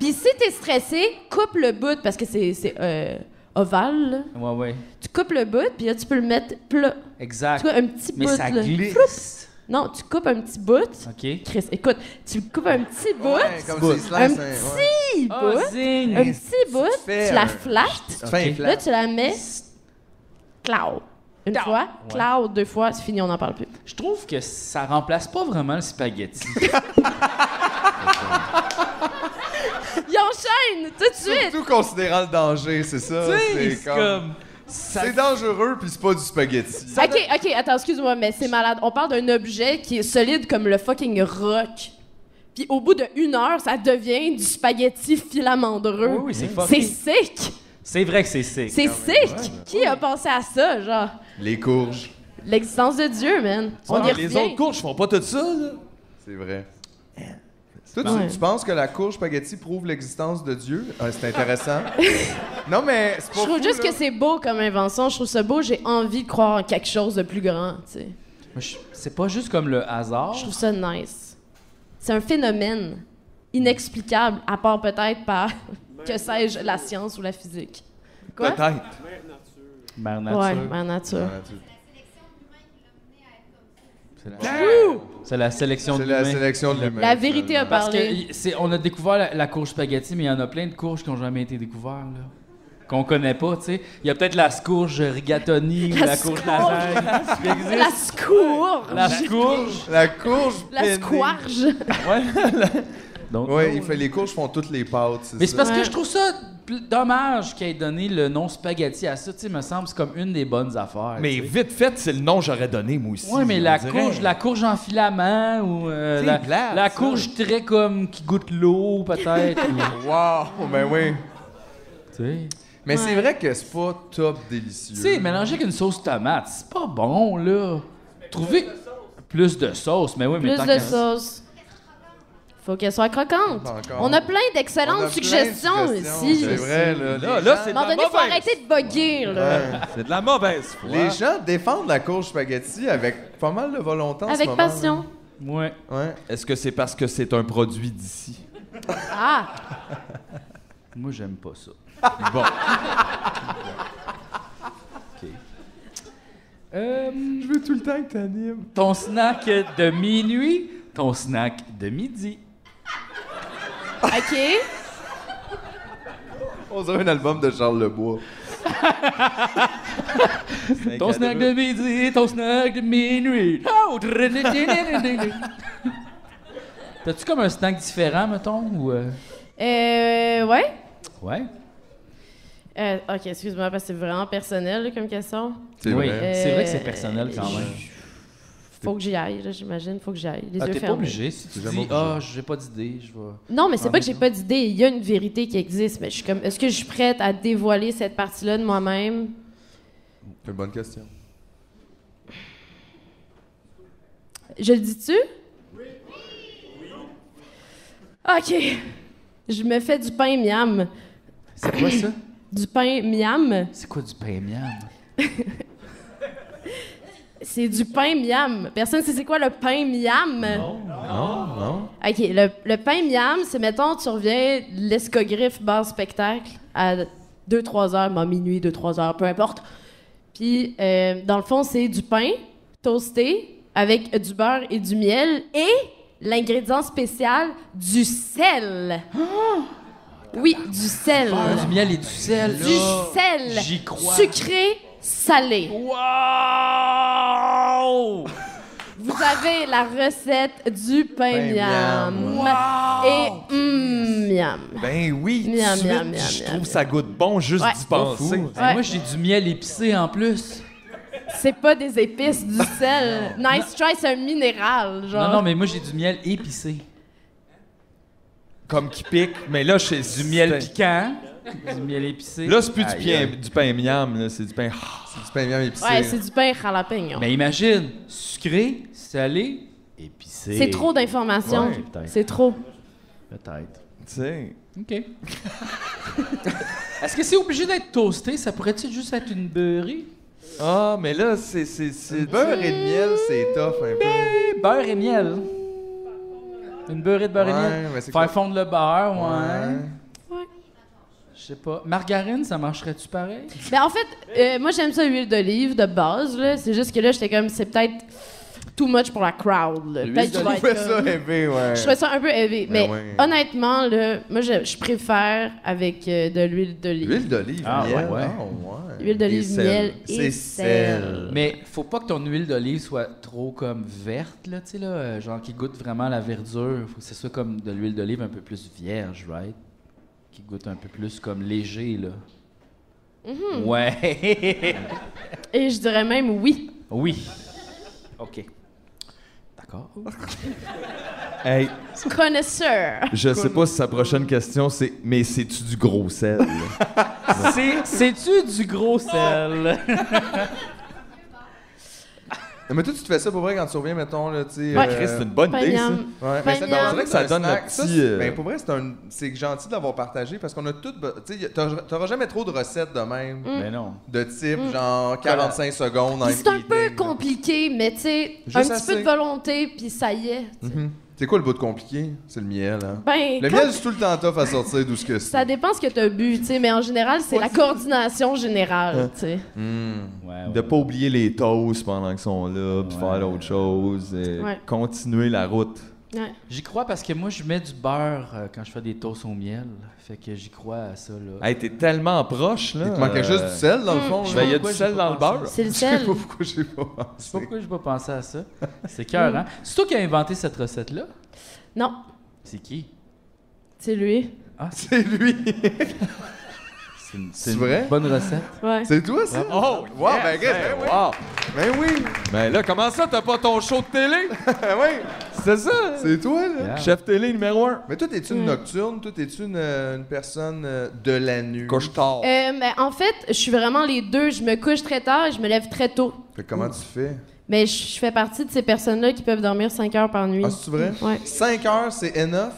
S9: Puis si t'es stressé, coupe le bout parce que c'est c'est, euh, ovale. là.
S1: Ouais, ouais.
S9: Tu coupes le bout, puis là, tu peux le mettre plat.
S1: Exact.
S9: Tu vois, un petit
S1: mais
S9: bout,
S1: ça
S9: là.
S1: glisse.
S9: Non, tu coupes un petit bout.
S1: OK.
S9: Chris, écoute, tu coupes un petit bout,
S3: Ouais, comme c'est
S9: un
S3: slash, hein, ouais.
S9: petit
S1: Oh,
S9: bout,
S1: zing.
S9: un petit bout,
S3: fais
S9: tu la
S3: un-
S9: flattes,
S3: Fin
S1: Ok.
S3: flat.
S9: là tu la mets, cloud. Une fois, cloud, deux fois, c'est fini, on n'en parle plus.
S1: Je trouve que ça remplace pas vraiment le spaghetti.
S9: Il enchaîne tout de suite!
S3: Surtout considérant le danger, c'est ça.
S1: c'est
S3: C'est comme-
S1: comme... ça-
S3: C'est dangereux, puis c'est pas du spaghetti.
S9: Ok, ok, attends, excuse-moi, mais c'est malade. On parle d'un objet qui est solide comme le fucking rock. Puis au bout d'une heure, ça devient du spaghetti filamenteux.
S1: Oui, oui, c'est fucking-
S9: C'est sick!
S1: C'est vrai que c'est sick.
S9: C'est sick! Qui a pensé à ça, genre?
S3: Les courges,
S9: L'existence de Dieu, man. On y
S5: Ouais,
S9: revient.
S5: les autres courges font pas tout ça, là.
S3: c'est vrai. Toi, tu,
S9: Ouais.
S3: tu penses que la courge spaghetti prouve l'existence de Dieu? Ah, c'est intéressant. non, mais c'est
S9: Je
S3: pas
S9: trouve
S3: fou,
S9: juste
S3: là.
S9: que c'est beau comme invention. Je trouve ça beau. J'ai envie de croire en quelque chose de plus grand, tu sais.
S1: Moi, je- C'est pas juste comme le hasard.
S9: Je trouve ça nice. C'est un phénomène inexplicable, à part peut-être par,
S1: Ben,
S9: que sais-je, la science ou la physique. Quoi?
S5: Peut-être.
S1: Mère
S9: Ouais,
S1: nature.
S9: ma nature.
S1: C'est la- C'est la sélection
S3: C'est
S1: de
S3: la
S1: l'humain.
S3: sélection de l'humain.
S9: La vérité a
S3: finalement.
S1: Parce que
S9: parlé.
S1: y- c'est- on a découvert la, la courge spaghetti, mais il y en a plein de courges qui ont jamais été découvertes, là. Qu'on connaît pas, tu sais. Il y a peut-être la scourge rigatoni ou
S9: La
S1: la courge
S9: scourge.
S1: lasagne qui existe.
S9: La secours!
S1: La scourge.
S3: La courge.
S9: La
S3: peinée.
S9: squarge!
S1: Donc,
S3: Oui, il fait les courges font toutes les pâtes. c'est
S1: Mais
S3: ça.
S1: c'est parce que
S9: Ouais.
S1: je trouve ça pl- dommage qu'il ait donné le nom spaghetti à ça, tu sais, me semble, c'est comme une des bonnes affaires.
S5: Mais
S1: tu sais.
S5: vite fait, c'est le nom que j'aurais donné, moi aussi.
S1: Ouais, mais
S5: on
S1: la
S5: dirait.
S1: courge, la courge en filament ou euh,
S5: C'est
S1: la,
S5: plate,
S1: la
S5: ça.
S1: courge très comme qui goûte l'eau peut-être. ou-
S3: Wow, ben oui.
S1: tu sais.
S3: Mais c'est vrai que c'est pas top délicieux.
S1: Tu sais, mélanger avec une sauce tomate, c'est pas bon, là. Trouver plus de sauce, mais oui, mais
S9: Plus
S1: tant
S9: de
S1: qu'à-
S9: sauce. Faut qu'elle soit croquante.
S3: Pas encore.
S9: On
S3: On a
S9: a plein
S3: plein
S9: d'excellentes
S3: de
S9: suggestions,
S3: suggestions,
S9: ici.
S3: C'est vrai, là.
S5: Là,
S3: les
S5: là,
S3: gens-
S5: c'est de
S9: À un moment
S5: la
S9: donné, faut
S5: mauvaise.
S9: arrêter de bugger, là.
S5: C'est de la mauvaise foi.
S3: Les gens défendent la courge spaghetti avec pas mal de volonté en ce
S9: Avec
S3: moment, là.
S9: passion.
S1: Ouais.
S3: Ouais.
S5: Est-ce que c'est parce que c'est un produit d'ici?
S9: Ah!
S1: Moi, j'aime pas ça.
S5: Bon.
S1: Euh,
S5: Je veux tout le temps que t'animes.
S1: ton snack de minuit, ton snack de midi.
S9: OK.
S3: On dirait un album de Charles Lebois.
S1: Ton snack de midi, ton snack de minuit. Oh! T'as-tu comme un snack différent, mettons, ou... euh?
S9: Euh, ouais.
S1: Ouais.
S9: Euh, OK, excuse-moi, parce que c'est vraiment personnel là, comme question.
S3: C'est
S1: oui,
S3: vrai.
S1: c'est vrai que
S9: Euh,
S1: c'est personnel quand même.
S9: Faut que j'y aille, là, j'imagine. Faut que j'y aille. Les
S1: Ah,
S9: yeux
S1: t'es
S9: fermés.
S1: pas obligé si tu
S3: T'es jamais
S1: dis « Ah, j'ai pas d'idée, je vais...
S9: Non, mais c'est
S1: Ah,
S9: pas que j'ai
S1: d'accord.
S9: pas d'idée. Il y a une vérité qui existe, mais je suis comme, est-ce que je suis prête à dévoiler cette partie-là de moi-même?
S3: C'est une bonne question.
S9: Je le dis-tu? OK. Je me fais du pain miam. »
S1: C'est quoi ça?
S9: Du pain miam?
S1: C'est quoi du pain miam?
S9: C'est du pain miam. Personne sait c'est quoi le pain miam?
S5: Non, non.
S9: OK, le, le pain miam, c'est mettons, tu reviens de l'escogriffe bar spectacle à 2-3 heures, bon, minuit, 2-3 heures, peu importe. Puis, euh, dans le fond, c'est du pain toasté avec du beurre et du
S1: Ah!
S9: miel et l'ingrédient spécial du sel. Oui, du sel.
S1: Du miel et du sel.
S9: du sel.
S1: J'y crois.
S9: Sucré, salé.
S1: Wow!
S9: Vous avez la recette du pain, miam. Et mm, miam.
S5: Ben oui, tout de
S9: Miam,
S5: suite,
S9: miam, miam,
S5: je
S9: miam,
S5: trouve
S9: miam.
S5: ça goûte bon juste
S9: Ouais.
S5: d'y
S1: Pas
S5: penser.
S1: fou.
S9: Ouais.
S1: Moi, j'ai du miel épicé en plus.
S9: C'est pas des épices, du sel. nice try, c'est un minéral, genre.
S1: Non, non, mais moi, j'ai du miel épicé.
S5: Comme qui pique, mais là, c'est
S1: Du miel piquant. Du miel épicé.
S5: Là, c'est plus du,
S3: Aïe,
S5: pain,
S3: aïe.
S5: du pain miam, là, c'est du pain.
S3: C'est bien, bien épicé.
S9: Ouais, c'est du pain jalapeno.
S1: Mais imagine, sucré, salé, épicé.
S9: C'est trop d'informations.
S1: Ouais, peut-être.
S9: c'est trop.
S1: Peut-être.
S5: Tu sais.
S1: OK. Est-ce que c'est obligé d'être toasté? Ça pourrait-il juste être une beurrée?
S5: Ah, mais là, c'est. c'est, c'est...
S3: Beurre et de miel, c'est tough un peu.
S1: Eh, Beurre et miel. Une beurrée de beurre et
S3: Ouais,
S1: miel.
S3: mais c'est
S1: Faire
S3: quoi?
S1: fondre le beurre, ouais.
S9: Ouais.
S1: Je sais pas. Margarine, ça marcherait-tu pareil?
S9: Mais en fait, euh, moi, j'aime ça, l'huile d'olive, de base, là. C'est juste que là, j'étais comme, c'est peut-être too much pour la crowd, là. Peut-être que je vais
S3: Je
S9: être
S3: fais
S9: comme-
S3: ça élevé, ouais.
S9: Je trouvais ça un peu élevé.
S3: Ben
S9: mais
S3: ouais.
S9: honnêtement, là, moi, je, je préfère avec euh, de l'huile d'olive.
S3: Huile d'olive,
S1: Ah,
S3: miel.
S1: ouais, ouais.
S3: oh, ouais.
S9: Huile
S3: Et
S9: d'olive,
S3: sel.
S9: miel
S3: C'est
S9: et sel.
S3: sel.
S1: Mais faut pas que ton huile d'olive soit trop comme verte, là, tu sais, là, euh, genre qui goûte vraiment la verdure. Faut que ce soit comme de l'huile d'olive un peu plus vierge, right? Qui goûte un peu plus comme léger, là. Ouais!
S9: Et je dirais même oui.
S1: oui! OK. D'accord.
S5: Hey,
S9: Connaisseur.
S5: je sais pas si sa prochaine question, c'est. Mais c'est-tu du gros sel? là?
S1: C'est- C'est-tu du gros sel?
S3: Mais toi, tu te fais ça pour vrai quand tu reviens, mettons, là, tu sais.
S9: Ouais.
S3: euh,
S5: Chris, c'est une bonne idée, ça.
S9: Pagnam.
S3: Ouais,
S9: Pain
S3: mais ça,
S9: miam.
S3: ben, on dirait que ça
S5: Un
S3: donne
S5: snack,
S3: un
S5: ça,
S3: petit.
S5: c'est-
S3: euh, ben, pour vrai, c'est un- c'est gentil d'avoir partagé parce qu'on a toutes. Tu sais, t'auras t'auras jamais trop de recettes de même,
S1: Mais non.
S3: de type genre 45 secondes. dans
S9: Mm. Puis
S3: une
S9: C'est un
S3: meeting,
S9: peu
S3: là.
S9: compliqué, mais tu sais,
S3: Juste
S9: un petit
S3: assez.
S9: peu de volonté, puis ça y est. tu sais.
S3: Mhm. C'est quoi le bout de compliqué C'est le miel, hein.
S9: Ben,
S3: Le
S9: quand-
S3: miel, c'est tout le temps tough à sortir d'où ce que
S9: ça
S3: c'est.
S9: dépend ce que t'as bu, tu sais, mais en général, c'est la coordination
S3: Hein.
S9: générale, tu sais.
S1: Ouais,
S5: De pas oublier les toasts pendant qu'ils sont là, puis faire autre chose, et
S9: Ouais.
S5: continuer la route.
S9: Ouais.
S1: J'y crois parce que moi, je mets du beurre euh, quand je fais des toasts au miel. Fait que j'y crois à ça, là.
S5: Hey, t'es tellement proche, là.
S3: Il te manquait juste du sel, dans le fond.
S1: Je
S5: Il
S1: sais pas
S5: y a
S1: pourquoi
S5: du
S1: j'ai
S5: sel
S1: pas
S5: dans le
S1: pensé.
S5: beurre.
S9: C'est le
S3: Je
S9: sel.
S3: sais pas pourquoi j'ai pas pensé.
S1: Pourquoi j'ai pas pensé à ça? C'est cœur, hein? C'est toi qui as inventé cette recette-là?
S9: Non,
S1: C'est qui?
S9: c'est lui.
S1: Ah, c'est
S3: C'est lui.
S1: une,
S3: C'est vrai?
S1: bonne recette.
S9: Ouais.
S3: C'est toi, ça?
S5: Oh!
S3: Wow, ben, Chris, ben oui.
S5: Wow!
S3: Ben oui.
S5: Mais là, comment ça, t'as pas ton show de télé?
S3: Ben oui.
S5: C'est ça!
S3: C'est toi, là.
S1: Yeah.
S5: Chef télé numéro un.
S3: Mais toi, t'es-tu
S9: Mm.
S3: une nocturne? Toi, t'es-tu une, euh, une personne euh, de la nuit?
S5: tard.
S9: Euh, mais en fait, je suis vraiment les deux. Je me couche très tard et je me lève très tôt.
S3: Fait que comment
S9: Mm.
S3: tu fais?
S9: Mais je- je fais partie de ces personnes-là qui peuvent dormir 5 heures par nuit.
S3: Ah, c'est vrai?
S9: Ouais.
S3: 5 heures, c'est enough?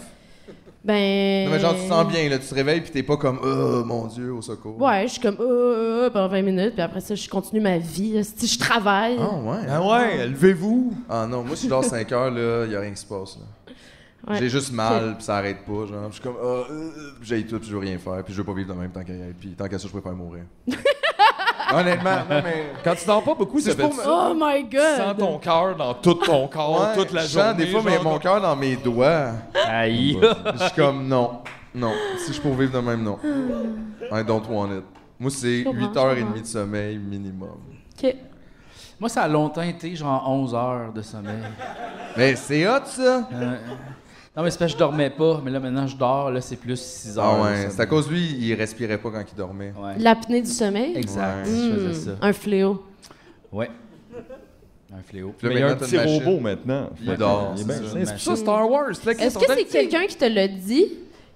S9: Ben.
S3: Non, mais genre, tu te sens bien, là. Tu te réveilles, puis t'es pas comme, oh mon Dieu, au secours.
S9: Euh. Ouais, je suis comme, euh, euh, pendant 20 minutes, puis après ça, je continue ma vie. Si je travaille.
S3: Ah, ouais.
S5: Ah ouais, levez-vous.
S3: Ah, non, moi, si je dors 5 heures, là, y a rien qui se passe, là. Ah.
S9: Ouais.
S3: J'ai juste mal, puis ça arrête pas, genre. Je suis comme, Ah, euh, euh, puis j'haïs tout, puis je veux rien faire, puis je veux pas vivre de même tant qu'à y être, puis tant qu'à ça, je préfère mourir. Honnêtement, non, mais.
S5: Quand tu dors pas beaucoup, ça
S3: C'est
S5: fait
S3: pour
S5: tu
S3: me-
S9: Oh my god!
S5: sens ton cœur dans tout ton corps,
S3: Ouais,
S5: toute la
S3: je
S5: journée.
S3: sens des fois, mais
S5: genre,
S3: mon cœur dans mes doigts.
S1: Aïe!
S3: Je suis comme non. Non. Si je pouvais vivre de même, non. I don't want it. Moi, c'est
S9: Ah. Je comprends,
S3: 8h30
S9: je
S3: de sommeil minimum.
S9: Ok.
S1: Moi, ça a longtemps été genre 11 heures de sommeil.
S3: Mais c'est hot, ça!
S9: Ah,
S3: Ah,
S1: Non, mais c'est parce que je dormais pas, mais là, maintenant, je dors, là, c'est plus 6 heures.
S3: Ah
S1: de
S3: ouais, c'est à
S1: sommeil.
S3: cause de lui, il respirait pas quand il dormait.
S1: Ouais.
S9: L'apnée du sommeil?
S1: Exact,
S3: Ouais.
S1: je faisais
S9: Hmm,
S1: ça.
S9: Un fléau.
S1: Ouais. Un fléau. Euh,
S3: Puis là,
S5: Mais il y a un
S3: maintenant,
S5: petit
S3: t'as une machine.
S5: robot maintenant.
S3: Il dort.
S5: Il est bien-
S1: c'est ça,
S5: C'est
S1: une
S5: pour ça Star Wars. là, qu'ils
S9: Est-ce
S5: sont
S9: que c'est
S5: actifs.
S9: quelqu'un qui te l'a dit?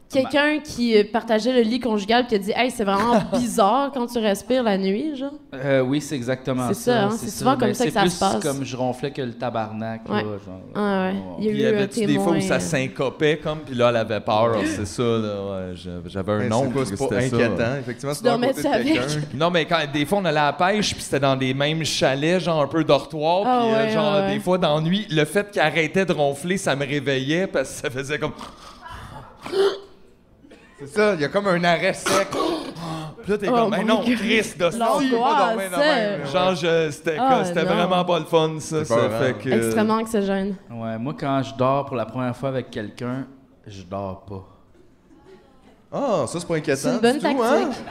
S9: Quelqu'un qui euh, partageait le lit conjugal et qui a dit Hey, c'est vraiment bizarre quand tu respires la nuit, genre?
S1: Euh, oui, c'est exactement ça.
S9: C'est ça, hein, c'est souvent comme
S1: mais
S9: ça que
S1: c'est
S9: ça se
S1: plus
S9: passe.
S1: comme je ronflais que le tabarnak,
S9: Ouais.
S1: là, genre.
S9: Ah ouais.
S1: Oh.
S9: Il
S5: Puis
S9: y a eu
S5: il y
S9: euh,
S5: avait-tu des fois
S9: témoin,
S5: où ça
S9: euh,
S5: s'incopait comme, puis là, elle avait peur, c'est ça, là, ouais, je- j'avais un
S3: Mais
S5: nom,
S3: c'est pas, c'est pas inquiétant. Effectivement, tu dors à côté de
S9: dormais-tu
S3: quelqu'un.
S9: avec?
S5: Non, mais quand, des fois, on allait à la pêche, puis c'était dans des mêmes chalets, genre un peu dortoir, puis
S9: Ah
S5: euh,
S9: ouais,
S5: genre,
S9: ah ouais.
S5: des fois, dans la nuit, le fait qu'il arrêtait de ronfler, ça me réveillait, parce que ça faisait comme...
S3: C'est ça, il y a comme un arrêt sec.
S5: Puis là, t'es
S9: Oh
S5: comme, mais
S9: my
S5: non,
S9: God.
S5: Chris, de
S9: L'angoisse! euh,
S5: Genre, je- c'était
S9: Ah,
S5: c'était
S9: non.
S5: vraiment pas le fun, ça.
S3: C'est
S5: ça
S3: pas vrai.
S5: fait que...
S9: Extrêmement anxiogène.
S1: Ouais, moi, quand je dors pour la première fois avec quelqu'un, je dors pas.
S3: Ah, ça, c'est pas inquiétant.
S9: C'est une bonne
S3: du tout, hein?
S9: tactique.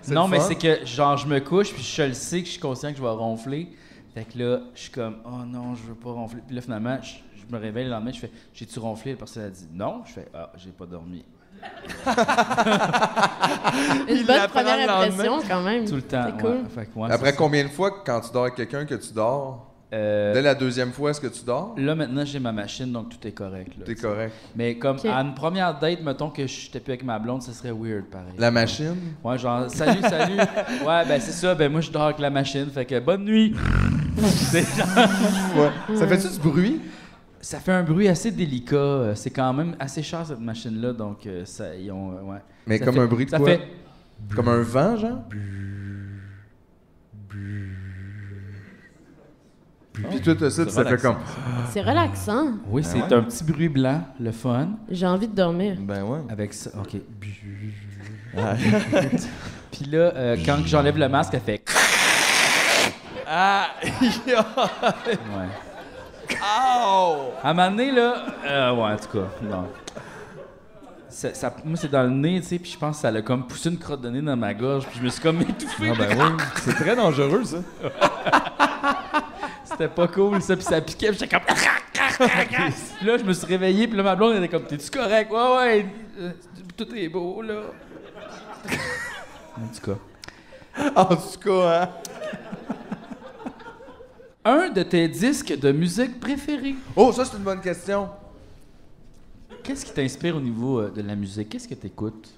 S3: C'est
S1: Non,
S3: le
S1: mais
S3: fun.
S1: c'est que, genre, je me couche, puis je le sais que je suis conscient que je vais ronfler. Fait que là, je suis comme, oh non, je veux pas ronfler. Puis là, finalement, je, je me réveille le lendemain, je fais, j'ai-tu ronflé? La personne a dit, non. Je fais, ah, j'ai pas dormi.
S9: Une bonne première impression, quand même.
S1: Tout le temps.
S9: C'est cool.
S1: ouais. Fait que, ouais,
S3: Après
S1: c'est
S3: combien de fois, quand tu dors avec quelqu'un, que tu dors?
S1: ça. Euh,
S3: Dès la deuxième fois, est-ce que tu dors?
S1: Là, maintenant, j'ai ma machine, donc tout est correct. là,
S3: T'es
S1: t'sais.
S3: correct.
S1: Mais comme
S9: Ok.
S1: à une première date, mettons que j'étais plus avec ma blonde, ce serait weird, pareil.
S3: La machine?
S1: Ouais, genre, salut, salut. ouais, ben c'est ça, ben moi je dors avec la machine, fait que bonne nuit. C'est genre-
S3: Ouais. Ça fait-tu du bruit?
S1: ça fait un bruit assez délicat, euh, c'est quand même assez cher cette machine-là, donc euh, ça, ils ont, euh, ouais.
S3: Mais
S1: Ça
S3: comme
S1: fait-
S3: un bruit de
S1: ça
S3: quoi?
S1: fait-
S3: Comme un vent, genre? Puis tout ça, ça, fait comme...
S9: C'est relaxant.
S1: Oui,
S3: Ben
S1: c'est un petit bruit blanc, le fun,
S9: J'ai envie de dormir.
S5: Ben ouais.
S1: avec ça, ok.
S5: Ah.
S1: Puis là, euh, quand que j'enlève le masque, elle fait...
S5: Ah!
S1: Ouais. À un moment donné, là. euh, ouais, en tout cas, non. Ça- ça- moi, c'est dans le nez, tu sais, puis je pense que ça l'a comme poussé une crotte de nez dans ma gorge, puis je me suis comme étouffé.
S5: Ah ben oui. C'est très dangereux, ça.
S1: C'était pas cool, ça, puis ça piquait, puis j'étais comme. là, je me suis réveillé, puis là, ma blonde elle était comme, t'es-tu correct? Ouais, ouais, euh, tout est beau, là. en tout cas.
S3: En tout cas, hein?
S1: Un de tes disques de musique préférés.
S3: Oh, ça, c'est une bonne question.
S1: Qu'est-ce qui t'inspire au niveau euh, de la musique? Qu'est-ce que t'écoutes?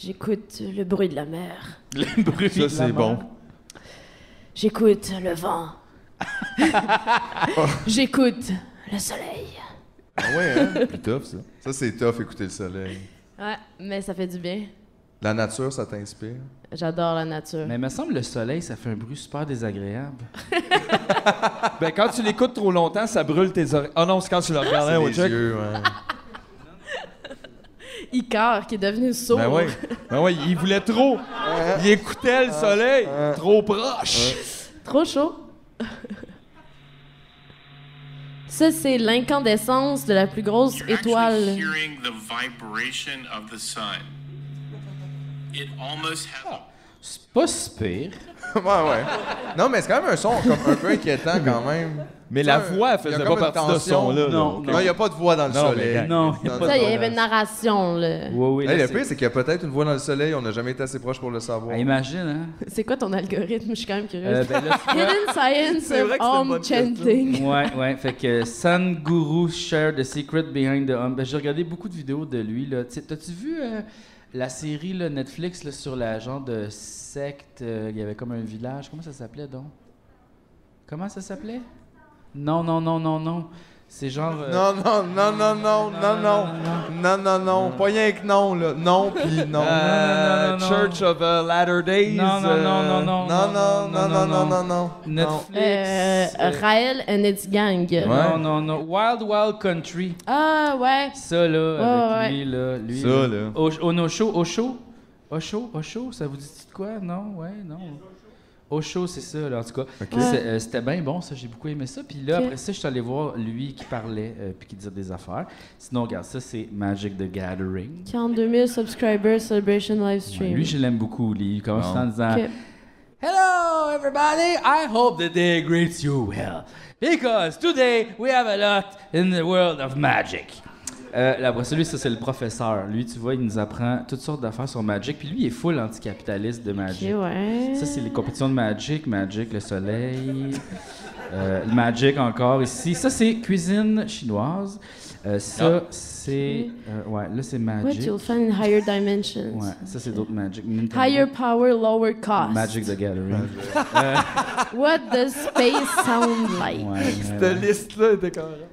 S9: J'écoute le bruit de la mer.
S1: Le bruit. de la
S5: Ça, c'est
S1: mer.
S5: bon.
S9: J'écoute le vent. J'écoute le soleil.
S3: Ah ouais, hein?
S5: Plus tough, ça.
S3: Ça, c'est tough, écouter le soleil.
S9: Ouais, mais ça fait du bien.
S3: La nature, ça t'inspire?
S9: J'adore la nature.
S1: Mais il me semble que le soleil, ça fait un bruit super désagréable.
S5: Ben quand tu l'écoutes trop longtemps, ça brûle tes oreilles. Ah non, c'est quand tu le regardes. hein,
S3: Les
S5: au check.
S3: yeux, ouais.
S9: Icar qui est devenu sourd.
S5: Ben ouais. Ben ouais, il voulait trop. Il écoutait le soleil. Trop proche.
S9: Trop chaud. Ça, c'est l'incandescence de la plus grosse
S10: You're actually
S9: étoile.
S10: hearing the vibration of the sun. It almost has
S1: C'est pas si pire.
S3: ouais, ouais. Non, mais c'est quand même un son comme un peu inquiétant, quand même.
S5: Mais la
S3: Ça,
S5: voix, elle
S3: il y a
S5: faisait
S3: comme
S5: pas
S3: une
S5: partie de ce
S3: tension.
S5: son-là. là.
S1: Non,
S3: Non, il n'y a pas de voix dans le
S5: Non, mais
S3: soleil.
S5: gang.
S1: Non, il a pas
S9: Ça, il y
S1: de-
S9: avait une narration. Là.
S1: Oui, oui,
S3: Hey,
S1: là,
S3: le pire, c'est qu'il y a peut-être une voix dans le soleil, on n'a jamais été assez proche pour le savoir.
S1: Ah, imagine, hein?
S9: C'est quoi ton algorithme? Je suis quand même
S1: Euh,
S9: curieuse.
S1: ben là,
S9: Hidden Science
S5: C'est
S9: of
S5: vrai que c'est une
S9: Home
S5: bonne question.
S9: Chanting.
S1: ouais, ouais. Fait que Sanguru share the secret behind the home. Ben, j'ai regardé beaucoup de vidéos de lui, là. Tu sais, T'as-tu vu euh, la série là, Netflix là, sur la genre de secte? euh, Il y avait comme un village. Comment ça s'appelait, donc? Comment ça s'appelait? Non, non, non, non, non. C'est genre... euh,
S3: Non, non, non, non, non, non, non, non, non, non, pas rien que non, là. euh, Non, puis non.
S5: Euh,
S1: Non, non, non, non, non.
S5: Church of uh, Latter Days.
S1: Non, non, non, non, non.
S3: euh, Non, non, non, non, non, non, non. non.
S1: Netflix.
S9: Euh,
S1: euh,
S9: Raël and It's Gang.
S1: Non, non, non. Wild Wild Country.
S9: Ah ouais.
S1: Ça, là,
S9: Ouais,
S1: avec
S9: ouais.
S1: lui, là. Lui,
S5: Ça, là.
S1: Au- au- no show, au show. Au show, au show, ça vous dit de quoi? Non, ouais, non. Au show, c'est ça, là, en tout cas. C'est- euh, C'était bien bon, ça, j'ai beaucoup aimé ça. Puis là,
S9: Ok.
S1: après ça, je suis allé voir lui qui parlait, euh, puis qui disait des affaires. Sinon, regarde, ça, c'est Magic the Gathering.
S9: 42 000 subscribers, celebration live stream.
S1: Lui, je l'aime beaucoup. lui. Il commence en disant
S9: Ok.
S1: Hello, everybody. I hope the day greets you well. Because today we have a lot in the world of magic. Euh, là, après ça, lui, ça, c'est le professeur. Lui, tu vois, il nous apprend toutes sortes d'affaires sur Magic. Puis lui, il est full anticapitaliste de Magic.
S9: Ok, ouais.
S1: Ça, c'est les compétitions de Magic. Magic, le soleil. Euh, le Magic encore ici. Ça, c'est cuisine chinoise. Euh,
S3: Ah.
S1: ça, c'est. euh, ouais, là, c'est
S9: What
S1: Magic.
S9: you'll find in higher dimensions.
S1: Ouais, ça, c'est d'autres Magic. Nintendo.
S9: Higher power, lower cost. Euh,
S1: Magic the Gathering.
S9: What does space sound like?
S1: Ouais, ouais, ouais.
S5: Cette liste-là était quand même.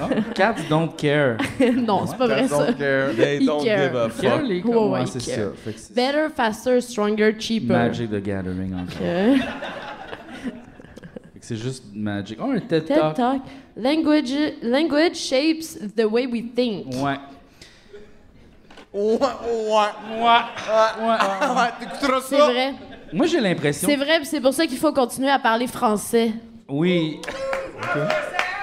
S1: Non, Cats don't care.
S9: non, c'est pas vrai ça.
S3: Donc, euh,
S5: They don't
S9: care.
S5: give a
S1: Care,
S5: fuck.
S1: les
S9: Ouais,
S1: cons,
S9: ouais,
S1: hein, c'est
S9: care.
S1: ça. Fait que c'est-
S9: Better, faster, stronger, cheaper.
S1: Magic the Gathering encore.
S9: Euh,
S1: Fait que C'est juste Magic. Oh, un TED,
S9: TED
S1: Talk.
S9: Talk. Language, language shapes the way we think.
S1: Ouais.
S3: ouais, ouais,
S1: Ouais. Ouais.
S3: ouais, t'écouteras
S9: C'est
S3: ça.
S9: vrai.
S1: Moi, j'ai l'impression.
S9: C'est vrai, puis c'est pour ça qu'il faut continuer à parler français.
S1: Oui.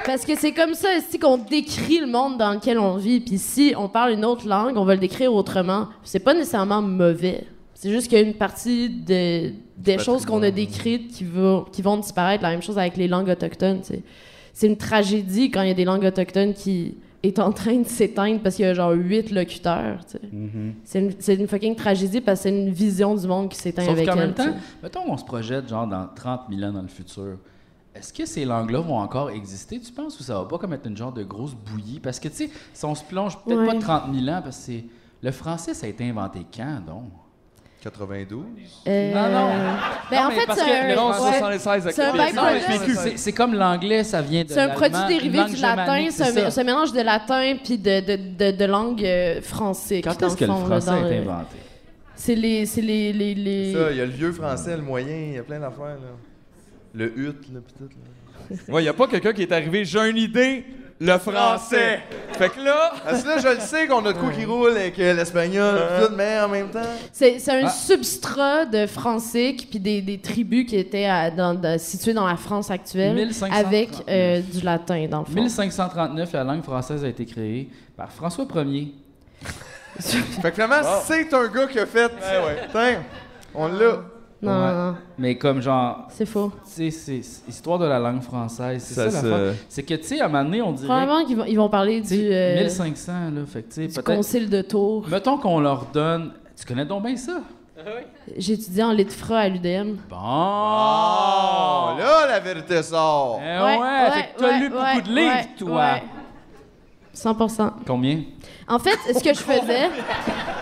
S9: Parce que c'est comme ça aussi qu'on décrit le monde dans lequel on vit. Puis si on parle une autre langue, on va le décrire autrement. C'est pas nécessairement mauvais. C'est juste qu'il y a une partie de- des choses qu'on a décrites qui, vont- qui vont disparaître. La même chose avec les langues autochtones. tu sais. C'est une tragédie quand il y a des langues autochtones qui est en train de s'éteindre parce qu'il y a genre huit locuteurs. tu sais. C'est une, c'est une fucking tragédie parce que c'est une vision du monde qui s'éteint
S1: Sauf
S9: avec
S1: qu'en
S9: elle,
S1: même
S9: tu sais.
S1: temps, mettons qu'on se projette genre dans 30 000 ans dans le futur. Est-ce que ces langues-là vont encore exister, tu penses, ou ça va pas comme être une genre de grosse bouillie? Parce que, tu sais, si on se plonge peut-être
S9: Ouais.
S1: pas 30 000 ans, parce que c'est- le français, ça a été inventé quand, donc?
S3: 92?
S9: Euh,
S1: Non, Ah non.
S9: Ben,
S1: Non,
S9: en
S1: mais
S9: fait,
S1: parce
S9: c'est
S1: que le
S9: un,
S1: français,
S9: ouais.
S5: 76 avec
S9: C'est un
S5: le PQ.
S1: Non, mais
S9: byproduct.
S1: c'est- C'est comme l'anglais, ça vient de
S9: C'est un
S1: l'allemand,
S9: produit
S1: une
S9: dérivé
S1: langue
S9: du latin,
S1: germanique,
S9: c'est
S1: c'est
S9: un,
S1: ça.
S9: c'est un mélange de latin puis de, de, de, de langue euh, français.
S1: Quand
S9: qui, dans
S1: est-ce que le
S9: fond, là,
S1: français a
S9: dans
S1: été
S9: le-
S1: inventé?
S9: C'est les, c'est les, les, les-
S3: Ça, il y a le vieux français, le moyen, il y a plein d'affaires, là. Le hut, là, pis tout, là.
S5: Ouais, y a pas quelqu'un qui est arrivé, j'ai une idée, le français. Fait que là,
S3: Parce que là, je le sais qu'on a de quoi qui roule avec euh, l'espagnol, pis tout, mais en même temps...
S9: C'est c'est un substrat de français qui- puis des, des tribus qui étaient à- dans, dans- situées dans la France actuelle
S1: 1539.
S9: avec euh, du latin dans le fond.
S1: 1539, la langue française a été créée par François Ier.
S3: Fait que finalement, c'est un gars qui a fait... Tiens, on l'a.
S9: Non,
S1: Ouais.
S9: non, non,
S1: Mais comme genre,
S9: c'est faux.
S1: tu sais, c'est c'est histoire de la langue française. C'est ça,
S4: Ça, ça-
S1: l'affaire. C'est que, tu sais, à un moment donné, on dirait
S9: Probablement qu'ils vont, ils vont parler
S1: tu sais,
S9: du, euh,
S1: 1500, là. Fait que, tu
S9: du
S1: sais, peut-être.
S9: concile de Tours.
S1: Mettons qu'on leur donne. Tu connais donc bien ça?
S9: J'ai étudié en litfra à l'UDM.
S1: Bon!
S5: Ah!
S3: Oh, là, la vérité sort.
S1: Eh ouais, fait que t'as
S9: ouais,
S1: lu
S9: ouais,
S1: beaucoup de livres,
S9: ouais,
S1: toi!
S9: ouais. 100
S1: Combien?
S9: En fait, ce que je faisais,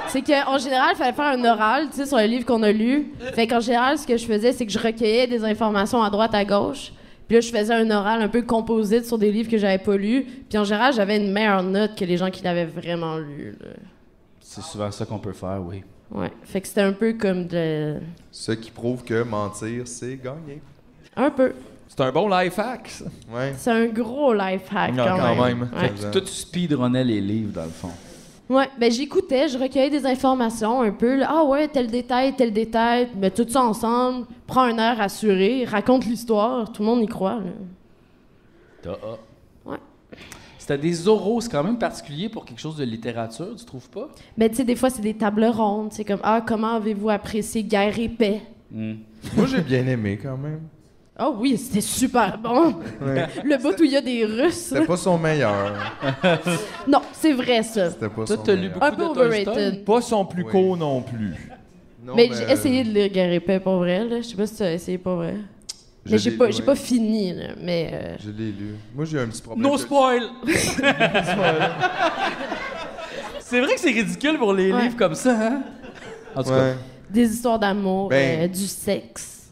S9: c'est qu'en général, il fallait faire un oral, tu sais, sur le livre qu'on a lu. Fait qu'en général, ce que je faisais, c'est que je recueillais des informations à droite, à gauche. Puis là, je faisais un oral un peu composite sur des livres que j'avais pas lus. Puis en général, j'avais une meilleure note que les gens qui l'avaient vraiment lu. là.
S1: C'est souvent ça qu'on peut faire, oui.
S9: Ouais. Fait que c'était un peu comme de...
S3: Ce qui prouve que mentir, c'est gagner.
S9: Un peu.
S5: c'est un bon life hack. ça.
S3: Ouais.
S9: C'est un gros life hack,
S5: Non,
S9: quand,
S5: quand
S9: même.
S5: même.
S9: Ouais.
S1: Toi, tu speedrunnais les livres, dans le fond.
S9: Ouais, ben j'écoutais, je recueillais des informations un peu. là. Ah ouais, tel détail, tel détail, mais tout ça ensemble, prends un air assuré, raconte l'histoire, tout le monde y croit. là.
S1: T'as A.
S9: Ouais.
S1: C'était des oraux, c'est quand même particulier pour quelque chose de littérature, tu trouves pas?
S9: Ben tu sais, des fois c'est des tables rondes, c'est comme ah comment avez-vous apprécié Guerre et Paix
S3: Moi, j'ai bien aimé quand même.
S9: Ah oui, c'était super bon. Le bout où il y a des Russes.
S3: C'était pas son meilleur.
S9: Non, c'est vrai ça.
S3: C'était pas
S1: Toi,
S3: son
S1: t'as lu
S3: meilleur.
S1: beaucoup
S9: Un
S1: de
S9: peu
S1: Tolstoy?
S9: overrated.
S5: Pas son plus
S3: Oui.
S5: court non plus.
S3: Non,
S9: Mais j'ai essayé de lire Guerre et Paix pour vrai, là. Je sais pas si tu as essayé pour vrai.
S3: Je
S9: Mais j'ai
S3: l'ai-
S9: pas, j'ai
S3: ouais.
S9: pas fini, là. Mais euh,
S3: Je l'ai lu. Moi, j'ai un petit problème.
S1: No
S3: Je-
S1: spoil! c'est vrai que c'est ridicule pour les
S9: Ouais.
S1: livres comme ça, hein? En tout
S3: Ouais.
S1: cas,
S9: des histoires d'amour,
S3: Ben.
S9: euh, du sexe.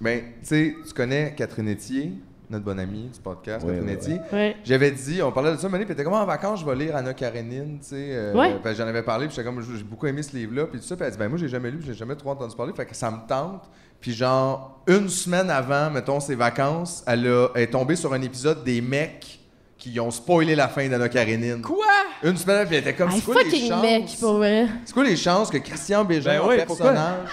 S3: Ben, tu sais, tu connais Catherine Etier, notre bonne amie du podcast, Catherine Etier.
S9: Ouais.
S3: J'avais dit, on parlait de ça, mais puis t'étais comme Ah, en vacances, je vais lire Anna Karenine, tu sais. euh,
S9: Ouais.
S3: parce que j'en avais parlé, puis j'étais comme, j'ai beaucoup aimé ce livre-là, puis tout ça. Puis elle dit, ben moi, j'ai jamais lu, puis j'ai jamais trop entendu parler, fait que ça me tente. Puis genre, une semaine avant, mettons, ses vacances, elle, a- elle est tombée sur un épisode des mecs qui ont spoilé la fin d'Anna Karenine. Quoi? Une semaine, avant, puis elle était comme,
S9: Ah,
S3: c'est quoi les
S9: fucking
S3: chances?
S9: mec, pour vrai.
S3: C'est quoi les chances que Christian Bégin,
S5: Ben
S3: un
S5: oui, pourquoi?
S3: personnage...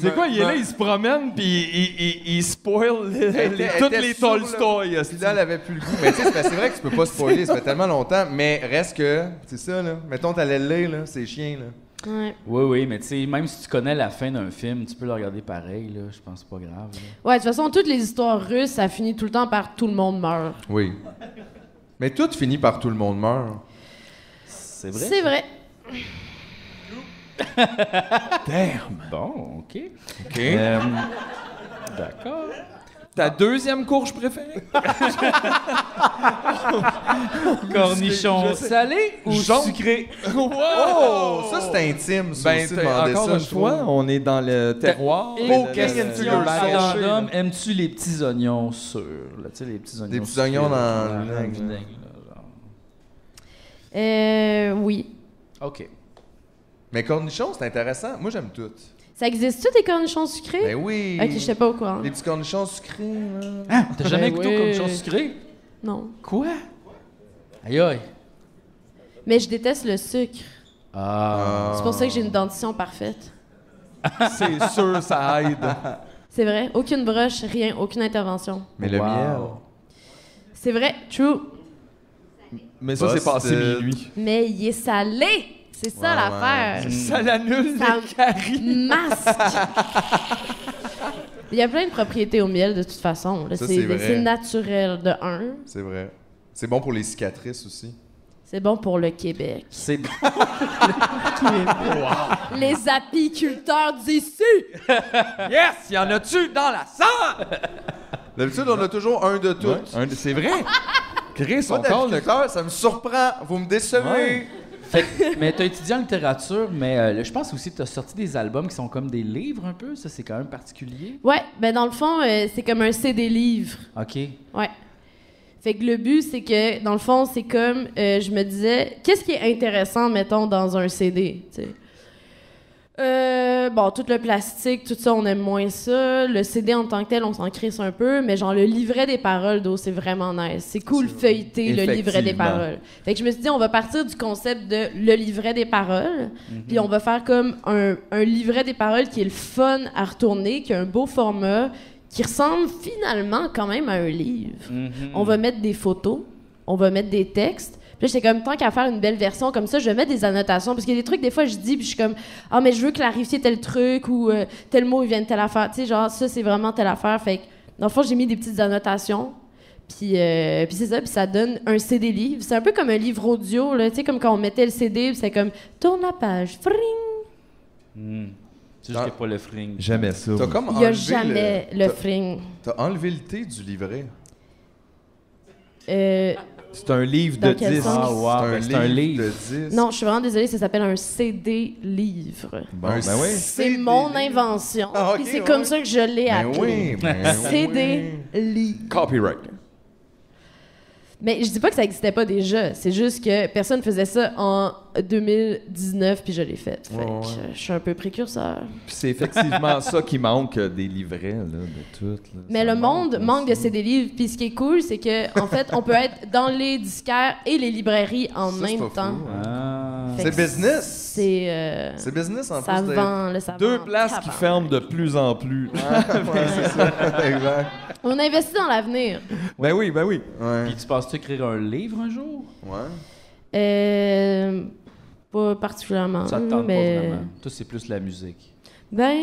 S5: C'est quoi, il est
S3: me-
S5: là, il se promène, puis il, il, il- il spoil les-
S3: Elle
S5: les-
S3: était- elle
S5: toutes
S3: était
S5: les
S3: sur le-
S5: Tolstoy.
S3: Puis là, elle avait plus le goût. Mais tu sais, c'est parce- c'est vrai que tu peux pas spoiler, ça fait tellement longtemps. Mais reste que, c'est ça, là. Mettons, t'allais le lire, là, c'est chien, là.
S9: Ouais.
S1: oui, oui, mais tu sais, même si tu connais la fin d'un film, tu peux le regarder pareil, là. Je pense pas grave. là.
S9: Ouais, de toute façon, toutes les histoires russes, ça finit tout le temps par tout le monde meurt.
S3: Oui. Mais tout finit par tout le monde meurt.
S1: C'est vrai?
S9: C'est vrai.
S1: Bon, OK.
S5: OK.
S1: Euh, D'accord.
S5: Ta deuxième courge préférée?
S1: Cornichon salé ou
S5: Jaune.
S1: sucré?
S5: Wow!
S3: Oh! Ça, c'est intime, ça
S5: Ben,
S3: aussi,
S5: t'as-
S3: demander
S5: encore
S3: ça,
S5: une
S3: je trouve.
S5: fois, on est dans le terroir.
S1: Et
S5: le- le-
S1: question
S5: le- le-
S1: à
S5: le-
S1: random, aimes-tu les petits oignons sûrs? là, Tu sais, les petits oignons
S3: Des petits
S1: sucrés, là,
S3: oignons dans
S1: dans
S3: le
S1: le
S3: vinaigre,
S1: vinaigre, là, genre.
S9: Euh, oui.
S1: OK.
S3: Mais cornichons, c'est intéressant. Moi, j'aime tout.
S9: Ça existe-tu des cornichons sucrés?
S3: Ben oui.
S9: Ok, je sais pas au courant.
S3: Les petits cornichons sucrés, là.
S1: Ah, T'as jamais
S9: Ben
S1: écouté
S9: oui.
S1: comme chose sucrée?
S9: Non.
S1: Quoi? Aïe aïe.
S9: Mais je déteste le sucre.
S1: Ah.
S9: C'est pour ça que j'ai une dentition parfaite.
S5: C'est sûr, ça aide.
S9: C'est vrai. Aucune broche, rien, aucune intervention.
S3: Mais le
S1: Wow.
S3: miel.
S9: C'est vrai, true.
S5: Mais ça, c'est passé
S4: Busted.
S3: euh,
S5: minuit.
S9: Mais il est salé. C'est ça l'affaire.
S5: Ça l'annule.
S9: Ça masque. Il y a plein de propriétés au miel de toute façon. là.
S3: Ça,
S9: C'est
S3: c'est vrai.
S9: c'est naturel de un.
S3: C'est vrai. C'est bon pour les cicatrices aussi.
S9: C'est bon pour le Québec.
S1: C'est bon.
S9: Les apiculteurs d'ici.
S5: Yes! Y en a-tu dans la salle?
S3: D'habitude, on a toujours un de tous.
S5: Un de- C'est vrai? Chris,
S3: Pas
S5: on parle de...
S3: d'agriculteur, ça me surprend. Vous me décevez.
S5: Ouais.
S1: Fait que- mais t'as étudié en littérature, mais euh, je pense aussi que t'as sorti des albums qui sont comme des livres un peu. Ça, c'est quand même particulier.
S9: Ouais, ben dans le fond, euh, c'est comme un CD livre.
S1: OK.
S9: Ouais. Fait que le but, c'est que, dans le fond, c'est comme, euh, je me disais, qu'est-ce qui est intéressant, mettons, dans un CD, tu sais? Euh, bon, tout le plastique, tout ça, on aime moins ça. Le CD en tant que tel, on s'en crisse un peu, mais genre le livret des paroles, d'eau, c'est vraiment nice. C'est cool feuilleter le livret des
S5: Effectivement.
S9: paroles. Fait que je me suis dit, on va partir du concept de le livret des paroles, puis on va faire comme un, un livret des paroles qui est le fun à retourner, qui a un beau format, qui ressemble finalement quand même à un livre. On va mettre des photos, on va mettre des textes. Puis là, j'étais comme, tant qu'à faire une belle version comme ça, je vais mettre des annotations. Parce qu'il y a des trucs, des fois, je dis, puis je suis comme, ah, mais je veux clarifier tel truc ou euh, tel mot, il vient de telle affaire. Tu sais, genre, ça, c'est vraiment telle affaire. Fait que, dans le fond, j'ai mis des petites annotations. Puis, euh, puis c'est ça, puis ça donne un CD livre. C'est un peu comme un livre audio, là. Tu sais, comme quand on mettait le CD, puis c'est comme, tourne la page, fring.
S1: C'est juste qu'il y a pas le fring.
S4: Jamais ça.
S3: T'as comme
S9: Il n'y a
S3: enlevé
S9: jamais le,
S3: le... t'as-
S9: fring.
S3: T'as enlevé le thé du livret.
S9: Euh,
S4: C'est un livre
S9: Dans
S4: de
S9: quel
S4: 10.
S9: sens? Ah,
S1: wow, ben, c'est un livre.
S3: de 10.
S9: non, je suis vraiment désolée, ça s'appelle un CD livre.
S4: Bon,
S3: Un
S4: ben oui.
S9: C'est
S3: CD.
S9: mon invention.
S3: Ah, ok,
S9: puis c'est
S3: ouais.
S9: comme ça que je l'ai
S3: Ben
S9: appelé.
S3: oui, ben oui.
S9: CD livre.
S4: Copyright.
S9: Mais je dis pas que ça n'existait pas déjà. C'est juste que personne faisait ça en 2019, puis je l'ai fait. Fait que euh, je suis un peu précurseur.
S4: Puis c'est effectivement ça qui manque euh, des livrets, là, de tout. là.
S9: Mais
S4: Ça
S9: le
S4: manque,
S9: monde
S4: là,
S9: manque de
S4: ça.
S9: CD livres. Puis ce qui est cool, c'est que en fait, on peut être dans les disquaires et les librairies en
S3: Ça, c'est
S9: même
S3: pas
S9: temps.
S3: fou, hein.
S1: Ah.
S9: Fait
S3: C'est
S9: que
S3: business.
S9: C'est euh,
S3: C'est business en
S9: ça
S3: plus. d'être-
S9: vend, là, ça
S5: Deux
S9: vend.
S5: places
S9: Ça
S5: qui
S9: vend.
S5: ferment de plus en plus.
S3: Ouais, c'est ça. exact.
S9: On investit dans l'avenir.
S5: ben oui, ben oui.
S3: Ouais.
S1: Puis tu penses-tu écrire un livre un jour?
S3: Ouais.
S9: Euh, pas particulièrement.
S1: Ça te tente
S9: Ah, mais-
S1: pas vraiment. Toi, c'est plus la musique.
S9: Ben,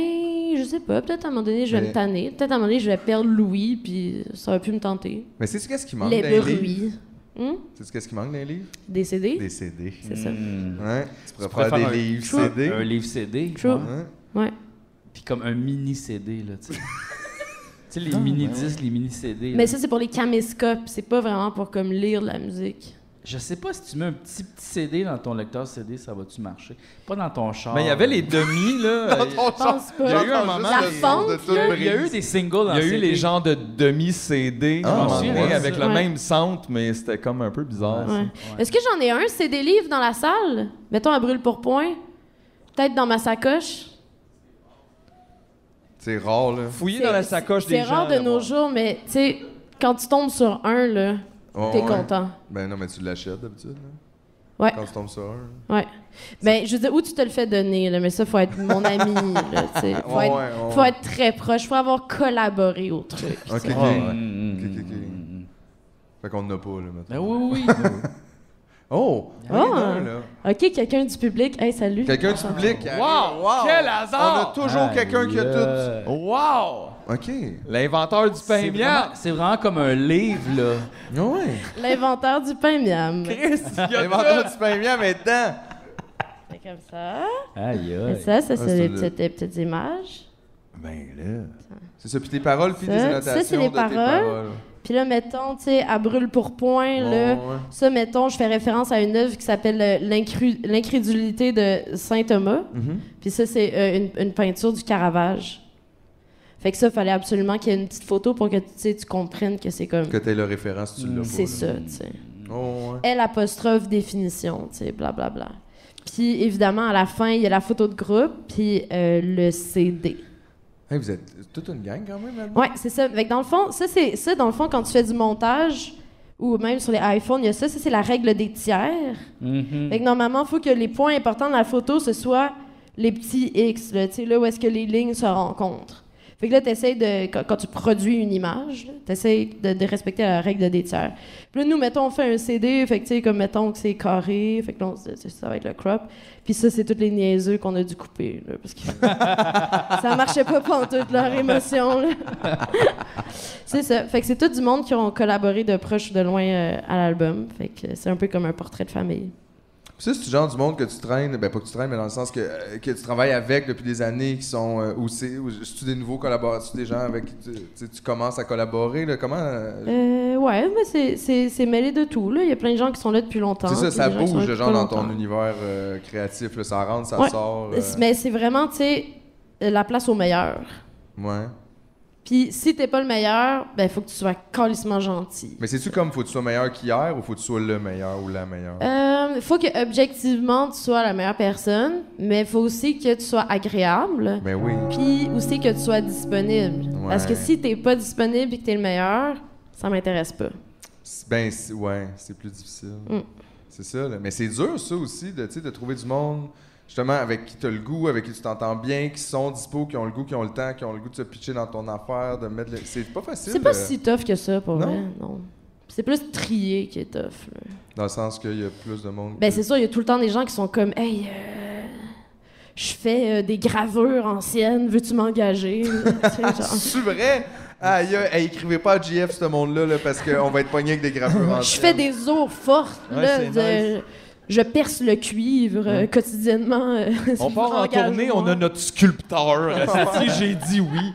S9: je sais pas. Peut-être à un moment donné, je vais
S3: Mais-
S9: me tanner. Peut-être à un moment donné, je vais perdre Louis, puis ça va plus me tenter.
S3: Mais c'est qu'est-ce qui manque
S9: Les
S3: dans les livres?
S9: bruits. Hum?
S3: C'est qu'est-ce qui manque dans les livres?
S9: Des CD?
S3: Des CD.
S9: C'est ça.
S3: Ouais. Tu pourrais
S1: pourrais
S3: faire
S1: faire
S3: des
S1: un-
S3: livres
S1: True.
S3: CD.
S1: Un livre CD.
S9: True.
S1: ouais.
S3: Hein?
S9: Ouais.
S1: Puis comme un mini CD, là, tu sais. tu sais, les mini disques, les mini CD. là.
S9: Mais ça, c'est pour les caméscopes. C'est pas vraiment pour comme lire de la musique.
S1: Je sais pas si tu mets un petit petit CD dans ton lecteur CD, ça va-tu marcher? Pas dans ton char.
S5: Mais il y avait les demi, là. euh,
S9: Je pense pas.
S5: Il y a eu un
S3: J'entends
S5: moment-
S3: juste
S9: La
S3: le son
S9: fente,
S3: de tout
S9: là.
S3: le
S1: Il y a eu
S3: bris.
S1: des singles
S5: Il y a eu les genres de demi-CD
S3: Ah,
S5: à un moment
S3: ouais.
S5: donné, avec le
S9: Ouais.
S5: même centre, mais c'était comme un peu bizarre.
S9: Ouais. Est-ce que j'en ai un, c'est des livres dans la salle? Mettons à brûle pour point. Peut-être dans ma sacoche.
S3: C'est rare, là.
S5: Fouiller
S9: C'est-
S5: dans la sacoche des
S9: C'est
S5: gens.
S9: rare de
S5: là,
S9: nos
S5: bon.
S9: jours, mais tu sais, quand tu tombes sur un, là,
S3: Ouais,
S9: t'es
S3: ouais.
S9: content.
S3: Ben non, mais tu l'achètes d'habitude, là.
S9: Ouais.
S3: Quand tu tombes sur un.
S9: Ouais. Ben, je veux dire, où tu te le fais donner, là, mais ça, faut être mon ami, là, tu sais. Faut,
S3: Ouais,
S9: être,
S3: ouais, ouais.
S9: faut être très proche, faut avoir collaboré au truc. tu
S3: Ok,
S9: sais.
S3: ok.
S1: Mm,
S3: Ok, ok, ok. Fait qu'on n'a pas, là, maintenant.
S1: Ben oui, oui.
S3: Oh! on
S9: Ah.
S3: est dans, là.
S9: OK, quelqu'un du public, hey, salut.
S3: Quelqu'un du public. arrive.
S1: Ah!
S5: Wow, Quel
S3: On a
S5: hasard!
S3: toujours quelqu'un qui a
S1: Aïe,
S5: Wow!
S3: tout. OK.
S5: L'inventeur du pain
S1: C'est vraiment,
S5: miam!
S1: c'est vraiment comme un livre, là.
S3: Ouais.
S9: L'inventaire du pain miam.
S3: L'inventeur du pain miam est dedans.
S9: C'est comme ça.
S1: Aïe,
S9: Et
S1: aïe.
S9: ça, ça,
S3: Ah,
S9: c'est
S3: c'est
S9: les
S3: le-
S9: petites, les petites images.
S3: C'est ça, puis tes paroles, puis
S9: Ça,
S3: des
S9: ça,
S3: annotations
S9: c'est les
S3: de
S9: paroles.
S3: tes paroles.
S9: Puis là, mettons, tu sais, à brûle pour point, là,
S3: Ouais, ouais.
S9: ça, mettons, je fais référence à une œuvre qui s'appelle euh, L'incru- L'incrédulité de Saint Thomas.
S3: Mhm.
S9: Puis ça, c'est euh, une, une peinture du Caravage. Fait que ça, fallait absolument qu'il y ait une petite photo pour que tu sais, tu comprennes que c'est comme.
S3: Que t'aies le référence, tu l'as pas,
S9: C'est
S3: là.
S9: ça, tu sais.
S3: Oh, ouais.
S9: L apostrophe définition, tu sais, blablabla. Puis évidemment, à la fin, il y a la photo de groupe, puis euh, le CD.
S3: Hey, vous êtes toute une gang quand même hein. là-dedans.
S9: Ouais, c'est ça. Fait que dans le fond, ça c'est ça dans le fond quand tu fais du montage ou même sur les iPhones, il y a ça, ça c'est la règle des tiers. Fait que normalement, il faut que les points importants de la photo ce soit les petits X, là, tu sais là où est-ce que les lignes se rencontrent. Fait que là, t'essayes de. Quand, quand tu produis une image, là, t'essayes de, de respecter la règle de des tiers. Puis là, nous, mettons, on fait un CD, fait que, tu sais, comme mettons que c'est carré, fait que là, on se dit, ça, ça va être le crop. Puis ça, c'est toutes les niaiseux qu'on a dû couper, là, parce que ça marchait pas pendant toute leur émotion, là. c'est ça. Fait que c'est tout du monde qui ont collaboré de proche ou de loin euh, à l'album. Fait que c'est un peu comme un portrait de famille.
S3: Puis ça, c'est du genre du monde que tu traînes, ben pas que tu traînes, mais dans le sens que, euh, que tu travailles avec depuis des années, qui sont euh, ou c'est ou c'est-tu des nouveaux collaborateurs, des gens avec qui tu, tu sais, tu commences à collaborer, là, comment euh,
S9: Euh, ouais, mais c'est- c'est c'est mêlé de tout, là. Il y a plein de gens qui sont là depuis longtemps.
S3: c'est ça,
S9: puis
S3: ça
S9: des gens qui sont là
S3: bouge,
S9: depuis
S3: genre
S9: pas
S3: dans ton
S9: longtemps.
S3: univers euh, créatif, là, ça rentre, ça
S9: Ouais.
S3: sort. euh,
S9: Mais c'est vraiment, tu sais, la place au meilleur.
S3: ouais.
S9: Puis si t'es pas le meilleur, ben faut que tu sois calissement gentil.
S3: Mais c'est-tu comme faut que tu sois meilleur qu'hier ou faut que tu sois le meilleur ou la meilleure?
S9: Euh, faut que objectivement tu sois la meilleure personne, mais faut aussi que tu sois agréable.
S3: Ben oui.
S9: Puis aussi que tu sois disponible.
S3: Ouais.
S9: Parce que si t'es pas disponible et que t'es le meilleur, ça m'intéresse pas.
S3: C'est- Ben, c'est- ouais, c'est plus difficile.
S9: Mm.
S3: C'est ça, là. Mais c'est dur, ça aussi, de, tu sais, de trouver du monde, justement, avec qui tu as le goût, avec qui tu t'entends bien, qui sont dispo, qui ont le goût, qui ont le temps, qui ont le goût de se pitcher dans ton affaire, de mettre le... C'est pas facile.
S9: C'est pas
S3: euh,
S9: si tough que ça pour
S3: Non?
S9: vrai, non. C'est plus trié qui est tough. là.
S3: Dans le sens qu'il y a plus de monde.
S9: Ben
S3: que-
S9: c'est sûr, il y a tout le temps des gens qui sont comme Hey, euh, je fais euh, des gravures anciennes, veux-tu m'engager? Tu sais, genre.
S3: C'est vrai? Aïe, aïe, aïe, écrivez pas à GF, ce monde-là, là, parce qu'on va être pogné avec des gravures en
S9: Je fais des os fortes,
S3: Ouais,
S9: là,
S3: c'est
S9: de- Je perce le cuivre euh, quotidiennement. euh,
S5: On
S9: si
S5: part
S9: vous
S5: en
S9: engagez
S5: tournée,
S9: moi.
S5: on a notre sculpteur. Si j'ai dit oui.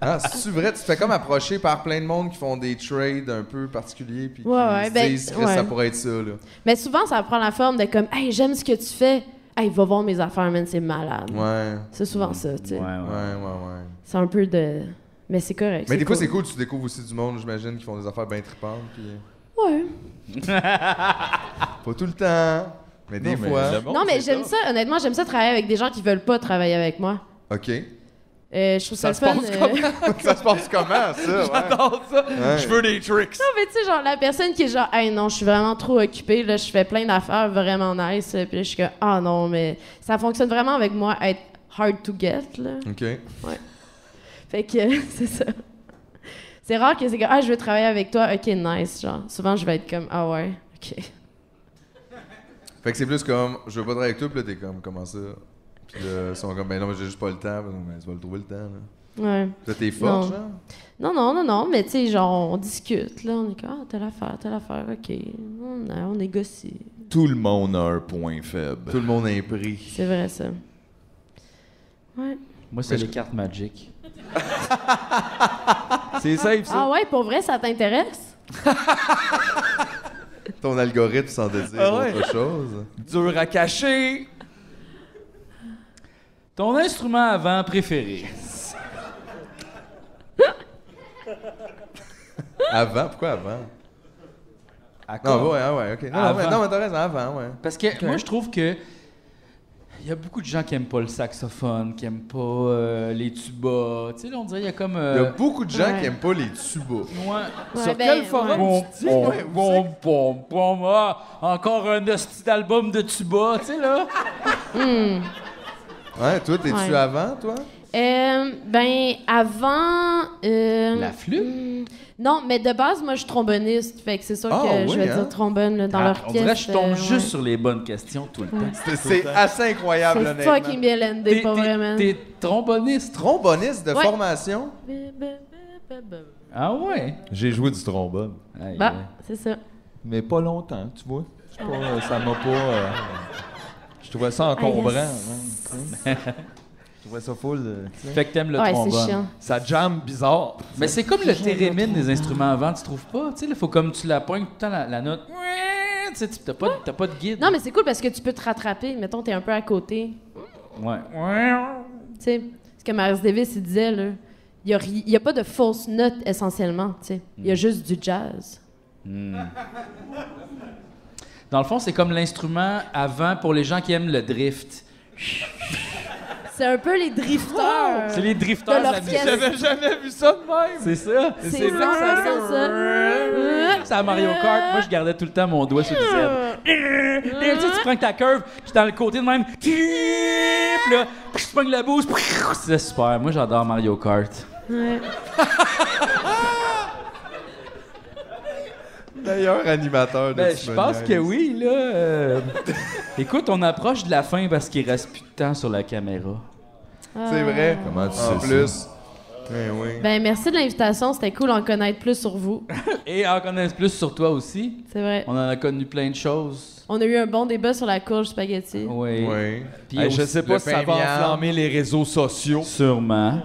S3: Ah, c'est vrai, tu te fais comme approcher par plein de monde qui font des trades un peu particuliers, puis qui
S9: Ouais, ouais,
S3: se
S9: ben,
S3: disent que ça
S9: ouais.
S3: pourrait être ça, là.
S9: Mais souvent, ça prend la forme de comme Hey, j'aime ce que tu fais. Hey, va voir mes affaires, man, c'est malade.
S3: Ouais.
S9: C'est souvent ça, tu sais.
S3: Mm. Ouais, ouais, ouais.
S9: C'est un peu de. Mais c'est correct.
S3: Mais des fois, c'est cool, tu découvres aussi du monde, j'imagine, qui font des affaires bien tripantes. Puis... euh,
S9: Ouais.
S3: Pas tout le temps, mais des
S5: Non, mais
S3: fois.
S5: le monde-
S9: non, mais j'aime ça, honnêtement, j'aime ça travailler avec des gens qui veulent pas travailler avec moi.
S3: OK.
S9: Euh, je trouve ça,
S3: se
S9: le fun.
S3: passe
S9: euh,
S3: comment? ça se passe comment, ça? Ouais.
S5: J'adore ça.
S3: Ouais.
S5: Je veux des tricks.
S9: Non, mais tu sais, genre, la personne qui est genre, hey non, je suis vraiment trop occupée, là, je fais plein d'affaires vraiment nice, puis là, je suis comme, ah non, mais ça fonctionne vraiment avec moi, être hard to get, là.
S3: OK.
S9: Fait que, c'est ça. C'est rare que c'est comme, ah, je veux travailler avec toi, ok, nice, genre. Souvent, je vais être comme, ah ouais, ok.
S3: Fait que c'est plus comme, je veux pas travailler avec toi, puis là, t'es comme, comment ça? Puis là, ils sont comme, ben non, mais j'ai juste pas le temps, mais tu vas le trouver le temps, là.
S9: Ouais.
S3: Puis là, t'es fort,
S9: Non.
S3: genre.
S9: Non, non, non, non, mais tu sais, genre, on discute, là, on est comme, ah, telle affaire, telle affaire, ok. On, euh, on négocie.
S4: Tout le monde a un point faible.
S3: Tout le monde est pris.
S9: C'est vrai, ça. Ouais.
S1: Moi, c'est les cartes Magic.
S5: C'est safe, ça.
S9: Ah ouais, pour vrai, ça t'intéresse?
S3: Ton algorithme s'en désire
S5: Ah ouais.
S3: autre chose.
S5: Dur à cacher.
S1: Ton instrument à vent préféré.
S3: Avant? Pourquoi avant?
S1: À quoi?
S3: Non, ouais, ah ouais, OK. Non, non,
S1: Avant.
S3: ouais, non, mais t'as raison, avant, ouais.
S1: Parce que moi, je trouve que il y a beaucoup de gens qui aiment pas le saxophone, qui aiment pas euh, les tubas. Tu sais, là, on dirait il y a comme.
S3: Il y a
S1: euh,
S3: beaucoup de gens
S9: ouais.
S3: qui aiment pas les tubas.
S1: ouais.
S9: Ouais,
S1: Sur
S9: ben,
S1: quel forum
S9: ouais.
S1: tu dis, ouais, bon, bon, bon, ah, encore un hostie d'album de tuba, tu sais là.
S3: Ouais, toi, t'es-tu
S9: Ouais.
S3: avant, toi?
S9: Euh, ben, avant. euh,
S1: La flûte?
S9: hmm, Non, mais de base, moi, je suis tromboniste. Fait que c'est sûr
S3: Ah,
S9: que
S3: oui,
S9: je vais
S3: hein?
S9: dire trombone là, dans
S1: Ah,
S9: l'orchestre.
S1: on dirait que je tombe
S9: euh,
S1: juste
S9: ouais.
S1: sur les bonnes questions tout le temps.
S3: C'est- C'est assez incroyable,
S9: C'est
S3: honnêtement.
S9: fucking bien landé,
S1: T'es-
S9: pas
S1: t'es-
S9: vraiment.
S1: T'es tromboniste. trom-
S3: Tromboniste de
S9: Ouais.
S3: formation?
S1: Ah ouais.
S4: J'ai joué du trombone.
S1: Aïe,
S9: Bah,
S1: aïe.
S9: c'est ça.
S4: Mais pas longtemps, tu vois. C'est pas, euh, ça m'a pas. euh, je trouvais ça encombrant.
S5: hein,
S9: Ah,
S4: ouais, tu sais. je trouvais ça full. euh, tu sais.
S1: Fait que t'aimes le
S9: ouais,
S1: trombone.
S9: c'est chiant.
S5: Ça jam bizarre.
S1: Mais c'est comme le thérémine des instruments avant, tu trouves pas? Tu sais, il faut comme tu la pointes tout le temps, la, la note. Tu sais, tu- t'as pas, de- t'as pas de guide.
S9: Non, mais c'est cool parce que tu peux te rattraper. Mettons, t'es un peu à côté.
S1: Ouais.
S9: Tu sais, ce que Miles Davis il disait, là. Il n'y a, pas de fausses notes essentiellement, tu sais.
S3: Mm.
S9: Il y a juste du jazz.
S1: Dans le fond, c'est comme l'instrument avant pour les gens qui aiment le drift.
S9: C'est un peu les drifters.
S1: C'est les drifters
S9: De l'orchestre.
S1: amis.
S5: J'avais jamais vu ça de même.
S1: C'est ça.
S9: C'est ça, ça, ça, ça.
S1: C'est à Mario Kart. Moi, je gardais tout le temps mon doigt sur le zèbre. Tu sais, tu prends ta curve, puis dans le côté de même. Puis là. Puis je pogne la bouche. C'est super. Moi, j'adore Mario Kart.
S9: Ouais.
S3: Meilleur animateur de
S1: Ben, je pense que oui, là. euh. Écoute, on approche de la fin parce qu'il reste plus de temps sur la caméra.
S3: C'est vrai.
S4: Comment tu sais
S3: En
S4: ça?
S3: plus. Ben oui.
S9: Ben, merci de l'invitation. C'était cool d'en connaître plus sur vous.
S1: Et en connaître plus sur toi aussi.
S9: C'est vrai.
S1: On en a connu plein de choses.
S9: On a eu un bon débat sur la courge spaghetti.
S1: Oui.
S3: Oui.
S1: Puis
S5: Hey,
S1: aussi-
S5: je sais pas
S3: le
S5: si ça va
S3: pain miam.
S5: enflammer les réseaux sociaux.
S1: Sûrement.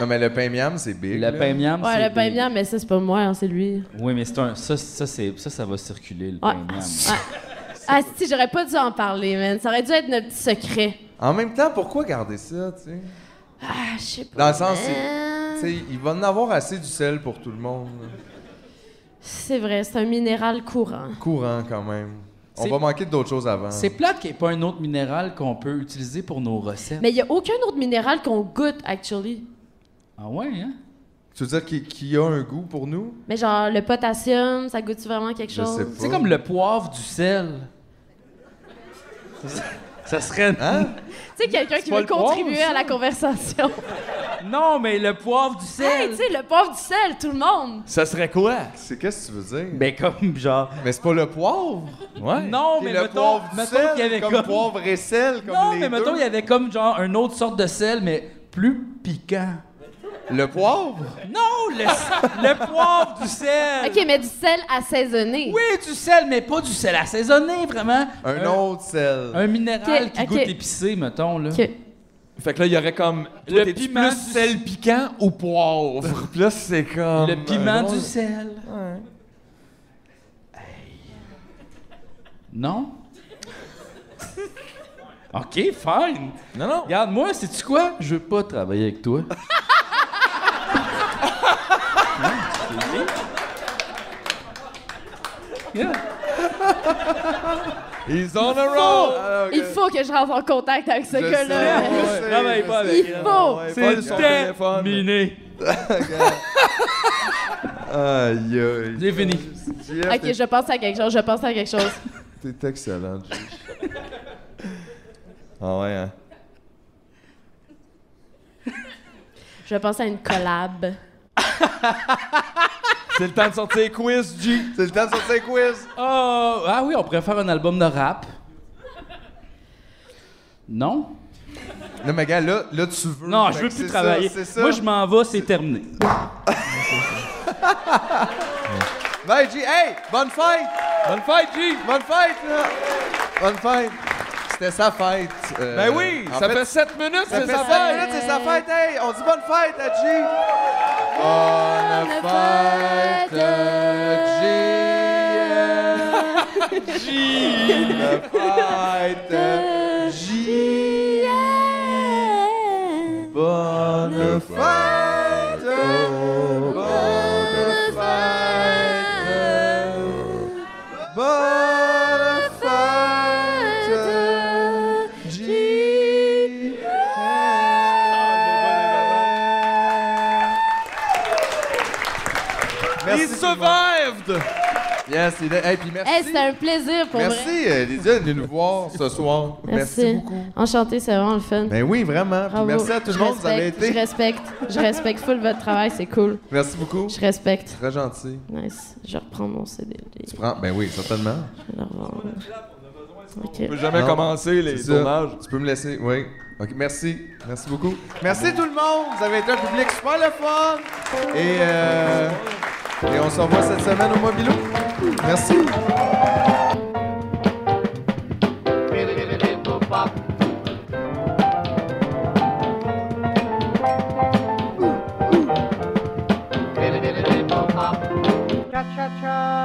S3: Non, mais le pain miam, c'est big.
S1: Le
S3: là.
S1: pain miam,
S9: Ouais,
S1: c'est
S9: le pain
S1: des-
S9: miam, mais ça, c'est pas moi, hein, c'est lui.
S1: Oui, mais c'est un. Ça, ça, c'est- ça, ça va circuler, le
S9: Ouais.
S1: pain miam.
S9: Ah, si, j'aurais pas dû en parler, man. Ça aurait dû être notre petit secret.
S3: En même temps, pourquoi garder ça, tu sais?
S9: Ah, je sais pas.
S3: Dans le sens, c'est- tu
S9: Euh,
S3: sais, il va en avoir assez du sel pour tout le monde. là.
S9: C'est vrai, c'est un minéral courant.
S3: Courant, quand même. On
S1: C'est-
S3: va manquer d'autres choses avant.
S1: C'est plate qu'il n'y ait pas un autre minéral qu'on peut utiliser pour nos recettes.
S9: Mais il y a aucun autre minéral qu'on goûte, actually.
S1: Ah ouais, hein?
S3: Tu veux dire qu'il qu'il a un goût pour nous?
S9: Mais genre, le potassium, ça goûte vraiment quelque
S3: Je
S9: chose?
S3: sais pas.
S1: C'est comme le poivre du sel. Ça serait.
S3: Hein?
S9: Tu sais, quelqu'un qui
S1: pas
S9: veut
S1: le poivre,
S9: contribuer
S1: ça?
S9: à la conversation.
S1: Non, mais le poivre du
S9: hey,
S1: sel.
S9: tu sais, le pauvre du sel, tout le monde!
S5: Ça serait quoi?
S3: C'est qu'est-ce que tu veux dire?
S1: ben comme genre.
S3: Mais c'est pas le poivre!
S5: Ouais.
S1: Non,
S3: C'est
S1: mais
S3: le
S1: mettons,
S3: poivre du
S1: mettons
S3: sel,
S1: qu'il y avait
S3: comme,
S1: comme.
S3: poivre et sel, comme
S1: non,
S3: les
S1: mais mettons,
S3: deux.
S1: il y avait comme genre une autre sorte de sel, mais plus piquant.
S3: Le poivre?
S1: Non, le, le poivre du sel.
S9: OK, mais du sel assaisonné.
S1: Oui, du sel, mais pas du sel assaisonné, vraiment.
S3: Un autre sel.
S1: Un minéral
S9: Ok,
S1: qui
S9: ok.
S1: goûte épicé, mettons, là.
S9: OK.
S5: Fait que là, il y aurait comme.
S1: Le
S5: Le plus
S1: piment du-
S5: sel piquant ou poivre? Puis là, c'est comme.
S1: Le piment
S5: euh,
S1: du sel. Hey. Non? OK, fine.
S5: Non, non.
S1: Regarde, moi, sais-tu quoi? Je veux pas travailler avec toi. Hein, c'est bien. Yeah.
S5: He's on a roll!
S3: Ah, ok.
S9: Il faut que je rentre en contact avec ce
S3: Je
S9: gars-là.
S3: sais, je sais,
S1: Travaille
S3: je
S1: pas
S3: sais.
S1: avec
S9: Il faut!
S3: Ouais, pas de
S1: C'est
S3: son téléphone.
S1: terminé.
S3: Aïe, aïe.
S1: C'est fini.
S3: Jeff,
S9: OK, je pense à quelque chose, je pense à quelque chose.
S3: t'es- t'es excellent, Jeff.
S5: Ah ouais, hein.
S9: Je pense à une collab.
S5: C'est le temps de sortir quiz, G.
S3: C'est le temps de sortir un quiz.
S1: Oh, ah oui, on pourrait faire un album de rap. Non?
S3: Non, mais gars, là, là, tu veux.
S1: Non, je
S3: Fait
S1: veux
S3: que
S1: plus
S3: c'est
S1: travailler.
S3: ça, C'est ça.
S1: Moi, je m'en vais, c'est terminé.
S3: Bye, G. Hey, bonne fête!
S5: Bonne fête, G!
S3: Bonne fête, là! Bonne fête! C'était sa fête. euh,
S5: Ben oui,
S3: en
S5: ça
S3: fait,
S5: fait 7 minutes,
S3: Ça
S5: c'est
S3: fait
S5: sa
S3: sa
S5: fête!
S3: fête, c'est sa fête, hey! On dit bonne fête à G! Bonne fête
S9: Euh,
S3: à G! G! Bonne fête à G! Bonne fête! Bonne fête! Bonne fête! G!
S5: Il
S3: Merci tout le monde.
S5: survived!
S3: Yes, il est- hey, puis merci.
S9: Hey, c'était un plaisir pour Eh, vrai.
S3: Merci, euh, Lydia, de nous voir ce soir. Merci, beaucoup.
S9: Enchanté, c'est vraiment le fun.
S3: Ben oui, vraiment. Puis
S9: Bravo.
S3: merci à tout le
S9: Je
S3: monde, vous avez
S9: respecte, Je
S3: été.
S9: respecte, je respecte full votre travail, c'est cool.
S3: Merci beaucoup.
S9: Je respecte.
S3: Très gentil.
S9: Nice. Je reprends mon CD.
S3: Tu prends. Ben oui, certainement.
S9: Je vais le revendre. Ok.
S5: On peut jamais
S3: Non.
S5: commencer
S3: C'est
S5: les
S3: ça.
S5: tournages.
S3: Tu peux me laisser, oui. OK, merci. Merci beaucoup. Merci tout le monde. Vous avez été un public super le fun. Et, euh, et on se revoit cette semaine au Mobilo. Merci.
S8: Cha cha cha.